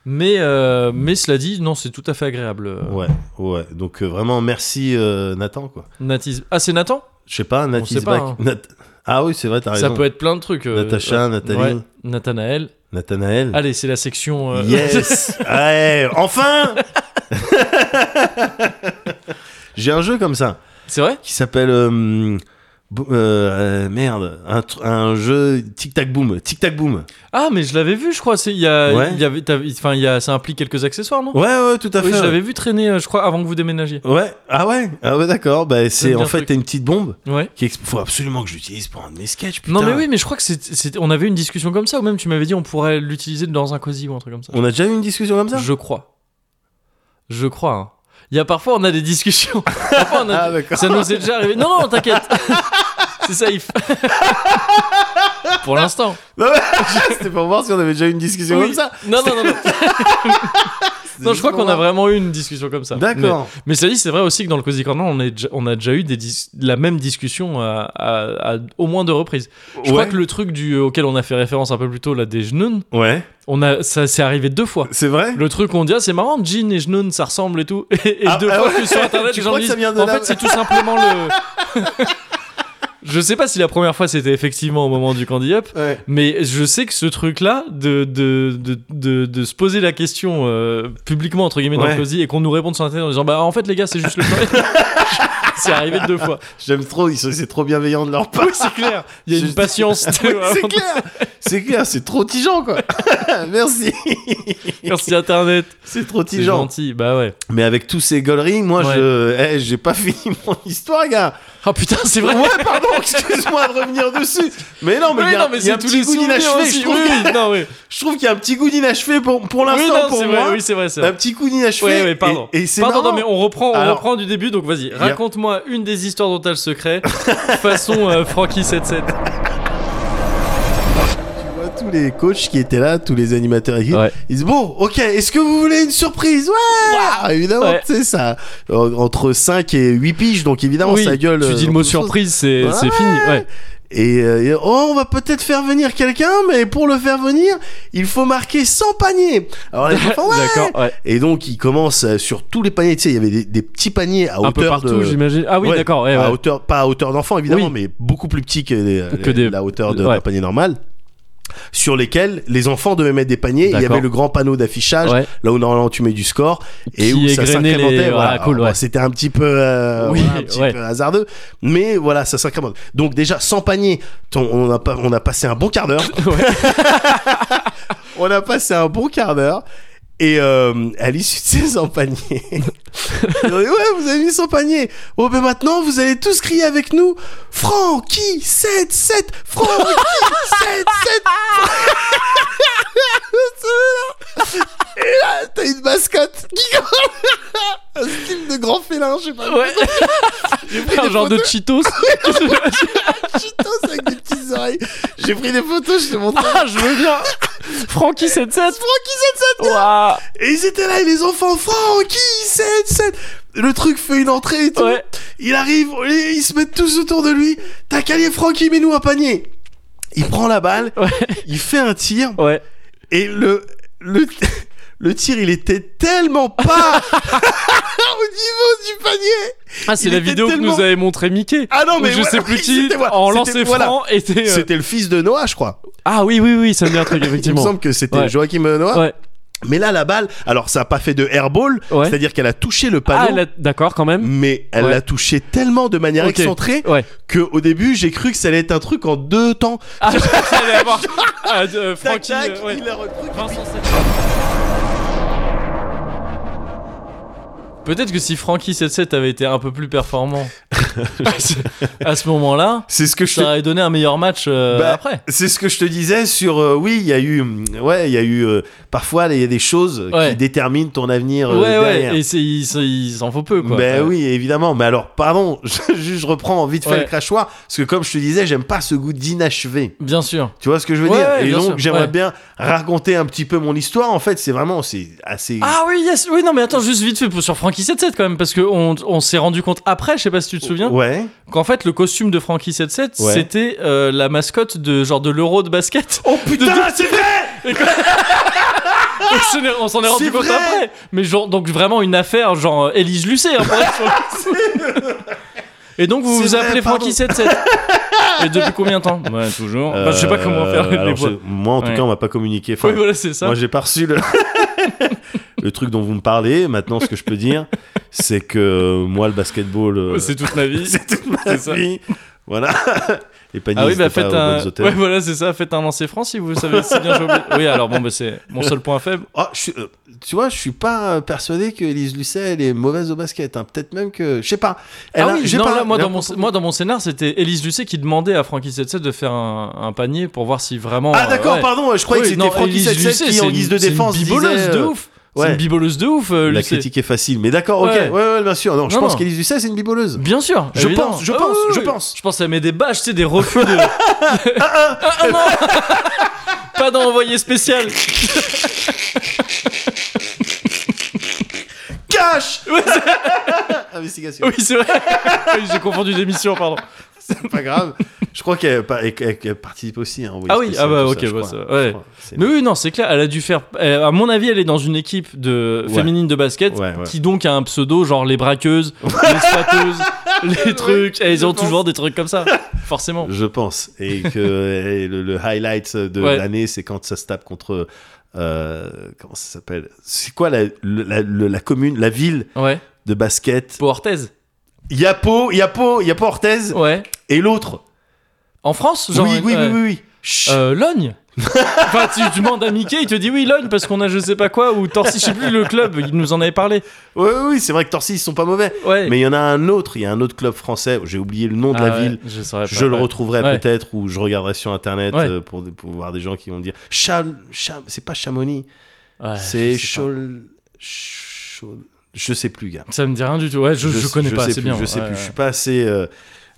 E: Mais, euh, mais cela dit, non, c'est tout à fait agréable. euh,
B: Ouais, ouais. Donc euh, vraiment merci euh, Nathan quoi.
E: Natis- Ah, c'est Nathan
B: Je sais pas, Nat
E: sait
B: is
E: pas,
B: back.
E: hein.
B: Nat- Ah oui, c'est vrai, t'as raison.
E: Ça peut être plein de trucs. euh,
B: Natacha, Nathalie,
E: ouais, Nathanaël.
B: Nathanaël.
E: Allez, c'est la section. euh,
B: Yes. ouais, enfin. J'ai un jeu comme ça
E: c'est vrai
B: qui s'appelle euh, bo- euh, euh, merde, un, tr- un jeu tic tac boom, tic tac boom.
E: Ah, mais je l'avais vu, je crois. C'est, il y a,
B: Ouais.
E: il y avait, t'avais- enfin, il y a, ça implique quelques accessoires, non
B: Ouais, ouais, tout à fait.
E: Oui, je
B: ouais.
E: l'avais vu traîner, euh, je crois, avant que vous déménagiez.
B: Ouais, ah ouais, ah ouais, d'accord. Bah,
E: me
B: c'est
E: dit
B: en
E: un
B: fait
E: truc.
B: t'as une petite bombe
E: Ouais.
B: qui exp- faut absolument que je l'utilise pour un de mes sketchs. Putain.
E: Non, mais oui, mais je crois que c'est, c'est- on avait eu une discussion comme ça, ou même tu m'avais dit on pourrait l'utiliser dans un cosy ou un truc comme ça.
B: On a déjà eu une discussion comme ça.
E: Je crois. Je crois. hein. Il y a parfois, on a des discussions. Parfois, on a-
B: Ah, d'accord.
E: ça nous est déjà arrivé. Non, non, t'inquiète. c'est safe. Pour l'instant.
B: Non, mais- C'était pour voir si on avait déjà eu une discussion
E: Oui.
B: comme ça.
E: Non, non, non. non. Non, je crois qu'on a vraiment eu une discussion comme ça.
B: D'accord.
E: Mais, mais ça dit, c'est vrai aussi que dans le Cozy Corner, on, est déjà- on a déjà eu des dis- la même discussion à, à- à- au moins deux reprises. Je crois
B: Ouais.
E: que le truc du, euh, auquel on a fait référence un peu plus tôt, là, des genoux,
B: Ouais.
E: on a, ça s'est arrivé deux fois.
B: C'est vrai.
E: Le truc on dit, ah, c'est marrant, jean et genoun, ça ressemble et tout. Et, et
B: Ah,
E: deux
B: ah
E: fois
B: ouais.
E: que sur internet,
B: Tu
E: les gens
B: crois
E: me
B: que
E: disent,
B: ça vient de
E: en
B: là
E: fait, c'est tout simplement le. je sais pas si la première fois c'était effectivement au moment du Candy Up,
B: Ouais.
E: mais je sais que ce truc-là, de, de, de, de, de se poser la question euh, publiquement, entre guillemets, dans le
B: Ouais.
E: cosy, et qu'on nous réponde sur internet en disant, bah en fait, les gars, c'est juste le C'est arrivé deux fois.
B: J'aime trop. Ils sont, c'est trop bienveillant de leur part.
E: Oui, c'est clair. Il y a
B: Je-
E: une patience. tu vois,
B: c'est
E: avant-
B: clair. C'est clair. C'est trop tigeant quoi. Merci.
E: Merci Internet.
B: C'est trop
E: C'est
B: tigeant.
E: gentil. Bah ouais.
B: Mais avec tous ces gauleries, moi,
E: Ouais.
B: je, eh, j'ai pas fini mon histoire, gars.
E: Oh putain, c'est vrai.
B: Ouais, pardon, excuse-moi de revenir dessus. Mais non, mais
E: Oui,
B: il y a,
E: non, mais
B: il y a
E: c'est
B: un
E: tous
B: petit
E: les
B: goût
E: souvenirs
B: d'inachevé.
E: aussi.
B: Je trouve,
E: Oui, oui, non, oui.
B: je trouve qu'il y a un petit goût d'inachevé pour, pour
E: Oui,
B: l'instant,
E: non,
B: pour
E: c'est
B: moi. Bah,
E: vrai, oui, c'est vrai, c'est
B: un
E: vrai.
B: petit goût d'inachevé.
E: Ouais, ouais, pardon.
B: Et, et c'est
E: Pardon,
B: marrant.
E: non, mais on reprend, on
B: Alors-
E: reprend du début, donc vas-y,
B: a-
E: raconte-moi une des histoires dont t'as le secret, façon euh, Frankie77.
B: Tu vois, tous les coachs qui étaient là, tous les animateurs équipes,
E: Ouais.
B: ils disent Bon, ok, est-ce que vous voulez une surprise Ouais Évidemment,
E: Ouais.
B: tu sais, ça. en- Entre 5 et 8 piges, donc évidemment,
E: oui,
B: ça gueule.
E: tu dis
B: euh,
E: le mot
B: autre chose.
E: surprise, c'est
B: Ouais.
E: c'est fini, ouais.
B: Et euh, et- oh, on va peut-être faire venir quelqu'un, mais pour le faire venir, il faut marquer 100 paniers. Alors les enfants, ouais,
E: D'accord, ouais.
B: Et donc, il commence euh, sur tous les paniers. Tu sais, il y avait des, des petits paniers à
E: Un peu
B: hauteur
E: partout,
B: de.
E: j'imagine. Ah oui,
B: Ouais,
E: d'accord, ouais,
B: à
E: ouais.
B: hauteur, pas à hauteur d'enfant évidemment,
E: Oui.
B: mais beaucoup plus petit que, les-
E: Que des-
B: la hauteur de-
E: ouais.
B: d'un panier normal. Sur lesquels les enfants devaient mettre des paniers. Il y
E: D'accord.
B: avait le grand panneau d'affichage,
E: Ouais.
B: là où normalement tu mets du score et
E: Qui
B: où ça
E: égrenait les-
B: s'incrémentait.
E: voilà, cool,
B: Alors,
E: ouais.
B: C'était un petit peu, euh,
E: Oui,
B: voilà, un petit
E: ouais.
B: peu hasardeux, mais voilà, ça s'incrémente. Donc déjà sans panier, ton- on a pas- on a passé un bon quart d'heure. on a passé un bon quart d'heure. Et euh, à l'issue de ces 100 paniers, ils ont dit, ouais, vous avez mis 100 paniers. Bon, ben maintenant, vous allez tous crier avec nous Francky 7 7 Francky 7 7 Et là, t'as une mascotte qui Un style de grand félin, je sais pas.
E: Ouais. Un
B: des
E: genre de
B: photos.
E: Cheetos.
B: Cheetos avec des petites oreilles. J'ai pris des photos, je te montre.
E: ah, je veux bien. Frankie77.
B: Francky 7 7
E: Waouh.
B: Et ils étaient là, et les enfants, Francky, 7, 7. Le truc fait une entrée et tout.
E: Ouais.
B: Il arrive, et ils se mettent tous autour de lui. T'as qu'à aller, Francky, mets-nous un panier. Il prend la balle,
E: Ouais.
B: il fait un tir,
E: Ouais.
B: et le, le, le tir, il était tellement pas au niveau du panier.
E: Ah, c'est
B: Il
E: la
B: était
E: vidéo que
B: tellement-
E: nous avait montré Mickey.
B: Ah non, mais
E: je
B: voilà,
E: sais plus
B: oui,
E: qui,
B: c'était voilà,
E: en
B: c'était-
E: lancer
B: voilà.
E: franc, était. euh,
B: C'était le fils de Noah, je crois.
E: Ah oui, oui, oui, ça me dit un truc,
B: Il me
E: effectivement.
B: semble que c'était
E: Ouais.
B: Joachim Noah.
E: Ouais.
B: Mais là, la balle, alors ça a pas fait de airball,
E: Ouais.
B: c'est-à-dire qu'elle a touché le
E: Ah,
B: panneau.
E: elle a- d'accord, quand même.
B: mais elle
E: Ouais.
B: l'a touché tellement de manière
E: Ok.
B: excentrée
E: Ouais.
B: que au début j'ai cru que ça allait être un truc en deux temps.
E: Ah, j'allais avoir. Ah, euh,
B: Tac
E: Frankie.
B: tac,
E: euh, ouais.
B: il l'a recruté.
E: Peut-être que si Frankie 77 avait été un peu plus performant,
A: à ce moment-là,
B: C'est ce que je
A: ça
B: te
A: aurait donné un meilleur match euh,
B: Bah,
A: après.
B: C'est ce que je te disais sur euh, oui, il y a eu hum, ouais, il y a eu euh, parfois il y a des choses
A: Ouais.
B: qui déterminent ton avenir euh,
A: Ouais,
B: derrière.
A: ouais, et c'est- il s'en- il s'en faut peu, quoi.
B: Ben
A: Euh,
B: oui, évidemment. Mais alors, pardon, je, je reprends vite fait
A: Ouais.
B: le crachoir, parce que comme je te disais, j'aime pas ce goût d'inachevé.
A: Bien sûr.
B: Tu vois ce que je veux
A: Ouais,
B: dire
A: ouais,
B: Et
A: bien
B: donc,
A: sûr,
B: j'aimerais
A: ouais.
B: bien raconter un petit peu mon histoire. En fait, c'est vraiment, c'est assez.
A: Ah oui, yes, oui, non, mais attends, juste vite fait pour- sur Frankie 77 quand même, parce qu'on on, s'est rendu compte après, je sais pas si tu te souviens,
B: Ouais.
A: qu'en fait le costume de Frankie 77
B: Oh, Ouais.
A: c'était euh, la mascotte de genre de l'euro de basket.
B: Oh putain, c'est vrai
A: On s'en est- on s'en est rendu
B: C'est
A: compte
B: vrai
A: après. Mais genre, donc vraiment une affaire, genre euh, Élise Lucet, hein, pour être sur le coup. Et donc vous
B: C'est
A: vous
B: vrai,
A: appelez
B: pardon.
A: Frankie 77 Et depuis combien de temps Ouais, toujours. Bah, je sais pas comment faire
B: Euh,
A: les
B: alors,
A: voix.
B: je- Moi, en tout
A: Ouais.
B: cas, on m'a pas communiqué. Enfin,
A: Oui, voilà, c'est ça.
B: Moi, j'ai pas reçu le... le truc dont vous me parlez. Maintenant, ce que je peux dire, c'est que euh, moi, le basketball, euh,
A: C'est toute ma vie.
B: c'est toute ma
A: c'est ça.
B: vie. Voilà. Les paniers,
A: Ah oui,
B: c'était
A: bah
B: pas
A: faites
B: aux
A: un.
B: bons hôtels.
A: Ouais, voilà, c'est ça, faites un lancer franc si vous savez si bien jouer. Oui, alors bon, bah, c'est mon seul point faible.
B: Oh, je suis- euh, tu vois, je suis pas euh, persuadé que Elise Lucet, elle est mauvaise au basket. hein. Peut-être même que, je sais pas. Elle
A: ah
B: a-
A: oui,
B: j'ai
A: non,
B: pas-
A: là, moi,
B: j'ai
A: dans mon,
B: l'impression-
A: moi, dans mon scénar, c'était Élise Lucet qui demandait à Francky 77 de faire un, un panier pour voir si vraiment.
B: Ah
A: euh,
B: d'accord,
A: ouais.
B: pardon, je croyais
A: Oui,
B: que c'était
A: non,
B: Francky
A: Élise Lucet,
B: Setset qui,
A: c'est
B: en
A: une-
B: guise de
A: c'est une
B: défense,
A: biboleuse
B: disait,
A: de
B: euh,
A: ouf. C'est
B: ouais.
A: une biboleuse de ouf, euh,
B: La
A: Lucet.
B: critique est facile, mais d'accord, ok,
A: Ouais.
B: ouais, ouais, bien sûr. Non, je
A: Non,
B: pense
A: non.
B: qu'Élise Lucet, c'est une biboleuse.
A: Bien sûr,
B: Je
A: évidemment.
B: pense, je
A: Ah
B: pense,
A: oui,
B: je
A: oui.
B: pense.
A: Je pense à met des bâches, tu sais, des refus de. Ah, ah, non Pas dans envoyé spécial.
B: Cache
A: Ouais,
B: Investigation.
A: Oui, c'est vrai. Oui, J'ai confondu l'émission, pardon.
B: C'est pas grave. Je crois qu'elle pa- qu'elle- qu'elle participe aussi. hein, au
A: Ah oui,
B: spécial,
A: ah bah,
B: tout
A: ok,
B: je
A: bah,
B: crois.
A: ça, ouais.
B: Je crois, c'est-
A: Mais oui, non, c'est clair. Elle a dû faire. elle- à mon avis, elle est dans une équipe de
B: Ouais.
A: féminine de basket
B: Ouais, ouais.
A: qui donc a un pseudo genre les braqueuses, les spateuses, les trucs. Et ils ont toujours des trucs comme ça, forcément.
B: Je pense. Et que et le, le highlight de
A: Ouais.
B: l'année, c'est quand ça se tape contre. euh, comment ça s'appelle C'est quoi la, le- la, le- la commune, la ville
A: Ouais.
B: de basket
A: Pour Orthez.
B: Yapo, Yapo, Yapo Orthez
A: Ouais.
B: et l'autre.
A: En France,
B: Oui,
A: genre.
B: oui, oui,
A: ouais.
B: oui, oui. Chut.
A: Euh, Logne. enfin, tu demandes à Mickey, il te dit oui, Logne, parce qu'on a je sais pas quoi, ou Torcy, je sais plus le club, il nous en avait parlé.
B: Oui, oui, oui, c'est vrai que Torcy, ils sont pas mauvais.
A: Ouais.
B: Mais il y en a un autre, il y a un autre club français, j'ai oublié le nom de la
A: Ah ouais,
B: ville.
A: je, saurais pas,
B: Je le
A: ouais.
B: retrouverai
A: Ouais.
B: peut-être ou je regarderai sur internet
A: Ouais.
B: euh, pour, pour voir des gens qui vont dire Chal, Chal- c'est pas Chamonix,
A: Ouais,
B: c'est
A: Ah, je sais pas.
B: Chol, Chol- je sais plus gars.
A: Ça me dit rien du tout. Ouais, je, je connais pas,
B: sais
A: c'est
B: plus,
A: bien.
B: Je sais
A: ouais,
B: plus, je
A: ouais.
B: suis pas assez euh,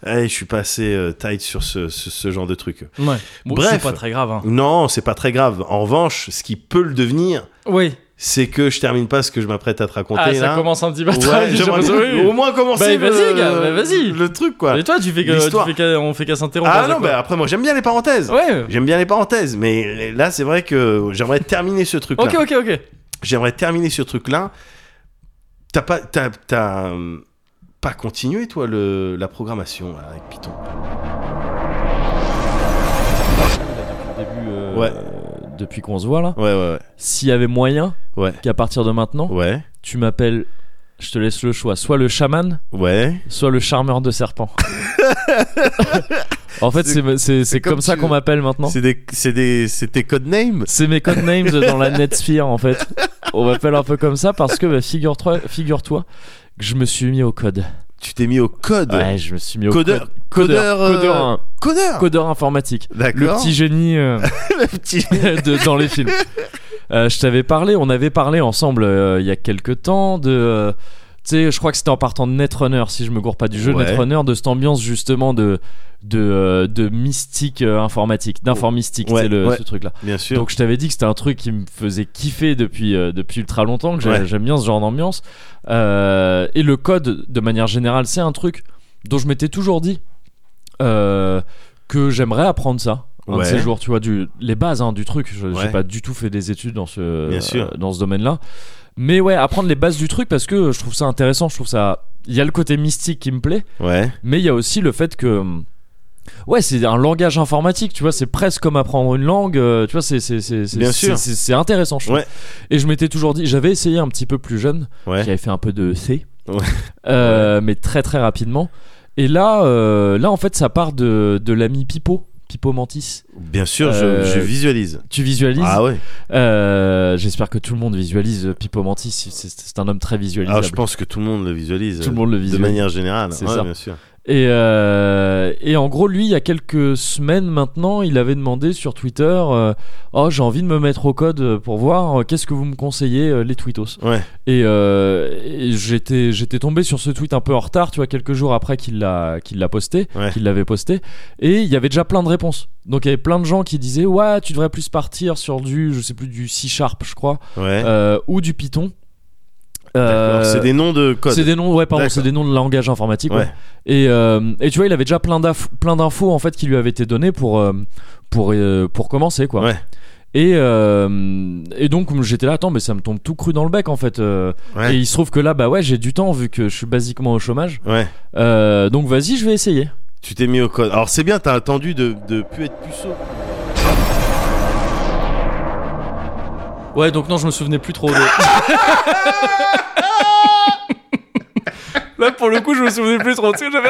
B: ouais, je suis pas assez euh, tight sur ce, ce- ce genre de truc.
A: Ouais. Bon,
B: Bref.
A: c'est pas très grave. Hein.
B: Non, c'est pas très grave. En revanche, ce qui peut le devenir,
A: Oui.
B: c'est que je termine pas ce que je m'apprête à te raconter
A: Ah, ça
B: là.
A: commence un petit peu à
B: Ouais,
A: travailler, j'ai
B: j'aimerais
A: l'impression, oui, oui.
B: au moins commencer
A: Bah, vas-y,
B: le-
A: gars, bah, vas-y.
B: le truc quoi.
A: Et toi, tu fais que-
B: L'histoire.
A: tu fais qu'à- on fait qu'à s'interrompre.
B: Ah
A: à
B: non,
A: chaque
B: bah après moi j'aime bien les parenthèses.
A: fois. Ouais.
B: J'aime bien les parenthèses, mais là, c'est vrai que j'aimerais terminer ce truc-là.
A: Ok, ok, ok.
B: J'aimerais terminer ce truc-là. T'as pas, t'as, t'as, euh, pas continué, toi, le, la programmation là, avec Python
E: Début, euh,
B: Ouais.
E: Depuis qu'on se voit là,
B: Ouais, ouais,
E: s'il y avait moyen
B: ouais.
E: qu'à partir de maintenant,
B: Ouais, ouais,
E: tu m'appelles, je te laisse le choix, soit le chaman,
B: ouais.
E: soit le charmeur de serpent. en fait,
B: C'est-
E: c'est- c'est c'est
B: comme
E: comme ça
B: tu
E: qu'on
B: veux.
E: m'appelle maintenant.
B: C'est des, c'est des, c'est tes codenames
E: C'est mes codenames dans la Netsphere en fait. On m'appelle un peu comme ça parce que bah, figure-toi figure que je me suis mis au code.
B: Tu t'es mis au code.
E: Ouais, je me suis mis au
B: Codeur-
E: code.
B: codeur, euh,
E: codeur, hein.
B: Codeur.
E: codeur informatique. Le
B: D'accord.
E: petit génie euh,
B: Le petit.
E: de- dans les films. Euh, je t'avais parlé, on avait parlé ensemble euh, il y a quelques temps de. euh, tu sais, je crois que c'était en partant de Netrunner, si je me gourre pas du jeu,
B: Ouais.
E: Netrunner, de cette ambiance justement de, de, euh, de mystique euh, informatique, d'informistique,
B: Ouais,
E: c'est le
B: ouais.
E: ce truc-là.
B: Bien sûr.
E: Donc je t'avais dit que c'était un truc qui me faisait kiffer depuis, euh, depuis ultra longtemps, que j'ai-
B: Ouais.
E: j'aime bien ce genre d'ambiance. Euh, et le code, de manière générale, c'est un truc dont je m'étais toujours dit euh, que j'aimerais apprendre ça. Un
B: Ouais.
E: de ces jours, tu vois, du, les bases hein, du truc. Je n'ai
B: Ouais.
E: pas du tout fait des études dans ce, euh,
B: Bien sûr.
E: dans ce domaine-là. Mais ouais, apprendre les bases du truc parce que je trouve ça intéressant, je trouve ça... Il y a le côté mystique qui me plaît,
B: ouais.
E: mais il y a aussi le fait que. Ouais, c'est un langage informatique, tu vois, c'est presque comme apprendre une langue, euh, tu vois, c'est c'est- c'est- c'est-
B: Bien
E: c'est-
B: sûr.
E: c'est- c'est intéressant, je trouve.
B: Ouais.
E: Et je m'étais toujours dit, j'avais essayé un petit peu plus jeune,
B: Ouais.
E: j'avais fait un peu de C,
B: Ouais.
E: euh, mais très très rapidement. Et là, euh, là en fait, ça part de, de l'ami Pipo, Pipo Mantis.
B: Bien sûr, je-
E: Euh,
B: je, visualise.
E: Tu visualises
B: Ah ouais.
E: Euh, J'espère que tout le monde visualise Pipo Mantis, c'est- c'est c'est un homme très
B: Ah,
E: visualisable.
B: je pense que tout le monde le visualise.
E: Tout le monde le
B: De
E: visualise.
B: manière générale.
E: C'est
B: Ouais,
E: ça.
B: bien sûr.
F: Et, euh, et en gros, lui, il y a quelques semaines maintenant, il avait demandé sur Twitter euh, Oh, j'ai envie de me mettre au code pour voir, euh, qu'est-ce que vous me conseillez, euh, les tweetos
B: Ouais.
F: Et, euh, et j'étais, j'étais tombé sur ce tweet un peu en retard, tu vois, quelques jours après qu'il l'a, qu'il l'a posté,
B: Ouais.
F: qu'il l'avait posté. Et il y avait déjà plein de réponses. Donc il y avait plein de gens qui disaient Ouais, tu devrais plus partir sur du, je sais plus, du C-Sharp, je crois,
B: Ouais.
F: euh, ou du Python.
B: D'accord.
F: Euh,
B: C'est des noms de codes.
F: c'est des noms, ouais, pardon,
B: D'accord.
F: c'est des noms de langage informatique.
B: Ouais.
F: ouais. Et, euh, et tu vois, il avait déjà plein d'inf- plein d'infos en fait qui lui avaient été données pour euh, pour euh, pour commencer quoi.
B: Ouais.
F: Et, euh, et donc j'étais là, attends, mais ça me tombe tout cru dans le bec en fait. euh.
B: Ouais.
F: Et il se trouve que là, bah ouais, j'ai du temps vu que je suis basiquement au chômage.
B: Ouais.
F: Euh, donc vas-y, je vais essayer.
B: Tu t'es mis au code. Alors c'est bien, t'as attendu de, de plus être puceau.
E: Ouais, donc non, je me souvenais plus trop de. Là, pour le coup, je me souvenais plus trop. Tu sais, j'avais.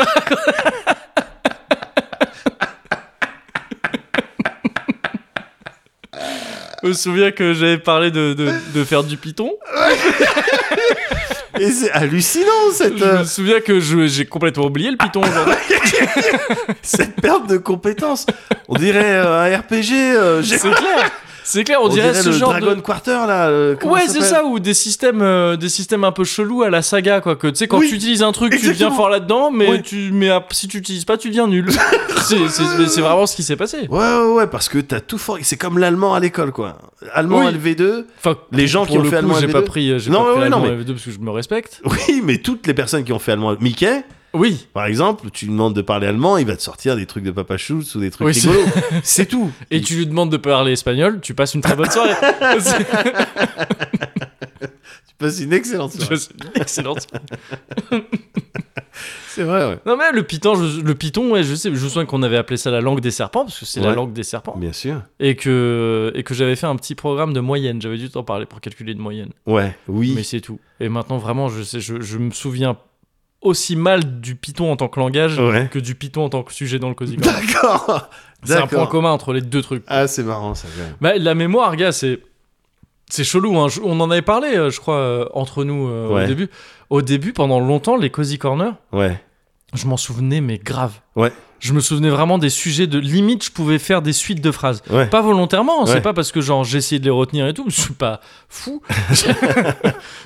E: je me souviens que j'avais parlé de, de, de faire du Python.
B: Et c'est hallucinant cette,
E: Je
B: euh,
E: me souviens que je- j'ai complètement oublié le Python aujourd'hui.
B: cette perte de compétences. On dirait euh, un RPG. euh, j'ai-
E: C'est clair. C'est clair, on, dirait, ce
B: le
E: genre
B: Dragon
E: de.
B: Quarter là. euh, comment
E: Ouais, c'est
B: s'appelle
E: ça, ou des systèmes, euh, des systèmes un peu chelous à la saga, quoi. Que tu sais, quand
B: Oui,
E: tu utilises un truc, tu
B: exactement.
E: deviens fort là-dedans, mais,
B: Oui.
E: tu, mais ah, si tu utilises pas, tu deviens nul. c'est c'est- mais c'est vraiment ce qui s'est passé.
B: Ouais, ouais, ouais, parce que t'as tout fort. C'est comme l'allemand à l'école, quoi. Allemand
E: Oui.
B: LV2.
E: Enfin,
B: Les gens
E: pour
B: qui ont
E: le
B: fait
E: coup,
B: allemand
E: j'ai
B: LV2.
E: pas pris, euh, j'ai
B: Non,
E: pas pris
B: ouais, ouais, non,
E: allemand
B: mais-
E: LV2 parce que je me respecte.
B: Oui, mais toutes les personnes qui ont fait allemand. Mickey,
E: Oui.
B: par exemple, tu lui demandes de parler allemand, il va te sortir des trucs de Papa Schultz ou des trucs
E: Oui, c'est-
B: rigolos. C'est tout.
E: Et tu lui demandes de parler espagnol, tu passes une très bonne soirée. C'est-
B: Tu passes une excellente soirée.
E: c'est Excellente.
B: C'est vrai, ouais.
E: Non mais le python, je, le python, ouais, je sais, je me souviens qu'on avait appelé ça la langue des serpents parce que c'est la
B: Ouais.
E: langue des serpents
B: Bien sûr.
E: et que et que j'avais fait un petit programme de moyenne. J'avais dû t'en parler pour calculer de moyenne.
B: Ouais, oui.
E: Mais c'est tout. Et maintenant, vraiment, je, sais, je, je me souviens aussi mal du Python en tant que langage
B: Ouais.
E: que du Python en tant que sujet dans le Cozy Corner.
B: D'accord.
E: C'est un point
B: D'accord.
E: commun entre les deux trucs.
B: Ah, c'est marrant ça. quand même.
E: Bah, la mémoire, gars, c'est. C'est chelou, hein. Je- on en avait parlé, euh, je crois, euh, entre nous euh,
B: Ouais.
E: au début. Au début, pendant longtemps, les Cozy Corner,
B: Ouais.
E: je m'en souvenais, mais grave.
B: Ouais.
E: Je me souvenais vraiment des sujets de limite, je pouvais faire des suites de phrases.
B: Ouais.
E: Pas volontairement, hein,
B: Ouais.
E: c'est pas parce que genre j'essayais de les retenir et tout, je suis pas fou.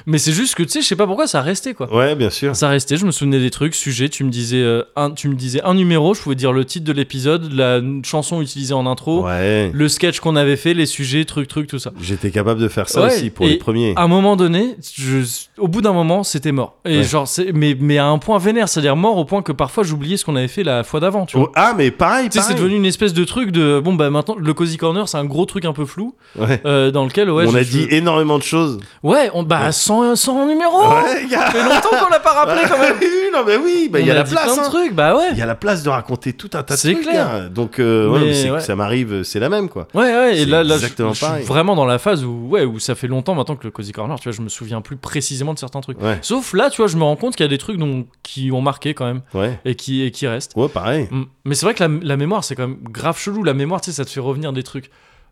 E: mais c'est juste que tu sais, je sais pas pourquoi ça restait quoi.
B: Ouais, bien sûr.
E: Ça restait, je me souvenais des trucs, sujet, tu me disais, euh, un, tu me disais un numéro, je pouvais dire le titre de l'épisode, la n- chanson utilisée en intro,
B: Ouais.
E: le sketch qu'on avait fait, les sujets, trucs, trucs, tout ça.
B: J'étais capable de faire ça
E: Ouais,
B: aussi pour
E: et- ah,
B: les premiers.
E: À un moment donné, je, au bout d'un moment, c'était mort. Et
B: Ouais.
E: genre, c'est- mais, mais à un point vénère, c'est-à-dire mort au point que parfois j'oubliais ce qu'on avait fait la fois d'avant, tu vois.
B: Oh, ah, mais pareil,
E: Tu sais, c'est
B: pareil.
E: devenu une espèce de truc de bon bah maintenant le cozy corner c'est un gros truc un peu flou
B: Ouais.
E: euh, dans lequel ouais
B: on
E: je-
B: a
E: je-
B: dit énormément de choses.
E: ouais on bah
B: Ouais.
E: 100 100 numéros
B: Ouais, gars.
E: ça fait longtemps qu'on l'a pas rappelé quand même
B: Oui, non, mais oui, bah, il y
E: On
B: a la
E: dit
B: place.
E: plein de
B: hein.
E: trucs bah ouais
B: Il y a la place de raconter tout un tas de
E: C'est
B: trucs.
E: clair.
B: gars. Donc, euh, ouais,
E: Mais
B: mais c'est que
E: ouais.
B: ça m'arrive, c'est la même, quoi.
E: Ouais, ouais,
B: C'est
E: et là, là je,
B: exactement
E: je suis
B: pareil.
E: vraiment dans la phase où, ouais, où ça fait longtemps maintenant que le Cozy Corner, tu vois, je me souviens plus précisément de certains trucs.
B: Ouais,
E: Sauf là, tu vois, je me rends compte qu'il y a des trucs dont, qui ont marqué quand même
B: ouais.
E: et qui, et qui restent.
B: Ouais, pareil.
E: Mm. Mais c'est vrai que la, la mémoire, c'est quand même grave chelou. La mémoire, tu sais, ça te fait revenir des trucs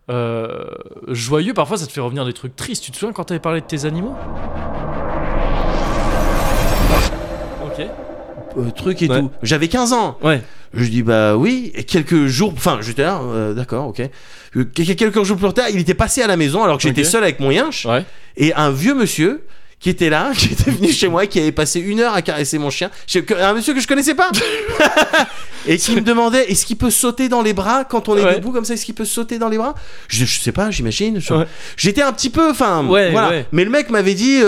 E: euh, joyeux, parfois ça te fait revenir des trucs tristes. Tu te souviens quand t'avais parlé de tes animaux Ok.
B: Euh, truc et
E: Ouais.
B: tout. J'avais 15 ans.
E: Ouais.
B: Je dis bah oui, et quelques jours, enfin j'étais là, euh, d'accord, ok. Euh, quel- Quelques jours plus tard, il était passé à la maison alors que j'étais
E: Ok.
B: seul avec mon yinche,
E: Ouais.
B: et un vieux monsieur qui était là, qui était venu chez moi, qui avait passé une heure à caresser mon chien, Chez- que- un monsieur que je connaissais pas, et qui me demandait est-ce qu'il peut sauter dans les bras quand on est
E: Ouais.
B: debout comme ça, est-ce qu'il peut sauter dans les bras je, je sais pas, j'imagine. je-
E: Ouais.
B: J'étais un petit peu, enfin,
E: Ouais,
B: voilà.
E: ouais.
B: Mais le mec m'avait dit, euh,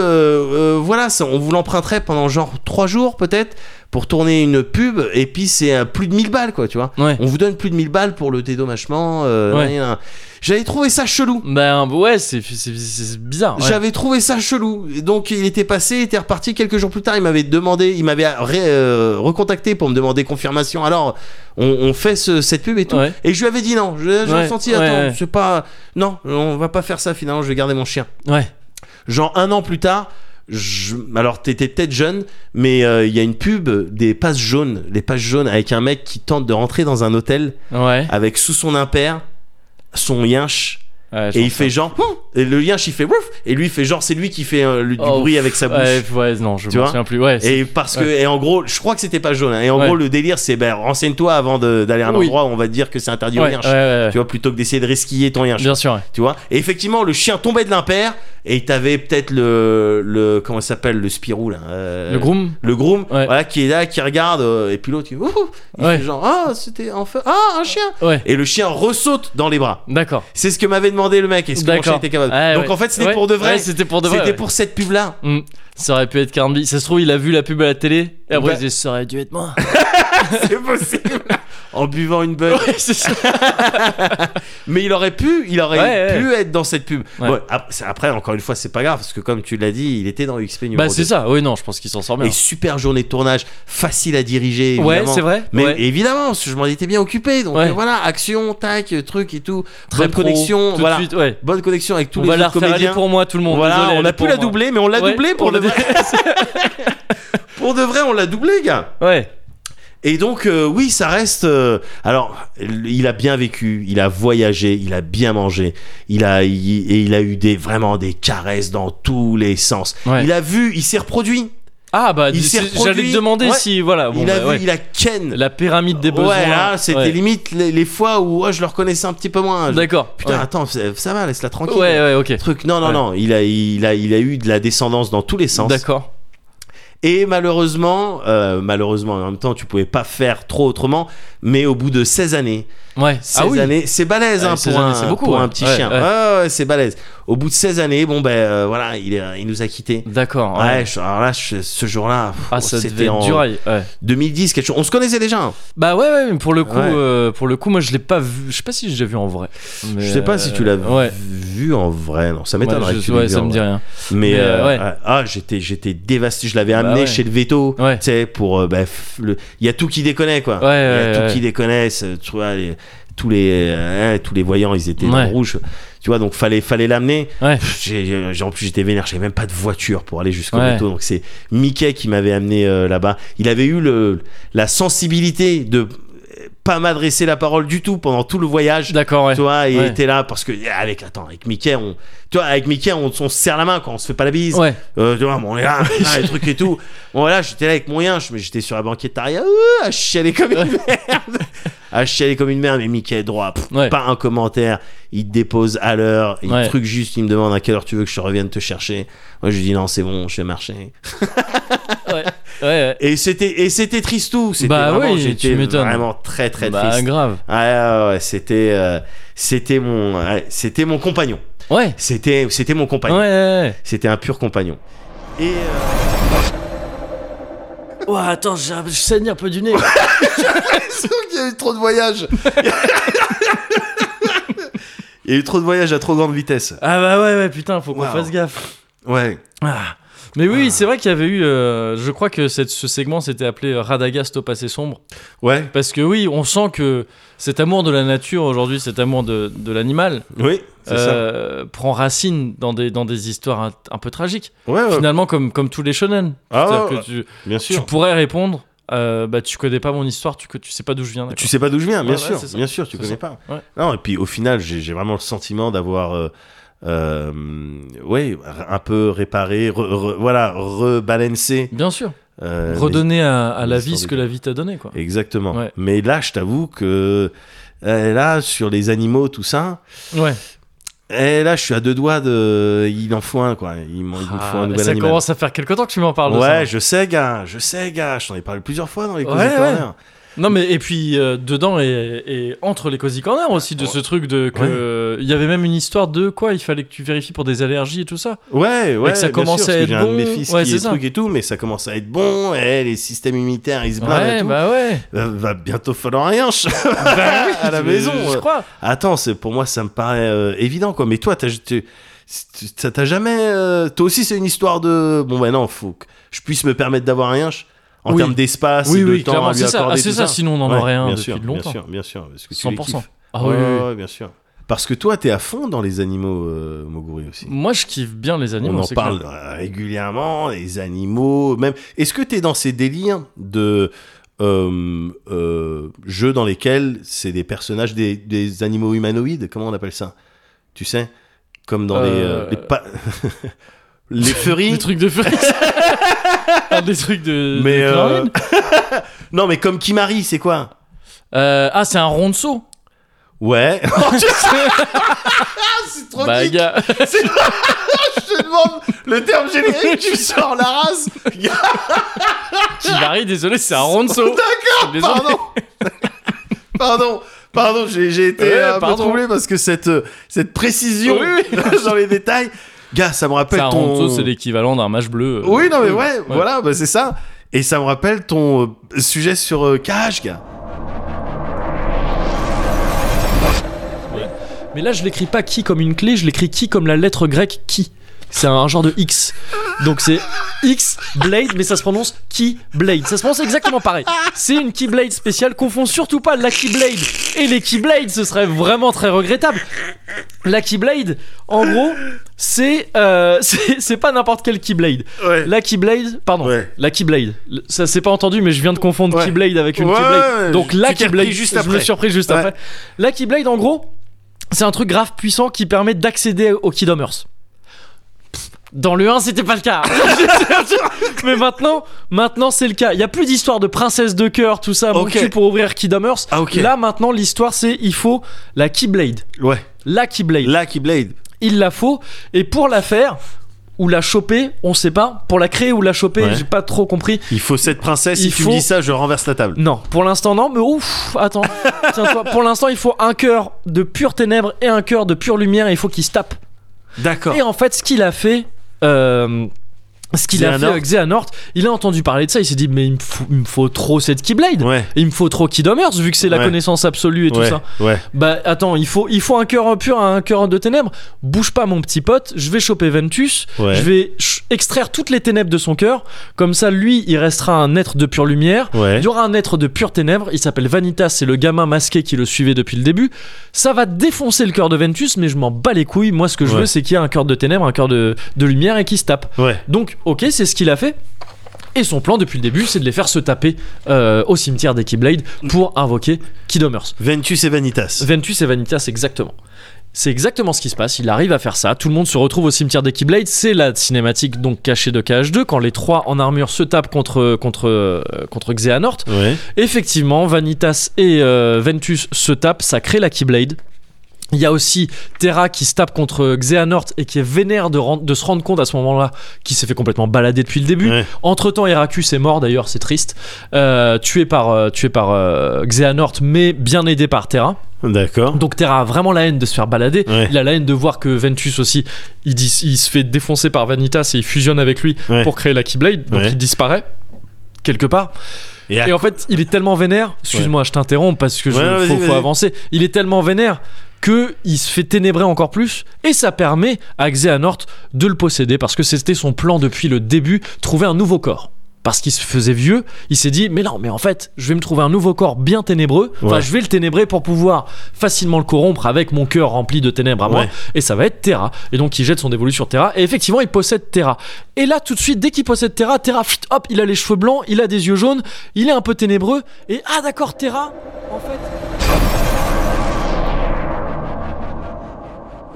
B: euh, voilà, ça, on vous l'emprunterait pendant genre trois jours peut-être pour tourner une pub, et puis c'est à plus de 1000 balles, quoi, tu vois.
E: Ouais.
B: On vous donne plus de 1000 balles pour le dédommagement. euh,
E: Ouais.
B: rien. J'avais trouvé ça chelou.
E: Ben ouais, c'est c'est- c'est bizarre. ouais.
B: J'avais trouvé ça chelou. Et Donc il était passé, il était reparti quelques jours plus tard. Il m'avait demandé, il m'avait ré- euh, recontacté pour me demander confirmation. Alors on, on fait ce- cette pub et tout.
E: Ouais.
B: Et je lui avais dit non. Je- J'ai
E: Ouais,
B: ressenti,
E: ouais,
B: attends,
E: ouais.
B: c'est pas, non, on va pas faire ça finalement. Je vais garder mon chien.
E: Ouais.
B: Genre un an plus tard, je... alors t'étais peut-être jeune, mais euh, il y a une pub des passes jaunes, les passes jaunes avec un mec qui tente de rentrer dans un hôtel
E: Ouais.
B: avec sous son impair son yinche
E: Ouais, je
B: et il
E: pense
B: fait genre Hum
G: et le lien il fait ouf et lui il fait genre c'est lui qui fait euh, le- du
E: Oh,
G: bruit avec sa bouche
E: Ouais, ouais, non, je
G: Tu
E: me
G: vois
E: souviens plus. Ouais, c'est-
G: et parce que et en gros je crois que c'était pas jaune hein. et en
E: Ouais.
G: gros le délire c'est ben renseigne-toi avant de- d'aller à un
E: Oui.
G: endroit où on va te dire que c'est interdit
E: ouais,
G: au lien
E: ouais, ouais,
G: tu vois plutôt que d'essayer de resquiller ton lien
E: bien sûr. ouais.
G: tu vois et effectivement le chien tombait de l'impair et t'avais peut-être le le comment ça s'appelle le Spirou là euh,
E: Le groom.
G: le groom
E: Ouais.
G: voilà qui est là qui regarde euh, et puis l'autre il, ouh, il
E: Ouais.
G: fait genre ah c'était enfin ah un chien
E: Ouais,
G: et le chien ressaute dans les bras
E: d'accord.
G: c'est ce que m'avait demandé le mec est-ce que mon
E: D'accord. Ah
G: chien était capable
E: Ouais,
G: Euh, donc
E: ouais.
G: en fait c'était
E: Ouais,
G: pour de vrai
E: ouais, c'était pour de vrai.
G: c'était
E: ouais.
G: pour cette pub là
E: Hmm. Ça aurait pu être Carnby. Ça se trouve, il a vu la pub à la télé. Et après,
G: Bah-
E: il s'est dit, ça aurait dû être moi.
G: c'est possible en buvant une beuh
E: ouais, c'est ça.
G: mais il aurait pu il aurait
E: Ouais,
G: pu être dans cette pub
E: Ouais.
G: Bon, ap- c'est- après encore une fois c'est pas grave parce que comme tu l'as dit il était dans XP numéro
E: Bah, c'est
G: 2.
E: ça. Oui, non, je pense qu'il s'en sort bien.
G: et super journée de tournage facile à diriger
E: Ouais,
G: évidemment.
E: c'est vrai.
G: Mais
E: ouais.
G: évidemment, parce que je m'en étais bien occupé. Donc
E: Ouais.
G: euh, voilà, action, tac, euh, truc et tout.
E: Très
G: bonne
E: pro,
G: connexion.
E: Tout
G: Voilà.
E: de suite, ouais.
G: Bonne connexion avec tous
E: on
G: les
E: va la
G: autres
E: refaire aller
G: comédiens.
E: pour moi, tout le monde.
G: voilà,
E: Désolé,
G: on
E: elle
G: a
E: est
G: pu
E: pour
G: la
E: moi.
G: doubler, mais on l'a
E: Ouais,
G: doublé pour
E: on
G: de
E: l'a
G: vrai. pour de vrai, on l'a doublé, gars.
E: Ouais.
G: Et donc, euh, oui, ça reste. euh, alors, il a bien vécu, il a voyagé, il a bien mangé, il a il- et il a eu des vraiment des caresses dans tous les sens.
E: Ouais.
G: Il a vu, il s'est reproduit.
E: Ah, bah,
G: Il
E: c'est-
G: s'est
E: j'allais
G: reproduit.
E: te demander
G: Ouais.
E: si. Voilà. Bon,
G: il
E: bah,
G: a vu,
E: ouais.
G: il a ken.
E: La pyramide des besoins.
G: ouais, là, c'était
E: Ouais.
G: limite les, les fois où oh, je le reconnaissais un petit peu moins. Je-
E: D'accord.
G: Putain,
E: ouais.
G: attends, ça, ça va, laisse-la tranquille.
E: Ouais, ouais, ok.
G: Truc. Non, non,
E: Ouais.
G: non. Il a, il, a, il a eu de la descendance dans tous les sens.
E: D'accord.
G: Et malheureusement, euh, malheureusement, en même temps, tu pouvais pas faire trop autrement. Mais au bout de 16 années,
E: Ouais.
G: 16
E: Ah oui.
G: années, c'est balèze
E: Ouais,
G: hein,
E: 16
G: pour,
E: années,
G: un,
E: c'est beaucoup,
G: pour
E: ouais.
G: un petit
E: Ouais,
G: chien.
E: ouais.
G: ouais, ouais, c'est balèze. Au bout de 16 années, bon, ben euh, voilà, il, est- il nous a quittés.
E: D'accord.
G: Ouais, je- alors là, je- ce jour-là, pff,
E: Ah, ça devait
G: c'était
E: être
G: en
E: dur. Ouais.
G: 2010, quelque chose. On se connaissait déjà. hein.
E: Bah ouais, ouais, mais pour le coup,
G: Ouais.
E: euh, pour le coup, moi je l'ai pas vu. Je sais pas si j'ai vu en vrai. Mais,
G: je sais pas si tu l'as
E: euh, Ouais.
G: vu en vrai. Non, ça m'étonnerait.
E: Ouais,
G: que
E: je-
G: tu l'aies
E: ouais,
G: vu
E: ça
G: en
E: me
G: vrai.
E: dit rien.
G: Mais,
E: Mais,
G: euh,
E: ouais.
G: ah, ah, j'étais j'étais dévasté. Je l'avais
E: Bah
G: amené
E: ouais.
G: chez le veto.
E: Ouais.
G: Tu sais, pour euh, bah, f- le- il y a tout qui déconnaît quoi. Il
E: Ouais,
G: y a
E: ouais,
G: tout
E: ouais.
G: qui déconnaît. c'est- Tu vois, les- tous les euh, hein, tous les voyants, ils étaient dans
E: Ouais.
G: le rouge. Tu vois, donc fallait fallait l'amener.
E: Ouais.
G: Pff, j'ai- j'ai- en plus, j'étais vénère. J'avais même pas de voiture pour aller jusqu'au
E: Ouais.
G: veto. Donc c'est Mickey qui m'avait amené euh, là-bas. Il avait eu le la sensibilité de euh, pas m'adresser la parole du tout pendant tout le voyage.
E: D'accord, ouais.
G: Tu vois, il
E: Ouais.
G: était là parce que eh, avec attends, avec Mickey, on, tu vois, avec Mickey, on, on se serre la main quand on se fait pas la bise.
E: Ouais.
G: Euh, tu vois, bon, on est là, là, les trucs et tout. Bon, voilà, j'étais là avec mon yinche, mais j'étais sur la banquette arrière, euh, à chialer comme une merde. À chialer comme une merde, mais Mickey est droit, pff,
E: Ouais.
G: pas un commentaire. Il te dépose à l'heure, il
E: Ouais.
G: truc juste, il me demande à quelle heure tu veux que je revienne te chercher. Moi, je lui dis non, c'est bon, je vais marcher.
E: ouais. Ouais.
G: Et c'était, et c'était tristou. C'était
E: Bah
G: vraiment,
E: oui, tu
G: j'étais
E: m'étonnes.
G: vraiment très, très
E: bah
G: triste.
E: grave.
G: Ah, ouais, ouais, c'était, euh, c'était mon, ouais, c'était mon compagnon.
E: Ouais.
G: C'était, c'était mon
E: Ouais.
G: compagnon.
E: ouais,
G: C'était un pur compagnon. Et euh,
E: ouais. Ouah, attends, j'ai- je saigne un peu du nez.
G: il y a eu trop de voyages. il y a eu trop de voyages à trop grande vitesse.
E: ah bah ouais, ouais, putain, faut qu'on
G: Waouh.
E: fasse gaffe.
G: Ouais.
E: Ah. Mais oui, c'est vrai qu'il y avait eu. euh, je crois que cette- ce segment s'était appelé euh, Radagast au passé sombre.
G: Ouais.
E: Parce que oui, on sent que cet amour de la nature aujourd'hui, cet amour de, de l'animal,
G: Oui. C'est
E: euh, prend racine dans des, dans des histoires un, un peu tragiques.
G: ça. Ouais. ouais,
E: Finalement, comme, comme tous les shonen.
G: Ah,
E: C'est-à-dire
B: Oh,
G: ouais,
E: que tu,
G: bien
E: tu
G: sûr.
E: pourrais répondre euh, bah, Tu connais pas mon histoire, tu, co- tu sais pas d'où je viens.
G: Tu
E: d'accord.
G: sais pas d'où je viens, bien
E: Ouais, ouais,
G: sûr.
E: c'est ça.
G: bien sûr, tu
E: C'est ça.
G: connais pas.
E: Ouais.
G: Non, et puis au final, j'ai j'ai vraiment le sentiment d'avoir. euh, euh, ouais, un peu réparé, re- re- voilà, rebalancé.
E: Bien sûr.
G: euh,
E: Redonner à, à la
G: les histoires
E: vie ce
G: des
E: que la vie t'a donné. Quoi.
G: Exactement.
E: Ouais.
G: Mais là, je t'avoue que euh, là, sur les animaux, tout ça,
E: Ouais.
G: et là, je suis à deux doigts de. Il en faut un, quoi. Il m'en il me faut
E: Ah,
G: un nouvel
E: ça
G: animal.
E: commence à faire quelque temps que tu m'en parles. de ça.
G: ouais, je sais, gars. Je sais, gars. Je t'en ai parlé plusieurs fois dans les
E: Ouais,
G: Cozy
E: ouais.
G: Corner.
E: Non mais et puis euh, dedans et, et entre les cozy corners aussi de ce truc de que
G: Ouais.
E: euh, il y avait même une histoire de quoi il fallait que tu vérifies pour des allergies et tout ça.
G: Ouais, ouais.
E: que ça
G: bien
E: commence à
G: sûr, parce que
E: être
G: j'ai un de mes
E: bon.
G: fils
E: Ouais,
G: qui
E: c'est
G: est
E: ça.
G: truc et tout, mais ça commence à être bon. Eh, les systèmes immunitaires, ils se blindent. et
E: ouais
G: tout.
E: bah ouais. Bah
G: Euh, va bientôt falloir un yanche à la
E: Je-
G: maison.
E: Je crois.
G: Attends, c'est pour moi, ça me paraît euh, évident, quoi. Mais toi, t'as, tu- tu- ça t'a jamais. euh, toi aussi, c'est une histoire de. Bon, ben non, faut que je puisse me permettre d'avoir un yinche en
E: Oui.
G: termes d'espace et
E: Oui
G: de
E: oui
G: temps à
E: clairement
G: lui
E: c'est ça.
G: accorder.
E: Ah, c'est
G: tout
E: ça. Sinon on en
G: Ouais,
E: aurait un
G: bien
E: depuis
G: sûr,
E: longtemps.
G: Bien sûr, bien sûr. Parce que tu les
E: 100%.
G: kiffes.
E: Ah oui,
G: Ouais,
E: oui, oui.
G: ouais, ouais, bien sûr. Parce que toi, t'es à fond dans les animaux, euh, Moguri aussi.
E: Moi je kiffe bien les animaux.
G: On en
E: c'est
G: parle
E: clair.
G: euh, régulièrement, les animaux, même. Est-ce que t'es dans ces délires de euh, euh, jeux dans lesquels c'est des personnages des, des animaux humanoïdes Comment on appelle ça Tu sais
B: comme dans
A: Euh,
B: les, euh, les, pa- les furies.
A: Des trucs de furie. Ah, des trucs de. de
B: Mais euh,
A: chlorine.
B: non, mais comme Kimari, c'est quoi
A: Euh, ah, c'est un ronceau.
B: Ouais. c'est
G: euh,
B: trop
A: bah,
B: geek.
A: gars.
B: C'est- Je te demande le terme générique, tu me sors la race.
A: Chivari, désolé, c'est un ronceau.
B: D'accord,
A: Désolé.
B: pardon. Pardon. Pardon, j'ai j'ai été
A: Ouais,
B: un peu
A: pardon.
B: troublé parce que cette, euh, cette précision
A: Oui,
B: dans les détails, gars, ça me rappelle
A: C'est un
B: ton.
A: ronceau, c'est l'équivalent d'un match bleu. euh.
B: Oui, non, mais ouais, voilà, bah, c'est ça. Et ça me rappelle ton euh, sujet sur euh, Cage, gars.
E: Mais là, je l'écris pas qui comme une clé, je l'écris qui comme la lettre grecque qui. C'est un genre de X. Donc c'est X Blade, mais ça se prononce Key Blade. Ça se prononce exactement pareil. C'est une Keyblade spéciale. Confond surtout pas la Keyblade et les Keyblades. Ce serait vraiment très regrettable. La Keyblade, en gros, c'est euh, c'est c'est pas n'importe quelle Keyblade.
B: Ouais.
E: La Keyblade, pardon.
B: Ouais.
E: La Keyblade. Le- Ça s'est pas entendu, mais je viens de confondre
B: Ouais.
E: Keyblade avec une
B: Ouais,
E: Keyblade.
B: ouais,
E: Donc
B: je-
E: la
B: tu t'es
E: Keyblade,
B: repris juste
E: je me
B: après.
E: suis repris juste
B: Ouais.
E: après. La Keyblade, en gros, c'est un truc grave puissant qui permet d'accéder au Kingdom Hearts. Dans le 1, c'était pas le cas. Mais maintenant, maintenant c'est le cas. Il y a plus d'histoire de princesse de cœur, tout ça, mon
B: Ok.
E: cul pour ouvrir Kingdom Hearts.
B: Ah, ok.
E: Là maintenant, l'histoire c'est il faut la Keyblade,
B: Ouais.
E: la Keyblade
B: La Keyblade.
E: il la faut. Et pour la faire, ou la choper, on sait pas. Pour la créer ou la choper,
B: Ouais.
E: j'ai pas trop compris.
B: Il faut cette princesse.
E: Il
B: si tu
E: faut-
B: me dis ça, je renverse la table.
E: Non, pour l'instant non, mais ouf, attends. Tiens-toi. Pour l'instant, il faut un cœur de pure ténèbres et un cœur de pure lumière, et il faut qu'il se tape.
B: D'accord.
E: Et en fait, ce qu'il a fait. euh, ce qu'il a fait
B: Xehanort.
E: avec Xehanort, il a entendu parler de ça, il s'est dit mais il me faut, il me faut trop cette Keyblade,
B: Ouais.
E: il me faut trop Kingdom Hearts vu que c'est la
B: Ouais.
E: connaissance absolue et tout
B: ouais,
E: ça.
B: Ouais.
E: Bah attends, il faut, il faut un cœur pur à un cœur de ténèbres. Bouge pas mon petit pote, je vais choper Ventus,
B: Ouais.
E: je vais ch- extraire toutes les ténèbres de son cœur, comme ça lui il restera un être de pure lumière.
B: Ouais.
E: Il y aura un être de pure ténèbres, il s'appelle Vanitas, c'est le gamin masqué qui le suivait depuis le début. Ça va défoncer le cœur de Ventus, mais je m'en bats les couilles. Moi, ce que je
B: Ouais.
E: veux, c'est qu'il y ait un cœur de ténèbres, un cœur de, de lumière et qui se tape.
B: Ouais.
E: Donc, ok, c'est ce qu'il a fait. Et son plan depuis le début, c'est de les faire se taper euh, au cimetière des Keyblade pour invoquer Kidomers.
B: Ventus et Vanitas.
E: Ventus et Vanitas, exactement. C'est exactement ce qui se passe. Il arrive à faire ça. Tout le monde se retrouve au cimetière des Keyblades. C'est la cinématique donc cachée de KH2 quand les trois en armure se tapent contre contre euh, contre Xehanort.
B: Ouais.
E: Effectivement, Vanitas et euh, Ventus se tapent. Ça crée la Keyblade. Il y a aussi Terra qui se tape contre Xehanort et qui est vénère de, ren- de se rendre compte à ce moment-là qu'il s'est fait complètement balader depuis le début.
B: Ouais.
E: Entre temps, Heracus est mort d'ailleurs, c'est triste. Euh, tué par, euh, tué par euh, Xehanort, mais bien aidé par Terra.
B: D'accord.
E: Donc Terra a vraiment la haine de se faire balader.
B: Ouais.
E: Il a la haine de voir que Ventus aussi, il, dis- il se fait défoncer par Vanitas et il fusionne avec lui
B: Ouais.
E: pour créer la Keyblade. Donc
B: Ouais.
E: il disparaît quelque part.
B: Et à-
E: Et en fait, il est tellement vénère. Excuse-moi, je t'interromps parce que je,
B: Ouais, ouais,
E: faut,
B: vas-y,
E: faut
B: vas-y.
E: avancer. Il est tellement vénère que il se fait ténébrer encore plus et ça permet à Xehanort de le posséder parce que c'était son plan depuis le début, trouver un nouveau corps. Parce qu'il se faisait vieux, il s'est dit mais non, mais en fait, je vais me trouver un nouveau corps bien ténébreux. Enfin,
B: Ouais.
E: je vais le ténébrer pour pouvoir facilement le corrompre avec mon cœur rempli de ténèbres à moi.
B: Ouais.
E: Et ça va être Terra. Et donc il jette son dévolu sur Terra. Et effectivement, il possède Terra. Et là, tout de suite, dès qu'il possède Terra, Terra, pfft, hop, il a les cheveux blancs, il a des yeux jaunes, il est un peu ténébreux. Et ah d'accord, Terra, en fait.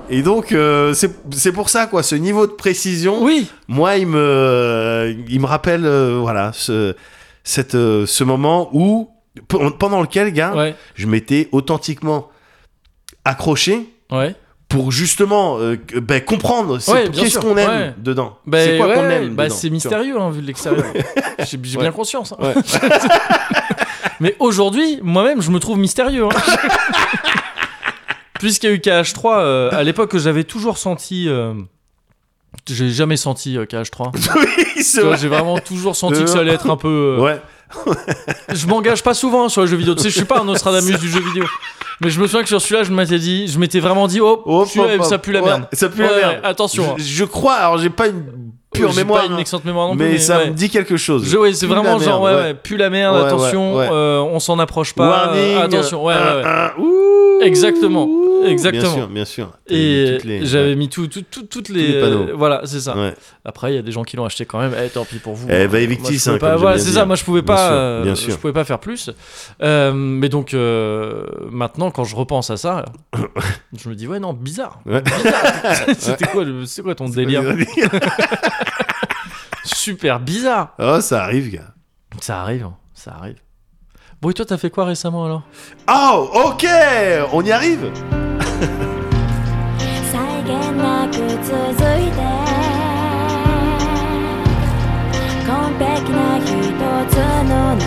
B: Et donc, euh, c'est c'est pour ça, quoi, ce niveau de précision.
E: Oui,
B: Moi, il me, il me rappelle, euh, voilà, ce, cette, euh, ce moment où, pe- pendant lequel, gars,
E: ouais,
B: je m'étais authentiquement accroché
E: ouais.
B: pour justement euh, que- ben, comprendre c'est-
E: Ouais, bien
B: qu'est-ce
E: sûr,
B: qu'on aime
E: ouais.
B: dedans.
E: Bah,
B: c'est quoi
E: ouais,
B: qu'on aime
E: bah,
B: dedans,
E: c'est
B: tu vois.
E: mystérieux hein, vu de l'extérieur. J'ai j'ai bien
B: Ouais.
E: conscience. hein.
B: Ouais.
E: Mais aujourd'hui, moi-même, je me trouve mystérieux. hein. Puisqu'il y a eu KH3, euh, à l'époque que j'avais toujours senti. euh, J'ai jamais senti euh, KH3.
B: Oui, c'est
E: Tu vois,
B: vrai.
E: J'ai vraiment toujours senti que ça allait être un peu. euh,
B: Ouais,
E: Je m'engage pas souvent hein, sur le jeu vidéo. Tu sais, je suis pas un Nostradamus du jeu vidéo. Mais je me souviens que sur celui-là, je m'étais dit, je m'étais vraiment dit, oh,
B: Hop,
E: celui-là,
B: hop, hop.
E: ça pue la
B: Ouais,
E: merde.
B: ça pue
E: Ouais,
B: la
E: ouais,
B: merde.
E: attention, hein.
B: Je, je crois, alors j'ai pas une pure
E: J'ai
B: mémoire,
E: pas une
B: hein,
E: excellente mémoire non plus.
B: mais, ça
E: ouais.
B: me dit quelque chose.
E: Je- ouais, c'est
B: Pue la
E: vraiment genre, ouais,
B: merde,
E: ouais, pue la merde,
B: Ouais, ouais,
E: attention,
B: ouais.
E: euh, on s'en approche pas. euh,
B: Warning,
E: attention, ouais,
B: un,
E: ouais, ouais.
B: un, ouh,
E: Exactement.
B: ouh. Bien
A: Exactement.
B: sûr, bien sûr. T'as Ah. mis
A: Et
B: toutes les-
A: j'avais mis tout, tout- tout- toutes les,
B: les panneaux.
A: euh, voilà, c'est ça.
B: Ouais.
A: Après, il y a des gens qui l'ont acheté quand même. Eh, tant pis pour vous.
B: Eh, va
A: Moi, je
B: Evictis,
A: pouvais
B: hein,
A: pas-
B: comme j'aime
A: Voilà,
B: bien
A: c'est
B: dire.
A: ça. Moi, je pouvais
B: Bien
A: pas,
B: sûr,
A: euh,
B: bien sûr.
A: je pouvais pas faire plus. Euh, mais donc, euh, maintenant, quand je repense à ça, je me dis ouais, non, bizarre.
B: Ouais.
A: Bizarre. C'était quoi, le- c'est quoi ton délire Super bizarre.
B: oh, ça arrive, gars.
A: Ça arrive, hein, ça arrive. Bon, et toi, t'as fait quoi récemment alors
B: Oh, ok, on y arrive.
H: 際限なく続いて完璧な一つの波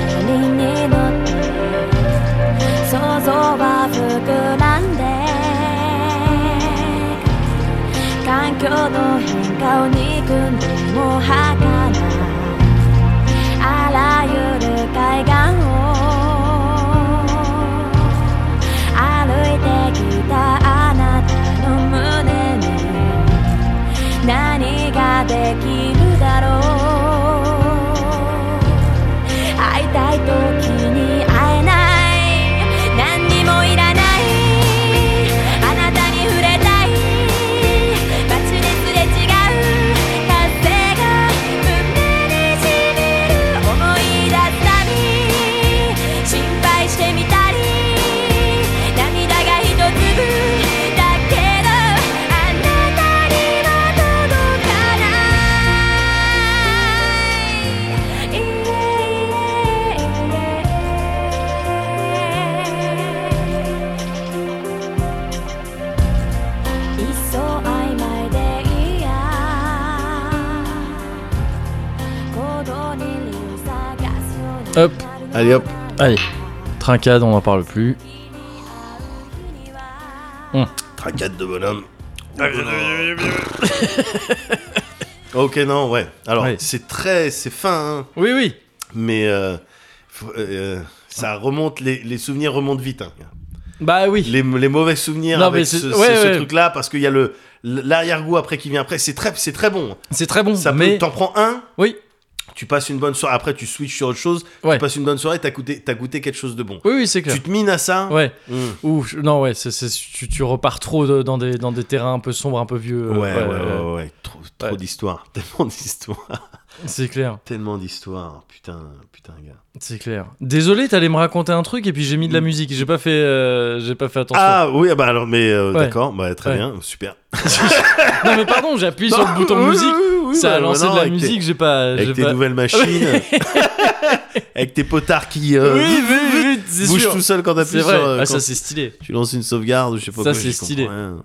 H: に乗って想像は膨らんで環境の変化を憎んでも儚いあらゆる海岸を歩いてきたあなたの胸に何ができるだろう会いたい時に会えない何にもいらないあなたに触れたい街ですれ違う風が胸にしみる思い出したり心配してみたり「涙が一粒だけどあなたには届かない」「いえいえいえ」「いっそ曖昧でいいや」「行動に理由探すようになる
A: Hop.
B: Allez, hop.
A: Allez, trincade, on en parle plus.
B: Tracade de bonhomme. ok, non, ouais. Alors,
A: Ouais.
B: c'est très, c'est fin, hein,
A: Oui, oui.
B: mais euh, faut- euh, ça remonte, les, les souvenirs remontent vite. hein.
A: Bah oui.
B: Les, les mauvais souvenirs
A: Non, mais
B: avec
A: c'est-
B: ce,
A: ouais,
B: ce- ce
A: ouais.
B: truc-là, parce qu'il y a le l'arrière-goût après qui vient après, c'est très, c'est très bon.
A: C'est très bon.
B: Ça peut-
A: mais
B: t'en prends un,
A: oui,
B: tu passes une bonne soirée, après tu switches sur autre chose,
A: Ouais.
B: tu passes une bonne soirée, t'as goûté, t'as goûté quelque chose de bon.
A: oui, oui, c'est clair.
B: Tu te mines à ça.
A: Ouais.
B: Mm.
A: Ou je- non, ouais, c'est, c'est- tu, tu repars trop de- dans, des, dans des terrains un peu sombres, un peu vieux. euh,
B: Ouais, ouais, ouais, ouais, ouais. Trop, trop
A: Ouais.
B: d'histoires. Tellement d'histoires.
A: C'est clair,
B: Tellement d'histoires. Putain, putain, gars.
A: c'est clair. Désolé, t'allais me raconter un truc et puis j'ai mis de la musique. J'ai pas fait, euh, j'ai pas fait attention.
B: Mm. Ah oui, ah bah alors, mais euh,
A: Ouais.
B: d'accord, bah, très
A: Ouais.
B: bien, super.
A: Non mais pardon, j'appuie sur le bouton
B: Oui,
A: musique.
B: oui, oui, oui,
A: ça a
B: bah,
A: lancé
B: non,
A: de la
B: avec tes-
A: musique. J'ai pas. j'ai
B: Avec tes
A: pas...
B: nouvelles machines, avec tes potards qui euh,
A: Oui, oui, oui, c'est
B: bougent
A: sûr.
B: tout seul quand
A: C'est
B: t'appuies sur.
A: vrai.
B: euh,
A: ah,
B: quand
A: ça c'est stylé.
B: tu lances une sauvegarde, je sais pas
A: Ça,
B: quoi.
A: c'est
B: j'y
A: stylé.
B: comprends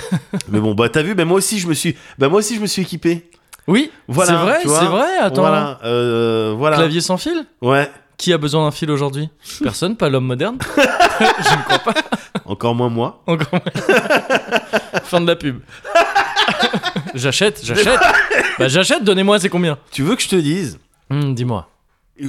B: rien. mais bon, bah t'as vu, bah, moi aussi je me suis, bah moi aussi je me suis équipé.
A: Oui,
B: Voilà,
A: c'est vrai,
B: tu vois.
A: c'est vrai. Attends,
B: Voilà, euh, voilà.
A: clavier sans fil.
B: Ouais.
A: Qui a besoin d'un fil aujourd'hui Personne, pas l'homme moderne.
B: Encore moins moi.
A: Encore moins. fin de la pub. j'achète, j'achète. bah j'achète, donnez-moi, c'est combien
B: Tu veux que je te dise
A: Hmm, Dis-moi.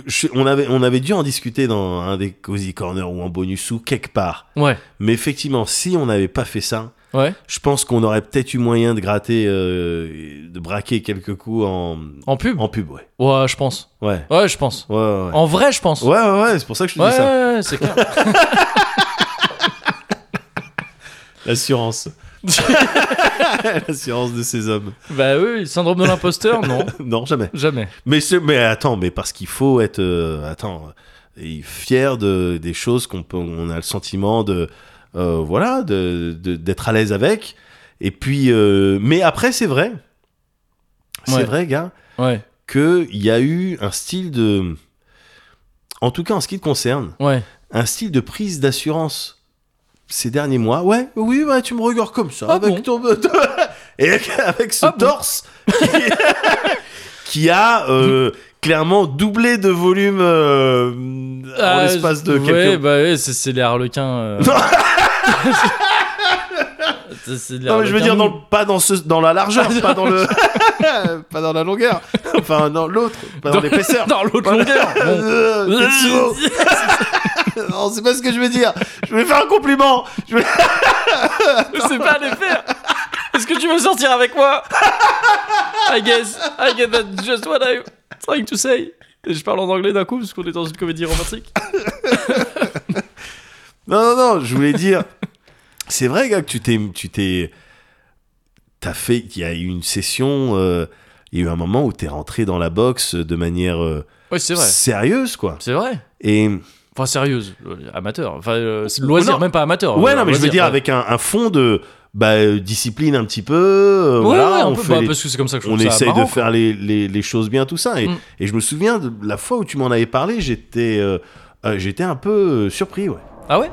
B: Je- on, avait, on avait dû en discuter dans un des Cozy Corner ou en bonus ou quelque part.
A: Ouais,
B: Mais effectivement, si on n'avait pas fait ça,
A: ouais.
B: je pense qu'on aurait peut-être eu moyen de gratter, euh, de braquer quelques coups en,
A: En pub
B: en pub, ouais.
A: Ouais, je pense.
B: Ouais,
A: Ouais, je pense.
B: ouais, ouais.
A: En vrai, je pense.
B: Ouais, ouais, ouais, c'est pour ça que je te
A: Ouais,
B: dis ça.
A: ouais, ouais, c'est clair.
B: L'assurance. L'assurance de ces hommes.
A: bah oui, syndrome de l'imposteur, non,
B: Non, jamais.
A: jamais.
B: Mais, c'est- mais attends, mais parce qu'il faut être euh, attends, euh, fier de, des choses qu'on peut, on a le sentiment de euh, voilà de, de- d'être à l'aise avec. Et puis, euh, mais après c'est vrai, c'est
A: Ouais.
B: vrai, gars,
A: Ouais,
B: que il y a eu un style de, en tout cas en ce qui te concerne,
A: ouais.
B: un style de prise d'assurance ces derniers mois. Ouais, oui, ouais, tu me regardes comme ça
A: Ah
B: avec ton et avec- avec ce
A: Ah bon
B: torse qui, qui a euh, clairement doublé de volume euh, en
A: Ah,
B: l'espace de
A: ouais,
B: quelques.
A: bah ouais, c'est, c'est les harlequins. euh. C'est- c'est les
B: Non, mais je veux
A: harlequins
B: dire dans
A: mous.
B: le- pas dans ce dans la largeur, pas dans le pas dans la longueur, enfin dans l'autre, pas dans,
A: Dans-
B: l'épaisseur.
A: Dans l'autre longueur. bon.
B: Euh, Tetsuo. non, c'est pas ce que je veux dire. Je voulais faire un compliment. Je voulais-
A: C'est pas les faire. Est-ce que tu veux sortir avec moi I guess. I get that just what I'm trying to say. Et je parle en anglais d'un coup parce qu'on est dans une comédie romantique.
B: Non, non, non, je voulais dire. C'est vrai, gars, que tu t'es, tu t'es, t'as fait, il y a eu une session, euh, il y a eu un moment où t'es rentré dans la boxe de manière euh,
A: Ouais, c'est vrai.
B: sérieuse, quoi.
A: C'est vrai.
B: Et
A: Enfin, sérieuse, euh, amateur. Enfin, euh, c'est loisir,
B: Oh, Non.
A: même pas amateur.
B: ouais,
A: euh,
B: non, mais je veux
A: loisir,
B: dire
A: ouais.
B: avec un, un fond de bah, euh, discipline un petit peu. euh,
A: Ouais,
B: voilà,
A: ouais, un
B: on
A: peu,
B: fait
A: bah,
B: les-
A: parce que c'est comme ça que je
B: on
A: trouve ça
B: essaye
A: marrant,
B: de faire les, les, les choses bien, tout ça. Et,
A: Mm.
B: et je me souviens de la fois où tu m'en avais parlé, j'étais euh, euh, j'étais un peu euh, surpris, ouais.
A: quoi. Ah ouais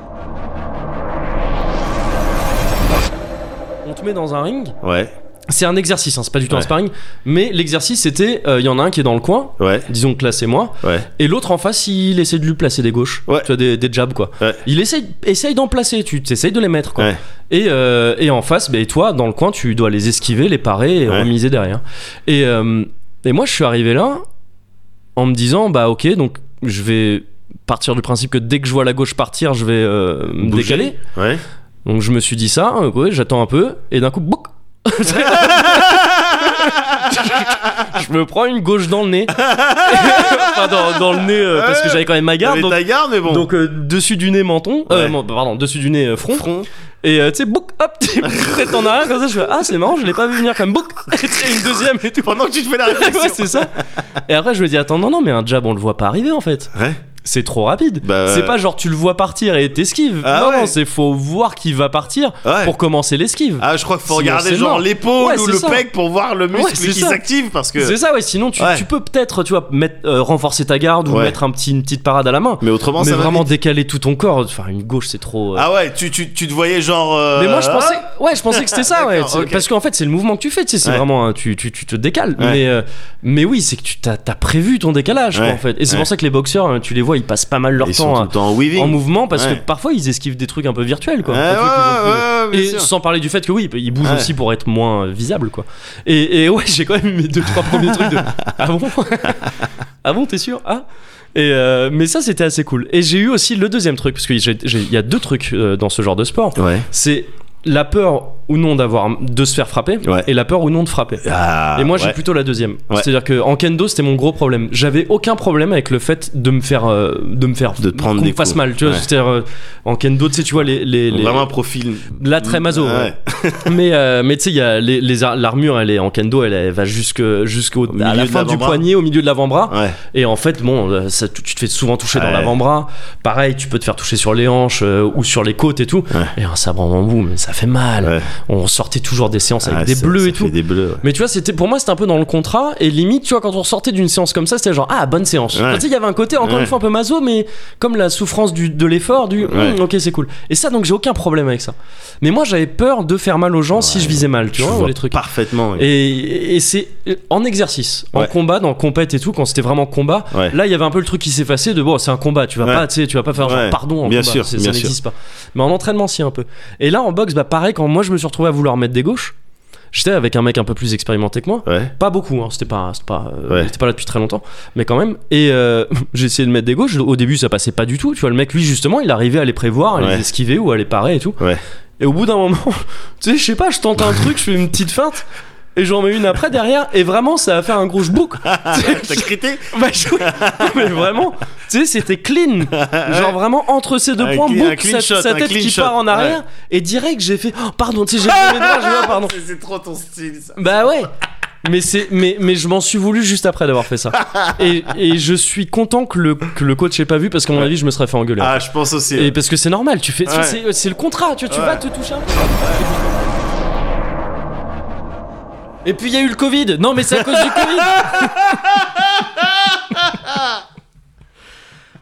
E: On te met dans un ring.
B: Ouais,
E: C'est un exercice, hein, c'est pas du tout un
B: Ouais.
E: sparring. Mais l'exercice, c'était euh, il y en a un qui est dans le coin,
B: ouais,
E: disons que là c'est moi,
B: ouais.
E: et l'autre en face, il essaie de lui placer des gauches.
B: Ouais.
E: Tu vois, des, des jabs quoi.
B: Ouais.
E: Il essaye, essaye d'en placer, tu t'essayes de les mettre quoi.
B: Ouais.
E: Et, euh, et en face, ben toi, dans le coin, tu dois les esquiver, les parer et
B: Ouais.
E: remiser derrière. Et, euh, et moi, je suis arrivé là en me disant, bah ok, donc je vais partir du principe que dès que je vois la gauche partir, je vais euh, me
B: Bouger.
E: décaler.
B: Ouais.
A: Ah,
E: Donc je me suis dit ça, euh, ouais, j'attends un peu, et d'un coup, bouc Je me prends une gauche dans le nez. enfin, dans, dans le nez, euh, parce que j'avais quand même ma garde.
B: T'avais
E: Donc,
B: ta garde, mais bon.
E: donc, euh, dessus du nez, menton. Euh,
B: Ouais.
E: mon- pardon, dessus du nez, euh, front.
B: Front.
E: Et euh, tu sais, bouc, hop, t'es- t'en as un comme ça, je fais Ah, c'est marrant, je l'ai pas vu venir comme bouc. Et t'sais, une deuxième et tout.
B: Pendant que tu te fais la
E: ouais,
B: réflexion.
E: c'est ça. Et après, je me dis Attends, non, non, mais un jab, on le voit pas arriver en fait.
B: ouais.
E: C'est trop rapide.
B: Bah,
E: c'est
B: euh,
E: pas genre tu le vois partir et t'esquives.
B: Ah
E: non,
B: ouais.
E: non, c'est faut voir qu'il va partir
B: Ouais.
E: pour commencer l'esquive.
B: Ah, je crois qu'il faut
E: Sinon,
B: regarder
E: c'est
B: genre
E: mort.
B: l'épaule
E: Ouais,
B: ou
E: c'est
B: le
E: ça.
B: pec pour voir le muscle
E: Ouais, c'est
B: qui
E: ça.
B: s'active parce que.
E: C'est ça, ouais. Sinon, tu,
B: Ouais.
E: tu peux peut-être, tu vois, mettre, euh, renforcer ta garde ou
B: Ouais.
E: mettre un petit, une petite parade à la main.
B: Mais autrement,
E: mais
B: ça va
E: vraiment
B: vite.
E: décaler tout ton corps. Enfin, une gauche, c'est trop. euh,
B: Ah ouais, tu, tu, tu te voyais genre. euh,
E: Mais moi je
B: ah,
E: pensais, ouais, je pensais que c'était ça, ouais.
B: D'accord,
E: C'est-
B: ok.
E: Parce qu'en fait, c'est le mouvement que tu fais, tu sais, c'est
B: Ouais.
E: vraiment, hein, tu, tu, tu te décales.
B: Ouais.
E: Mais, euh, mais oui, c'est que tu t'as t'as prévu ton décalage, quoi,
B: Ouais.
E: en fait. Et c'est
B: Ouais.
E: pour ça que les boxeurs, hein, tu les vois, ils passent pas mal leur
B: Ils sont
E: temps
B: tout
E: hein,
B: le temps en weaving.
E: en mouvement parce
B: Ouais.
E: que parfois ils esquivent des trucs un peu virtuels, quoi.
B: Ouais,
E: Un truc qu'ils ont
B: ouais, ouais,
E: plus-
B: bien
E: et
B: sûr.
E: sans parler du fait que oui, ils bougent
B: Ouais.
E: aussi pour être moins euh, visibles, quoi. Et, et ouais, j'ai quand même eu mes deux, trois premiers trucs de. Ah bon Ah bon, t'es sûr Ah et euh, mais ça c'était assez cool. Et j'ai eu aussi le deuxième truc parce qu'il y a deux trucs euh, dans ce genre de sport
B: Ouais.
E: c'est la peur ou non d'avoir de se faire frapper
B: Ouais.
E: et la peur ou non de frapper.
B: Ah,
E: et moi, j'ai
B: ouais.
E: plutôt la deuxième.
B: Ouais.
E: C'est-à-dire que en kendo, c'était mon gros problème. J'avais aucun problème avec le fait de me faire, euh, de me faire,
B: De te prendre
E: qu'on
B: des
E: me fasse
B: coups.
E: mal. Tu vois,
B: Ouais.
E: c'est-à-dire euh, en kendo, tu sais, tu vois les, les, les-
B: Vraiment un profil.
E: là très maso.
B: Ouais.
E: ouais. mais euh, mais tu sais, il y a les, les ar- l'armure, elle est en kendo, elle, elle va jusque jusqu'au
B: milieu
E: à la
B: de
E: fin du
B: l'avant-bras.
E: poignet, au milieu de l'avant-bras.
B: Ouais.
E: Et en fait, bon, euh, ça, tu tu te fais souvent toucher
B: Ouais.
E: dans l'avant-bras. Pareil, tu peux te faire toucher sur les hanches euh, ou sur les côtes et tout.
B: Ouais.
E: Et un sabre en bambou, mais ça fait mal.
B: Ouais.
E: On sortait toujours des séances avec
B: Ah,
E: des
B: ça-
E: bleus
B: ça
E: et tout.
B: fait Des bleus.
E: Mais tu vois, c'était pour moi, c'était un peu dans le contrat. Et limite, tu vois, quand on sortait d'une séance comme ça, c'était genre, ah, bonne séance.
B: Ouais.
E: Enfin, tu sais, il y avait un côté, encore
B: Ouais.
E: une fois, un peu maso, mais comme la souffrance du, de l'effort, du
B: Ouais.
E: Hmm, ok, c'est cool. Et ça, donc, j'ai aucun problème avec ça. Mais moi, j'avais peur de faire mal aux gens si
B: Ouais.
E: je visais mal, tu
B: Je
E: vois, ou
B: vois
E: les trucs.
B: Parfaitement. ouais.
E: Et, et c'est euh, en exercice, en
B: Ouais.
E: combat, dans compète et tout, quand c'était vraiment combat.
B: Ouais.
E: Là, il y avait un peu le truc qui s'effaçait de bon, c'est un combat, tu vas
B: Ouais.
E: pas, tu sais, tu vas pas faire genre
B: Ouais.
E: pardon en
B: Bien
E: combat,
B: sûr,
E: c'est-
B: bien
E: ça
B: sûr.
E: n'existe pas. Mais en entraînement, si un peu. Et là, en boxe, bah pareil, quand moi je me suis retrouvé à vouloir mettre des gauches, j'étais avec un mec un peu plus expérimenté que moi.
B: Ouais.
E: Pas beaucoup, hein, c'était pas, c'était pas, euh,
B: Ouais.
E: il était pas là depuis très longtemps, mais quand même. Et euh, j'ai essayé de mettre des gauches. Au début, ça passait pas du tout. Tu vois, le mec, lui, justement, il arrivait à les prévoir, à
B: Ouais.
E: les esquiver ou à les parer et tout.
B: Ouais.
E: Et au bout d'un moment, tu sais, je sais pas, je tente un truc, je fais une petite feinte. Et j'en mets une après derrière, et vraiment ça a fait un gros bouc.
B: T'as crité
E: Bah, je- Non, mais vraiment, tu sais, c'était clean. Genre vraiment entre ces deux
B: Un
E: points,
B: clean- un
E: boum,
B: clean
E: sa,
B: shot,
E: sa
B: un
E: tête
B: clean
E: qui
B: shot,
E: part en arrière. Et direct, j'ai fait, oh, pardon, tu sais, j'ai fait mes bras, je vois, pardon.
B: C'est trop ton style ça.
E: Bah ouais. Mais, c'est, mais, mais je m'en suis voulu juste après d'avoir fait ça. Et, et je suis content que le, que le coach ait pas vu parce qu'à mon avis, je me serais fait engueuler.
B: Ah, je pense aussi.
E: Et parce que c'est normal, tu fais, tu-
B: Ouais.
E: c'est, c'est le contrat, tu, tu
B: Ouais.
E: vas te toucher un peu. Et puis il y a eu le Covid. Non, mais c'est à cause du Covid.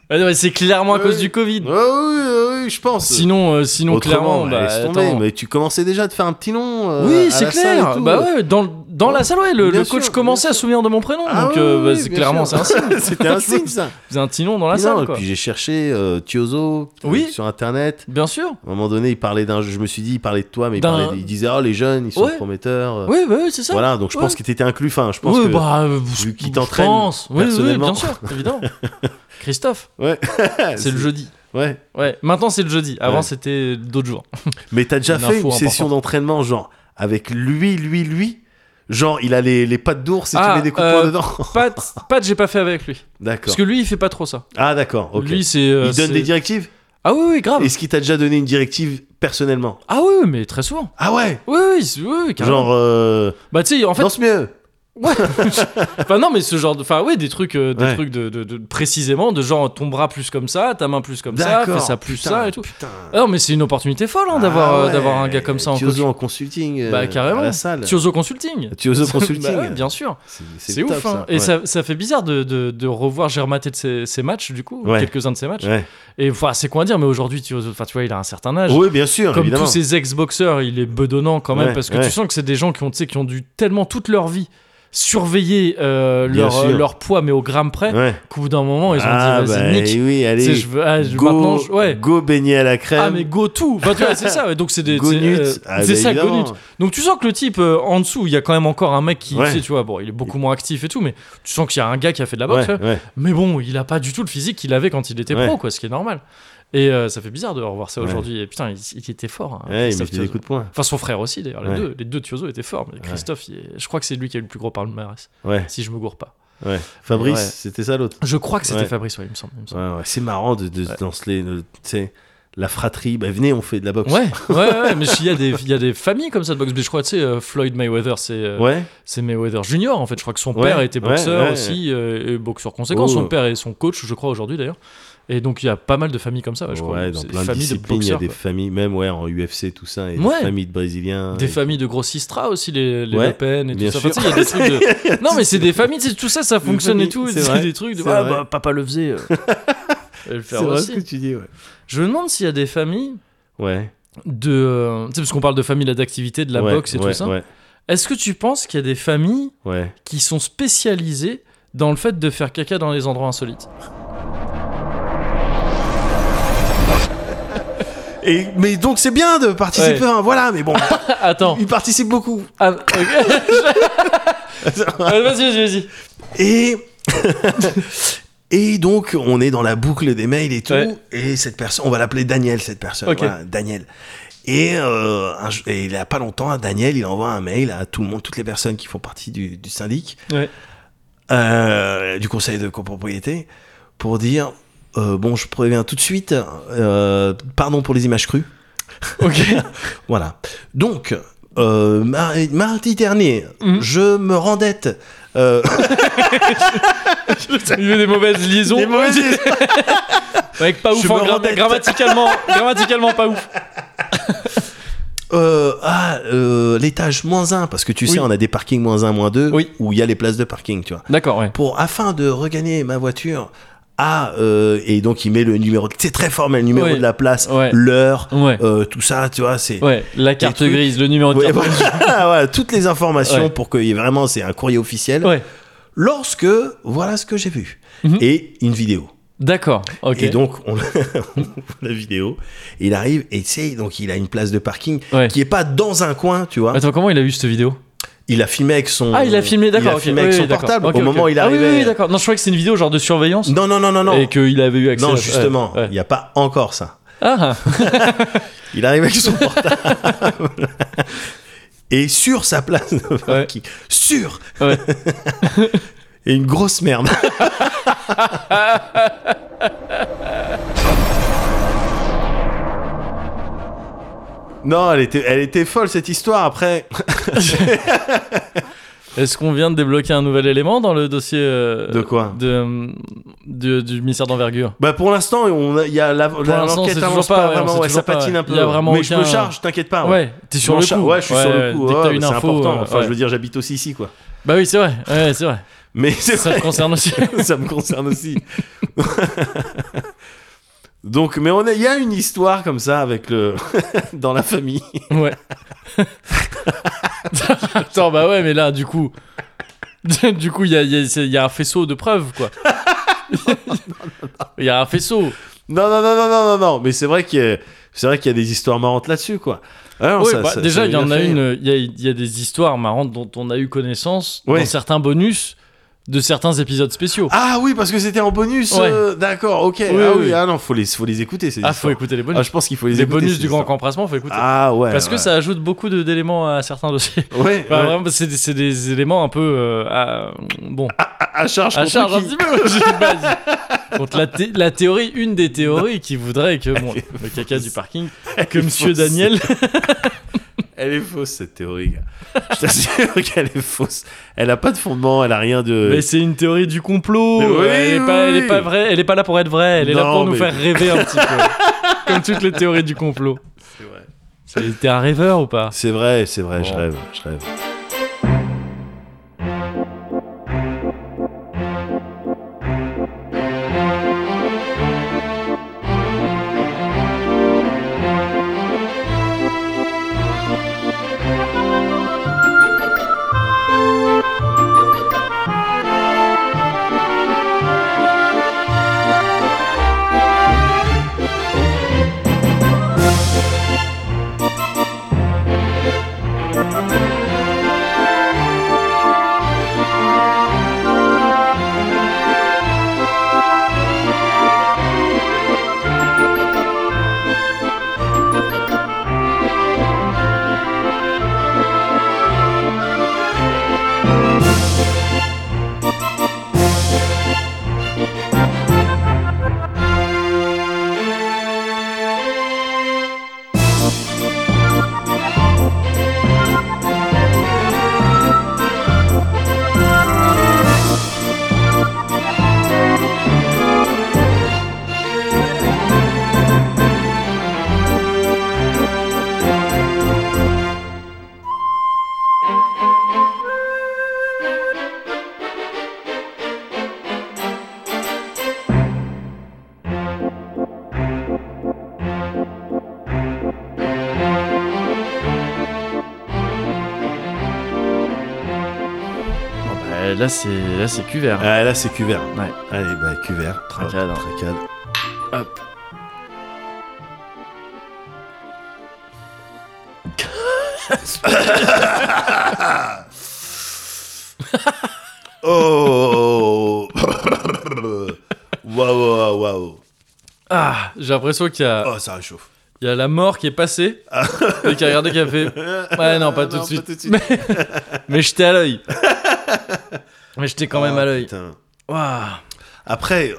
E: Ah non, mais c'est clairement à
B: Ouais.
E: cause du Covid.
B: Ouais, Ah, oui, oui, oui, je pense.
A: Sinon, euh, sinon
B: Autrement,
A: clairement, bah,
B: laisse tomber,
A: attends.
B: mais tu commençais déjà de faire un petit nom. euh, à
E: oui,
B: la
E: c'est
B: salle et
E: clair.
B: tout.
E: Bah ouais, dans, le- dans la salle, ouais, le,
B: Bien
E: le coach
B: sûr,
E: commençait
B: bien
E: à se souvenir de mon prénom.
B: Ah
E: donc
B: oui,
E: euh, bah,
B: oui,
E: c'est
B: bien
E: clairement, c'est
B: sûr.
E: un signe.
B: C'était un signe ça.
E: C'est un petit nom dans la
B: Mais non,
E: salle,
B: et
E: quoi.
B: puis j'ai cherché euh, Tiozo
E: Oui.
B: sur internet.
E: Bien sûr.
B: À un moment donné, il parlait d'un. Je me suis dit, il parlait de toi, mais il,
E: D'un-
B: parlait, il disait, oh les jeunes, ils sont
E: Ouais.
B: prometteurs. euh,
E: Oui, bah, oui, c'est ça.
B: Voilà, donc je pense
E: Ouais.
B: que t'étais inclus. Enfin, je pense
E: oui,
B: que.
E: bah, euh,
B: vu qu'il
E: je
B: t'entraîne
E: pense. Oui, oui,
B: personnellement.
E: bien sûr, évidemment. Christophe,
B: Ouais.
E: bah, c'est le jeudi.
B: Ouais.
E: Ouais, maintenant c'est le jeudi. Avant
B: Ouais.
E: c'était d'autres jours.
B: Mais t'as déjà
E: Une
B: fait
E: info
B: une session d'entraînement, genre, avec lui, lui, lui. Genre, il a les, les pattes d'ours et
E: Ah,
B: tu mets des coups de
E: euh,
B: poing dedans.
E: Pat, Pat j'ai pas fait avec lui.
B: D'accord.
E: Parce que lui il fait pas trop ça.
B: Ah, d'accord, ok.
E: Lui c'est. euh,
B: il donne
E: c'est-
B: des directives
E: Ah oui, oui, grave.
B: Est-ce qu'il t'a déjà donné une directive personnellement
A: Ah oui, mais très souvent.
B: Ah ouais
A: Oui, oui, oui, oui, carrément.
B: Genre, euh,
A: Bah tu sais, en fait,
B: danse mieux
A: Ouais. enfin non mais ce genre de enfin ouais des trucs euh, des
B: Ouais.
A: trucs de, de- de- précisément de genre ton bras plus comme ça ta main plus comme ça fais
B: D'accord.
A: ça plus
B: Putain,
A: ça et tout
B: Putain. Ah
A: Ah non mais c'est une opportunité folle hein, d'avoir euh, d'avoir un gars comme ça en
B: Tiozo
A: coach.
B: en consulting. euh,
A: bah carrément
B: À la salle.
A: Tiozo consulting
B: Tiozo
A: Bah,
B: Ah, consulting.
A: ouais, bien sûr c'est
B: le
A: ouf
B: top,
A: hein.
B: ça.
A: et
B: Ouais.
A: ça, ça fait bizarre de, de, de revoir j'ai rematé de ses, ses matchs du coup
B: Ouais.
A: quelques uns de ses matchs
B: Ouais.
A: et enfin c'est quoi dire mais aujourd'hui Tiozo enfin tu vois il a un certain âge
B: Oui, bien sûr,
A: comme
B: évidemment.
A: tous ces ex-boxeurs, il est bedonnant quand même
B: Ouais,
A: parce que
B: ouais.
A: tu sens que c'est des gens qui ont, tu sais, qui ont dû tellement toute leur vie surveiller euh,
B: Bien
A: leur,
B: sûr.
A: euh, leur poids mais au gramme près
B: Ouais.
A: qu'au bout d'un moment ils ont
B: ah,
A: dit
B: bah,
A: vas-y nique
B: oui,
A: Tu sais,
B: allez.
A: je veux, ah, je- maintenant
B: Go,
A: je- ouais
B: go baigner à la crème.
A: ah mais go tout Enfin, tu vois, c'est ça ouais. donc c'est des
B: go
A: c'est,
B: nut.
A: euh,
B: Ah,
A: c'est
B: bah,
A: ça go
B: évidemment.
A: nut. donc tu sens que le type euh, en dessous il y a quand même encore un mec qui
B: Ouais.
A: tu, sais, tu vois bon il est beaucoup moins actif et tout mais tu sens qu'il y a un gars qui a fait de la boxe
B: Ouais,
A: ouais.
B: ouais.
A: mais bon il a pas du tout le physique qu'il avait quand il était
B: Ouais.
A: pro quoi ce qui est normal et euh, ça fait bizarre de revoir ça
B: Ouais.
A: aujourd'hui et putain il, il était fort hein,
B: Ouais, il
A: Christophe
B: mettait des
A: Tiozo.
B: coups de poing.
A: Enfin, son frère aussi, d'ailleurs. Les
B: Ouais.
A: deux, les deux Tiozo étaient forts. Mais Christophe, il est- je crois que c'est lui qui a eu le plus gros palmarès,
B: Ouais,
A: si je me gourre pas.
B: ouais. Fabrice,
A: Ouais.
B: c'était ça l'autre.
A: Je crois que c'était
B: Ouais.
A: Fabrice, ouais, il me semble. il me semble.
B: Ouais, ouais. C'est marrant de, de se lancer, de- tu sais, la fratrie. Bah, venez, on fait de la boxe.
A: Ouais, ouais, ouais, mais il y, a des- il y a des familles comme ça de boxe. Mais je crois, tu sais, euh, Floyd Mayweather, c'est euh,
B: Ouais.
A: c'est Mayweather Junior, en fait. Je crois que son
B: Ouais,
A: père était
B: ouais,
A: boxeur
B: ouais.
A: aussi, euh, et boxeur conséquent.
B: Oh.
A: Son père est son coach, je crois, aujourd'hui, d'ailleurs. Et donc, il y a pas mal de familles comme ça, ouais, je crois.
B: Ouais,
A: C'est
B: dans
A: des
B: plein de
A: familles de
B: disciplines, il y a
A: boxeurs.
B: des
A: quoi.
B: familles, même ouais, en UFC, tout ça, et
A: Ouais.
B: des familles de Brésiliens.
A: Des
B: et-
A: familles de grossistra aussi, les, les
B: Ouais,
A: Le Pen et tout
B: bien
A: ça.
B: sûr.
A: Enfin, tu sais, il y a des trucs de- Non, mais c'est des familles, tu sais, tout ça, ça fonctionne et
B: familles,
A: tout.
B: c'est
A: C'est
B: vrai,
A: des trucs de.
B: c'est
A: Ah,
B: vrai.
A: bah, papa le faisait. euh. Elle le
B: C'est
A: faire
B: vrai ce
A: aussi.
B: que tu dis, ouais.
A: Je me demande s'il y a des familles
B: Ouais.
A: de. euh, Tu sais, parce qu'on parle de familles là, d'activité, de la
B: ouais,
A: boxe et
B: ouais,
A: tout ça.
B: Ouais,
A: Est-ce que tu penses qu'il y a des familles
B: ouais.
A: qui sont spécialisées dans le fait de faire caca dans les endroits insolites
B: Et, mais donc c'est bien de participer,
A: Ouais.
B: hein, voilà, mais bon,
A: Attends.
B: il participe beaucoup.
A: Ah, ok. Ouais, vas-y, vas-y, vas-y.
B: Et. Et donc, on est dans la boucle des mails et tout.
A: Ouais.
B: Et cette personne, on va l'appeler Daniel, cette personne.
A: Ok.
B: Voilà, Daniel. Et, euh, un jo- et il n'y a pas longtemps, Daniel, il envoie un mail à tout le monde, toutes les personnes qui font partie du, du syndic,
A: Ouais.
B: euh, du conseil de copropriété, pour dire euh, Bon, je préviens tout de suite, euh, pardon pour les images crues.
A: Ok.
B: Voilà. Donc, euh, mar- mardi dernier,
A: Mhm.
B: je me rendette. Euh,
A: Il y a des mauvaises liaisons.
B: Des mauvaises
A: Avec pas ouf,
B: Je
A: en
B: me
A: gra-
B: rendette.
A: grammaticalement, grammaticalement pas ouf.
B: Euh, ah, euh, l'étage moins 1, parce que tu sais, on a des parkings moins 1, moins 2,
A: Oui.
B: où il y a les places de parking, tu vois.
A: D'accord, ouais.
B: Pour, afin de regagner ma voiture à, euh, et donc il met le numéro, c'est très formel, le numéro
A: Ouais.
B: de la place,
A: Ouais.
B: l'heure,
A: Ouais.
B: euh, tout ça, tu vois, c'est...
A: Ouais, la carte
B: trucs-
A: grise, le numéro de
B: Ouais,
A: carte
B: voilà, voilà, toutes les informations
A: Ouais.
B: pour que il y ait vraiment, c'est un courrier officiel.
A: Ouais.
B: Lorsque, voilà ce que j'ai vu.
A: Mhm.
B: Et une vidéo.
A: D'accord, ok.
B: Et donc, on, on voit la vidéo. Et il arrive, et tu sais, donc il a une place de parking
A: Ouais.
B: qui est pas dans un coin, tu vois.
A: Attends, comment il a vu cette vidéo
B: Il a filmé avec son.
A: Ah, il a filmé, d'accord.
B: Il a
A: ok.
B: filmé
A: Oui,
B: avec
A: oui,
B: son
A: d'accord.
B: portable
A: Ok,
B: au
A: ok.
B: moment où il
A: Ah oui,
B: arrivait.
A: oui, oui, d'accord. Non, je croyais que c'est une vidéo genre de surveillance.
B: non, non, non, non, non.
A: Et qu'il avait eu accès
B: non,
A: à-
B: justement,
A: ouais, ouais.
B: il n'y a pas encore ça.
A: Ah,
B: Il arrive avec son portable. Et sur sa place de parking. Sur
A: Ouais.
B: Et une grosse merde. Non, elle était, elle était folle cette histoire. Après,
A: est-ce qu'on vient de débloquer un nouvel élément dans le dossier euh,
B: De quoi
A: de, euh, du, du mystère d'envergure
B: Bah pour l'instant, on a- il y a la- la-
A: l'instant,
B: l'enquête
A: c'est toujours
B: avance
A: pas,
B: pas,
A: ouais, on
B: vraiment,
A: sait
B: ouais,
A: toujours
B: ça
A: pas,
B: patine
A: ouais.
B: un peu.
A: Il y a vraiment
B: mais je me
A: aucun-
B: charge, t'inquiète pas.
A: Ouais, t'es sur
B: Je m'en
A: le
B: charge,
A: coup.
B: Ouais, je suis sur le coup.
A: Dès que t'as
B: ouais,
A: une
B: c'est
A: info.
B: important.
A: euh,
B: Enfin,
A: ouais.
B: je veux dire, j'habite aussi ici, quoi.
A: Bah oui, c'est vrai. Ouais, c'est vrai.
B: Mais c'est
A: Ça te
B: vrai,
A: concerne aussi.
B: ça me concerne aussi. Donc, mais on a- il y a une histoire comme ça avec le dans la famille.
A: Ouais. Attends, bah ouais, mais là, du coup. Du coup, il y a, il y a- c'est- il y a un faisceau de preuves, quoi. Il y a un faisceau.
B: Non, non, non, non, non, non, non. Mais c'est vrai qu'il y a, c'est vrai qu'il y a des histoires marrantes là-dessus, quoi. Alors,
A: Oui,
B: ça-
A: bah,
B: ça-
A: déjà,
B: ça
A: il y en
B: m'a
A: a
B: fait
A: une. Il y a, il y a des histoires marrantes dont on a eu connaissance
B: Ouais.
A: dans certains bonus. de certains épisodes spéciaux.
B: Ah oui, parce que c'était en bonus.
A: Ouais.
B: euh, D'accord, ok.
A: Oui,
B: ah
A: oui.
B: oui. ah non, faut les, faut les écouter. ces
A: Ah, faut
B: histoires.
A: écouter les bonus.
B: Ah, je pense qu'il faut les,
A: les
B: écouter.
A: bonus
B: ces
A: du grand
B: histoires.
A: compressement, faut écouter.
B: Ah ouais.
A: Parce que
B: ouais.
A: ça ajoute beaucoup de- d'éléments à certains dossiers.
B: Ouais.
A: Enfin,
B: ouais.
A: vraiment, c'est des, c'est des éléments un peu. euh, à- bon,
B: À, à charge.
A: à
B: contre
A: charge un
B: qui
A: petit peu. j'ai une base. Contre la, thé- la théorie, une des théories qui voudrait que bon, le caca du parking, Ah, que
B: est
A: Monsieur
B: fausse.
A: Daniel.
B: Elle est fausse cette théorie. gars. Je t'assure qu'elle est fausse. Elle a pas de fondement. Elle a rien de.
A: Mais bah, c'est une théorie du complot. Euh,
B: Mais oui,
A: elle, est
B: oui,
A: pas, elle est
B: oui.
A: pas vraie. Elle est pas là pour être vraie. Elle est là
B: Non,
A: pour nous
B: mais-
A: faire rêver un petit peu. Comme toutes les théories du complot.
B: C'est vrai.
A: C'est- T'es un rêveur ou pas
B: C'est vrai, c'est vrai. Je
A: Bon.
B: rêve, je rêve.
I: là, c'est là, c'est cuvert.
B: Ah, là, c'est cuvert.
I: Ouais.
B: Allez, bah, cuvert.
I: Trincade, hein.
B: Hop, trincade. oh.
A: Oh.
B: Waouh, waouh, waouh.
A: Ah, j'ai l'impression qu'il y a.
B: Oh, ça réchauffe.
A: Il y a la mort qui est passée
B: Ah.
A: et qui a regardé qui a fait Ouais, non, pas tout de suite. Mais, mais j'étais à l'œil. Mais j'étais quand même à l'œil.
B: Ah, Oh, Putain.
A: Waouh.
B: Après,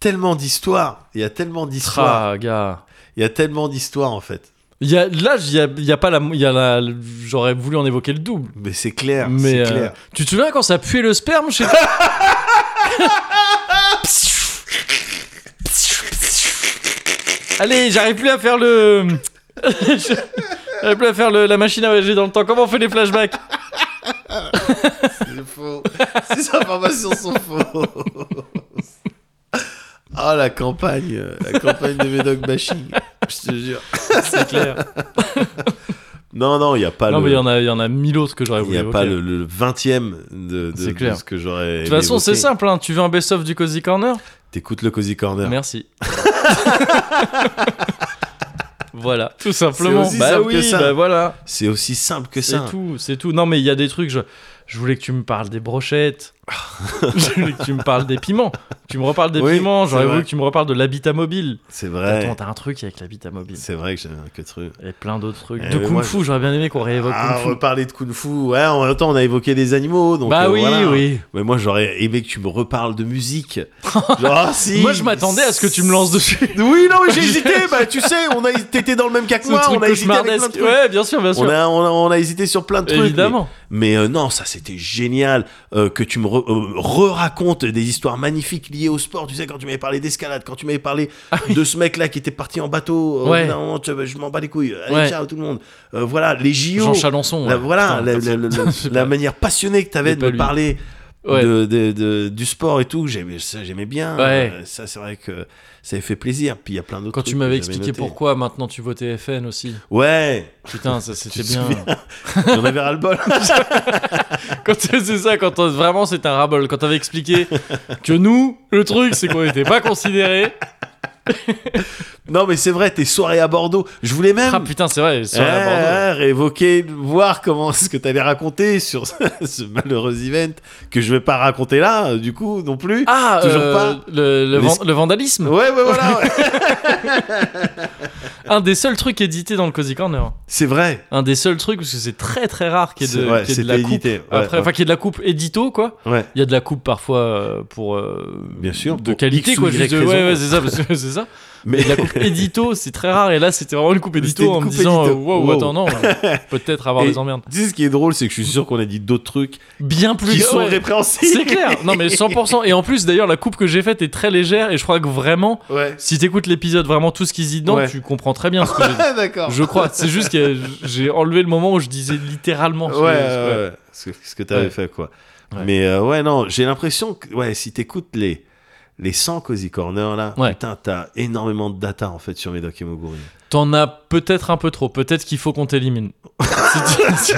B: tellement d'histoires. Il y a tellement d'histoires.
A: Tra, Ah, gars.
B: Il y a tellement d'histoires, en fait.
A: Il Y a, là, il y a, il y a pas la. il y a la- J'aurais voulu en évoquer le double.
B: Mais c'est clair,
A: Mais.
B: c'est
A: euh,
B: clair.
A: tu te souviens quand ça puait le sperme chez Allez, j'arrive plus à faire le. j'arrive plus à faire le- la machine à voyager dans le temps. Comment on fait les flashbacks
B: C'est faux. Ces informations sont fausses. Ah, la campagne. euh, La campagne de Médoc bashing. Je te jure.
A: C'est clair.
B: Non, non, il n'y a pas
A: non,
B: Ah, le.
A: mais il y, en a- il y en a mille autres que j'aurais
B: il
A: voulu
B: n'y a
A: évoquer.
B: pas le, le 20e de, de-
A: C'est
B: de
A: clair.
B: ce que j'aurais.
A: De toute façon, c'est simple. hein. Tu veux un best-of du Cozy Corner
B: T'écoutes le Cozy Corner.
A: Merci. voilà, tout simplement.
B: C'est aussi
A: bah
B: simple
A: oui,
B: que ça.
A: bah voilà.
B: C'est aussi simple que
A: C'est
B: ça.
A: tout, c'est tout. Non, mais il y a des trucs. Je, je voulais que tu me parles des brochettes. je voulais que tu me parles des piments. Tu me reparles des
B: Oui,
A: piments.
B: c'est
A: J'aurais voulu
B: vrai.
A: que tu me reparles de l'habitat mobile.
B: C'est vrai.
A: Attends, t'as un truc avec l'habitat mobile.
B: C'est vrai que j'avais un que truc.
A: Et plein d'autres trucs.
B: Eh,
A: de
B: mais
A: kung
B: moi,
A: fu, j'aurais bien aimé qu'on réévoque
B: Ah,
A: kung fu.
B: reparler de Kung Fu. Ouais, en même temps, on a évoqué des animaux. Donc,
A: bah
B: euh,
A: oui,
B: voilà.
A: oui.
B: Mais moi, j'aurais aimé que tu me reparles de musique. Genre, ah, si.
A: Moi, je m'attendais à ce que tu me lances dessus.
B: Oui, non, mais j'ai hésité. Bah, tu sais, on a t'étais dans le même cas que
A: Ce
B: moi.
A: truc
B: On a hésité avec plein de
A: cauchemardesque.
B: trucs.
A: Ouais, bien sûr, bien sûr.
B: On a, on, a, on a hésité sur plein de trucs. mais-
A: Évidemment.
B: Mais, euh, non, ça c'était génial euh, que tu me re- euh, re-racontes des histoires magnifiques liées au sport. Tu sais, quand tu m'avais parlé d'escalade, quand tu m'avais parlé de ce mec-là qui était parti en bateau. euh, au
A: Ah Ouais.
B: bout d'un moment, tu vois, je m'en bats les couilles. Allez,
A: Ouais.
B: ciao tout le monde. Euh, voilà, les JO.
A: Jean Chalençon.
B: La-
A: ouais.
B: voilà,
A: Putain, putain.
B: la, la- la- la-
A: C'est
B: la
A: pas-
B: manière passionnée que tu avais
A: C'est
B: de
A: pas
B: me
A: lui.
B: parler
A: Ouais.
B: de, de- de- du sport et tout. J'aimais, ça, j'aimais bien.
A: Ouais.
B: Euh, ça, c'est vrai que ça avait fait plaisir. Puis il y a plein d'autres
A: Quand
B: trucs
A: tu m'avais
B: que j'avais
A: expliqué
B: notés.
A: pourquoi maintenant tu votais FN aussi.
B: Ouais,
A: Putain, ça c'était
B: te
A: bien.
B: j'en avais ras-le-bol.
A: Quand c'est ça, quand on- vraiment c'était un rabol. Quand t'avais expliqué que nous, le truc c'est qu'on n'était pas considérés.
B: Non, mais c'est vrai, tes soirées à Bordeaux. Je voulais même.
A: Ah putain, c'est vrai.
B: Ouais, ouais, réévoquer, voir comment ce que t'avais raconté sur ce, ce malheureux event que je vais pas raconter là, euh, du coup, non plus.
A: Ah,
B: Toujours
A: euh,
B: pas.
A: le, le
B: Les-
A: van- le vandalisme.
B: Ouais, ouais, voilà. ouais.
A: Un des seuls trucs édités dans le Cozy Corner.
B: C'est vrai.
A: Un des seuls trucs, parce que c'est très très rare qu'il y ait
B: C'est
A: de,
B: vrai,
A: qu'il y ait de
B: c'était
A: la coupe.
B: édité, ouais,
A: après,
B: ouais.
A: Enfin, qu'il y ait de la coupe édito, quoi.
B: Ouais,
A: Il y a de la coupe parfois euh, pour. euh,
B: bien sûr.
A: de
B: pour
A: qualité,
B: X ou
A: quoi.
B: Y
A: juste de-
B: raison.
A: ouais, ouais, c'est ça, parce que c'est ça.
B: Mais
A: Et de la coupe édito, c'est très rare. Et là, c'était vraiment une coupe
B: C'était
A: édito
B: une
A: en me
B: coupe
A: disant,
B: édito.
A: euh, wow,
B: Wow.
A: attends, non, euh, peut-être avoir
B: Et-
A: des emmerdes.
B: Tu sais, ce qui est drôle, c'est que je suis sûr qu'on a dit d'autres trucs
A: Bien plus.
B: qui sont
A: ouais.
B: répréhensibles.
A: C'est clair. Non, mais 100%. Et en plus, d'ailleurs, la coupe que j'ai faite est très légère. Et je crois que vraiment,
B: Ouais.
A: si t'écoutes l'épisode, vraiment tout ce qu'ils disent dedans,
B: Ouais.
A: tu comprends très bien ce que j'ai dit.
B: Ah, d'accord.
A: Je crois. C'est juste que j'ai enlevé le moment où je disais littéralement.
B: Ouais,
A: ce que-
B: ouais,
A: ce que-
B: ouais. Ce, que- ce que t'avais
A: Ouais.
B: fait, quoi.
A: Ouais.
B: Mais euh, ouais, non, j'ai l'impression que ouais, si t'écoutes les, les 100 Cozy Corner, là,
A: Ouais.
B: putain, t'as énormément de data, en fait, sur Médoc et Moguri.
A: T'en as peut-être un peu trop. Peut-être qu'il faut qu'on t'élimine. si tu- si-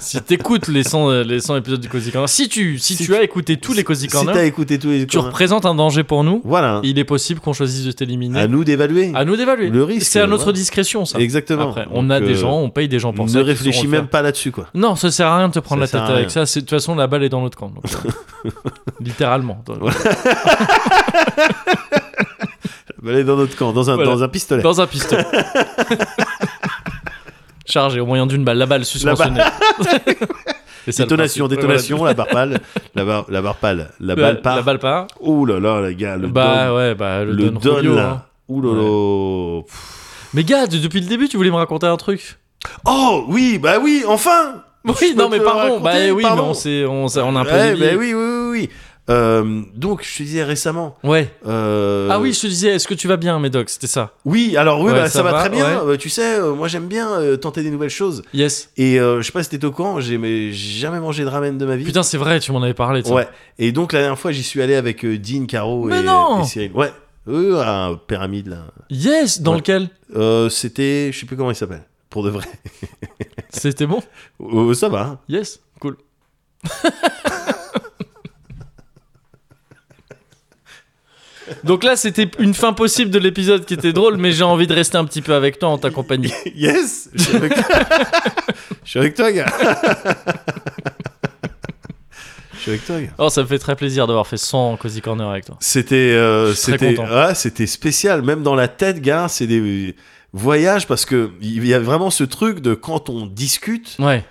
A: si t'écoutes les 100, les 100 épisodes du Cozy Corner, si tu, si
B: Si
A: tu as écouté tous les Cozy
B: Si
A: Corner,
B: t'as écouté tous les
A: tu
B: corners,
A: représentes un danger pour nous.
B: voilà,
A: Il est possible qu'on choisisse de t'éliminer.
B: à nous d'évaluer.
A: À nous d'évaluer.
B: Le risque,
A: C'est à notre
B: voilà.
A: discrétion, Ah, ça.
B: Exactement.
A: Après, on a
B: Donc,
A: des
B: euh,
A: gens, on paye des gens pour ça.
B: Ne
A: qui sauront
B: réfléchis
A: le
B: même
A: faire.
B: pas là-dessus, quoi.
A: Non, ça sert à rien de te prendre
B: Ça
A: la
B: sert
A: tête
B: à
A: avec
B: rien.
A: ça. C'est- De toute façon, la balle est dans notre camp. donc, euh, Littéralement. Dans,
B: Bah, Allez dans notre camp, dans un,
A: Voilà.
B: dans un pistolet.
A: dans un pistolet. Chargé au moyen d'une balle. La balle suspendée. C'est ça, le
B: Détonation,
A: principe.
B: détonation, la barre pâle, la barre, la barre pâle, la
A: Ouais,
B: balle part.
A: La balle part.
B: Oh là là, les gars, le
A: bah
B: don,
A: ouais, bah le,
B: le
A: don,
B: don,
A: Julio,
B: là.
A: hein.
B: Ouh là là. Pff.
A: Mais gars, de- depuis le début, tu voulais me raconter un truc.
B: Oh oui, bah oui, enfin.
A: Oui,
B: Je
A: non
B: peux
A: mais
B: te
A: pardon.
B: raconter,
A: bah eh oui,
B: pardon.
A: mais on s'est, on, s'est- on a un peu.
B: Ouais,
A: dévié.
B: bah oui, oui, oui, oui. Euh, donc je te disais récemment.
A: Ouais.
B: euh,
A: Ah oui, je te disais, est-ce que tu vas bien, Médoc C'était ça.
B: Oui, alors oui,
A: Ouais,
B: bah, ça,
A: ça
B: va,
A: va,
B: très bien.
A: ouais.
B: Euh, tu sais, euh, moi j'aime bien euh, tenter des nouvelles choses.
A: Yes.
B: Et euh, je sais pas si t'es au courant, j'ai mais j'ai jamais mangé de ramen de ma vie.
A: Putain, c'est vrai, tu m'en avais parlé. tiens.
B: Ouais. Et donc la dernière fois, j'y suis allé avec euh, Dean, Caro
A: Mais
B: et,
A: non
B: et Cyril. Ouais. Eux, à un pyramide là.
A: Yes, dans
B: Ouais.
A: lequel
B: Euh, C'était, je sais plus comment il s'appelle. Pour de vrai.
A: C'était bon.
B: Euh, ça va.
A: Yes, cool. Donc là, c'était une fin possible de l'épisode qui était drôle, mais j'ai envie de rester un petit peu avec toi en ta compagnie.
B: Yes. Je suis avec, je suis avec toi, gars. je suis avec toi, gars.
A: Oh, ça me fait très plaisir d'avoir fait 100 Cozy Corner avec toi.
B: C'était euh,
A: Je suis très
B: c'était
A: content.
B: ah, c'était spécial même dans la tête gars, c'est des voyages parce que il y a vraiment ce truc de quand on discute,
A: Ouais.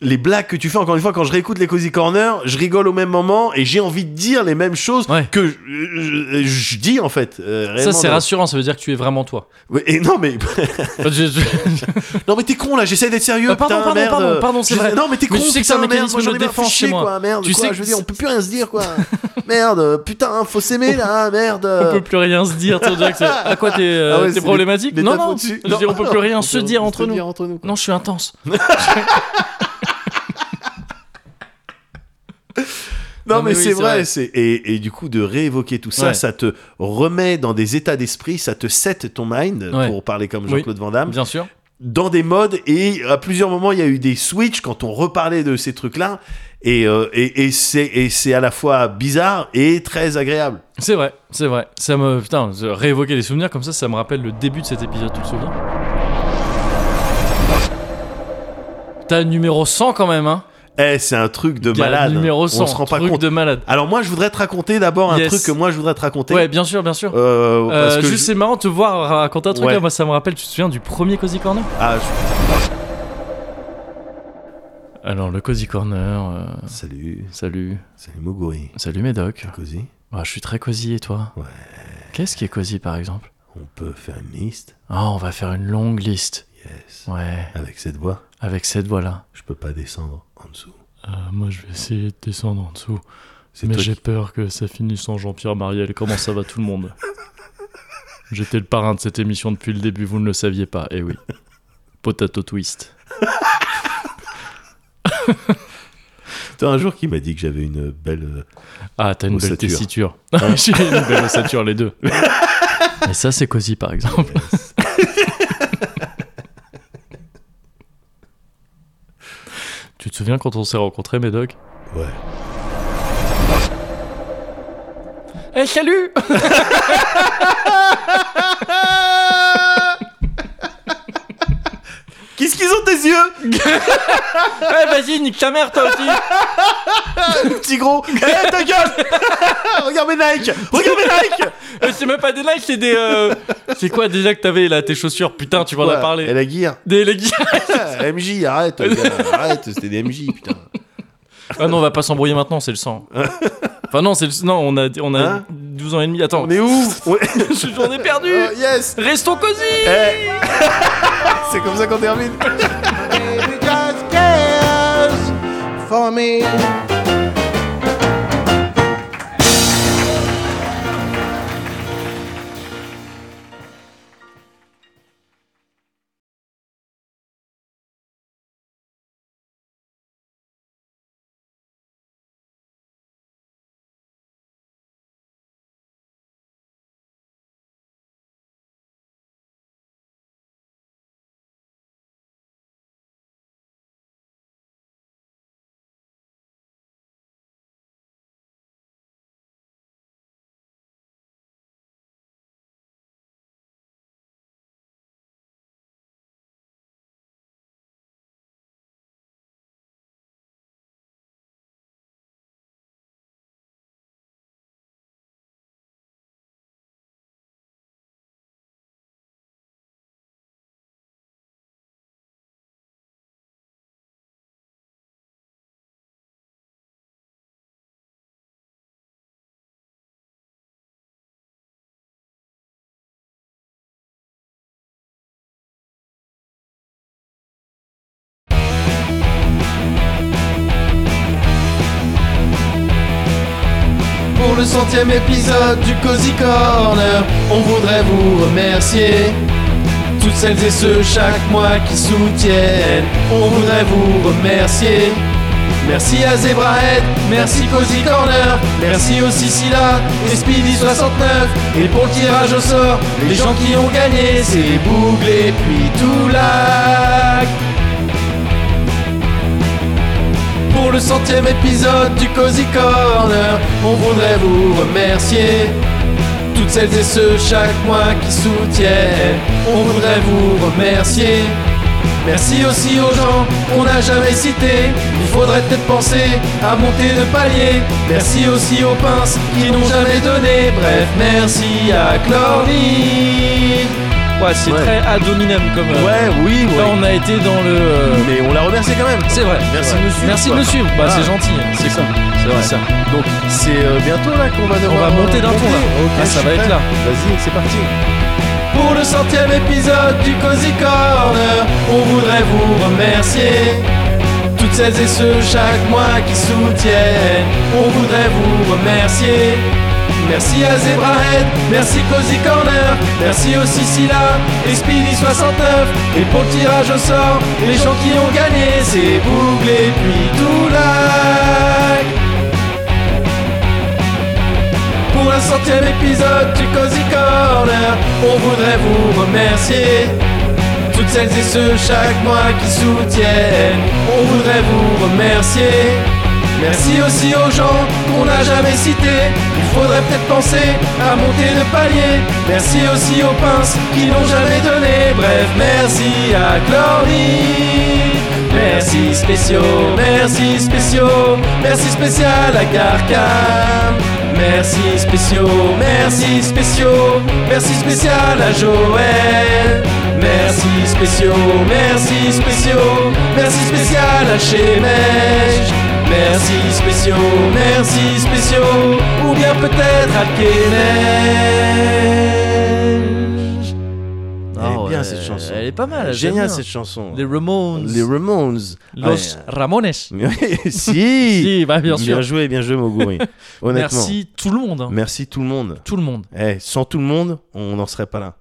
B: les blagues que tu fais encore une fois quand je réécoute les cozy corner, je rigole au même moment et j'ai envie de dire les mêmes choses
A: Ouais.
B: que je, je- je dis en fait. euh,
A: Ça,
B: réellement
A: c'est
B: dans-
A: rassurant, ça veut dire que tu es vraiment toi.
B: Ouais, Et non mais
A: Enfin, je- je-
B: non mais t'es con là, j'essaie d'être sérieux.
A: Ah, pardon,
B: putain,
A: pardon,
B: merde.
A: pardon, pardon, c'est
B: Je-
A: vrai.
B: Non mais t'es con.
A: Mais tu sais que c'est
B: putain,
A: un
B: merde,
A: mécanisme
B: moi, j'en ai
A: de
B: marre,
A: défense
B: chier,
A: chez moi.
B: Quoi, merde,
A: Tu
B: quoi,
A: sais que
B: je veux dire, on
A: c'est-
B: peut plus rien se dire quoi. merde, putain, faut s'aimer là, merde.
A: on peut plus rien se dire, toi, Jack. c'est- À quoi t'es euh,
B: Ah ouais,
A: t'es
B: c'est des-
A: problématique
B: des
A: Non,
B: tapons
A: non.
B: dessus.
A: Je veux dire, on peut plus rien se dire entre nous.
B: entre nous.
A: Non, je suis intense.
B: Non,
A: Non,
B: mais,
A: mais oui,
B: c'est
A: c'est
B: vrai,
A: vrai.
B: c'est et, et du coup de réévoquer tout ça,
A: Ouais.
B: ça te remet dans des états d'esprit, ça te set ton mind
A: Ouais.
B: pour parler comme
A: Oui.
B: Jean-Claude Van Damme,
A: Bien sûr.
B: dans des modes et à plusieurs moments il y a eu des switches quand on reparlait de ces trucs-là et euh, et, et c'est et c'est à la fois bizarre et très agréable.
A: C'est vrai, c'est vrai. Ça me. Putain, je- réévoquer les souvenirs comme ça, ça me rappelle le début de cet épisode, tu te souviens T'as le numéro 100 quand même, hein
B: Eh, c'est un truc de
A: Gars,
B: malade.
A: Numéro 100,
B: on se rend pas
A: truc
B: compte.
A: de malade.
B: Alors moi je voudrais te raconter d'abord un
A: Yes.
B: truc que moi je voudrais te raconter.
A: Ouais, bien sûr, bien sûr.
B: Euh, parce
A: Euh,
B: que
A: juste,
B: je-
A: c'est marrant de te voir raconter un truc.
B: Ouais.
A: là. Moi, ça me rappelle, tu te souviens du premier Cozy Corner
B: Ah, je-
A: Alors, le Cozy Corner. euh,
B: salut,
A: salut.
B: salut Moguri.
A: Salut, Médoc.
B: Cosy,
A: Ah, je suis très cosy, et toi
B: Ouais.
A: Qu'est-ce qui est cosy, par exemple
B: on peut faire une liste.
A: Ah, on va faire une longue liste.
B: Yes.
A: Ouais,
B: Avec cette voix,
A: avec cette voix-là.
B: je peux pas descendre en dessous.
A: Euh, moi, je vais essayer de descendre en dessous.
B: C'est
A: Mais
B: toi
A: j'ai
B: qui-
A: peur que ça finisse en Jean-Pierre Mariel. Comment ça va tout le monde J'étais le parrain de cette émission depuis le début, vous ne le saviez pas, eh oui. Potato twist.
B: T'as un jour qui m'a dit que j'avais une belle. euh,
A: Ah, t'as une belle
B: Ossature. Ah.
A: tessiture. J'ai une belle ossature, les deux. Et ça, c'est cosy, par exemple. tu te souviens quand on s'est rencontrés, Médoc
B: Ouais.
A: Eh, salut
E: des yeux
A: Eh, vas-y, nique ta mère, toi aussi.
E: Petit gros Eh, ta gueule Regarde mes Nike Regarde mes Nike
A: Euh, c'est même pas des likes, c'est des. euh, C'est quoi déjà que t'avais là, tes chaussures Putain, tu m'en as
E: Voilà.
A: parlé.
E: Et la guire
A: Des leggings.
B: Eh,
E: Ah, MJ, arrête gars, Arrête, c'était des MJ, putain.
A: Ah non, on va pas s'embrouiller maintenant, c'est le sang. Enfin, non, c'est le... non on a, on a
E: Hein
A: 12 ans et demi. Attends,
E: On est où On est-
A: j'en ai perdu.
E: Oh, Yes
A: Restons cosy
E: Eh. C'est comme ça qu'on termine
J: baby just cares for me.
E: Pour le centième épisode du Cozy Corner, on voudrait vous remercier. Toutes celles et ceux chaque mois qui soutiennent, on voudrait vous remercier. Merci à Zebrahead, merci Cozy Corner, merci aussi Scylla et Speedy69. Et pour le tirage au sort, les gens qui ont gagné, c'est Bougle et puis Toulac. Pour le centième épisode du Cozy Corner, on voudrait vous remercier. Toutes celles et ceux chaque mois qui soutiennent, on voudrait vous remercier. Merci aussi aux gens qu'on n'a jamais cités, il faudrait peut-être penser à monter de palier. Merci aussi aux pinces qui n'ont jamais donné, bref, merci à Chlorny.
A: Ouais, c'est
E: Ouais.
A: très ad hominem comme. euh,
E: oui,
A: Là, on a été dans le. euh,
E: Mais on la remercie quand même.
A: C'est vrai.
E: Merci
A: c'est
E: de
A: vrai.
E: nous
A: Merci de nous suivre.
E: suivre, quoi. Ah,
A: Bah,
E: Voilà.
A: c'est gentil. C'est ça. C'est vrai. ça.
E: Donc c'est euh, bientôt là qu'on va
A: On
E: devoir
A: va monter d'un
E: euh,
A: ton là.
E: Ok,
A: Ah, ça
E: je
A: va
E: suis
A: être là.
E: prêt. Vas-y, c'est parti. Pour le centième épisode du Cozy Corner, on voudrait vous remercier. Toutes celles et ceux chaque mois qui soutiennent, on voudrait vous remercier. Merci à Zebrahead, merci Cozy Corner, merci aussi Scylla et Speedy69. Et pour le tirage au sort, les gens qui ont gagné, c'est Bougle et puis Toulac. Pour le centième épisode du Cozy Corner, on voudrait vous remercier. Toutes celles et ceux chaque mois qui soutiennent, on voudrait vous remercier. Merci aussi aux gens qu'on n'a jamais cités, il faudrait peut-être penser à monter de palier. Merci aussi aux pinces qui n'ont jamais donné, bref, merci à Glory. Merci spéciaux, merci spéciaux, merci spécial à Carcam. Merci spéciaux, merci spéciaux, merci spécial à Joël. Merci spéciaux, merci spéciaux, merci spécial à Chemège. Merci spéciaux, merci spéciaux, ou bien peut-être à Kenège.
B: Ah ouais, Elle est pas mal.
E: Génial cette chanson.
B: Les Ramones.
E: Les Ramones. Ah,
B: Los
E: Ouais.
B: Ramones.
E: si. si
B: Si, bah, bien sûr.
E: joué, bien joué Moguri. Honnêtement.
B: Merci tout le monde. hein.
E: Merci tout le monde.
B: Tout le monde.
E: Eh, sans tout le monde, on n'en serait pas là.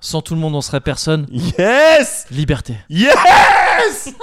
B: Sans tout le monde, on serait personne.
E: Yes
B: Liberté.
E: Yes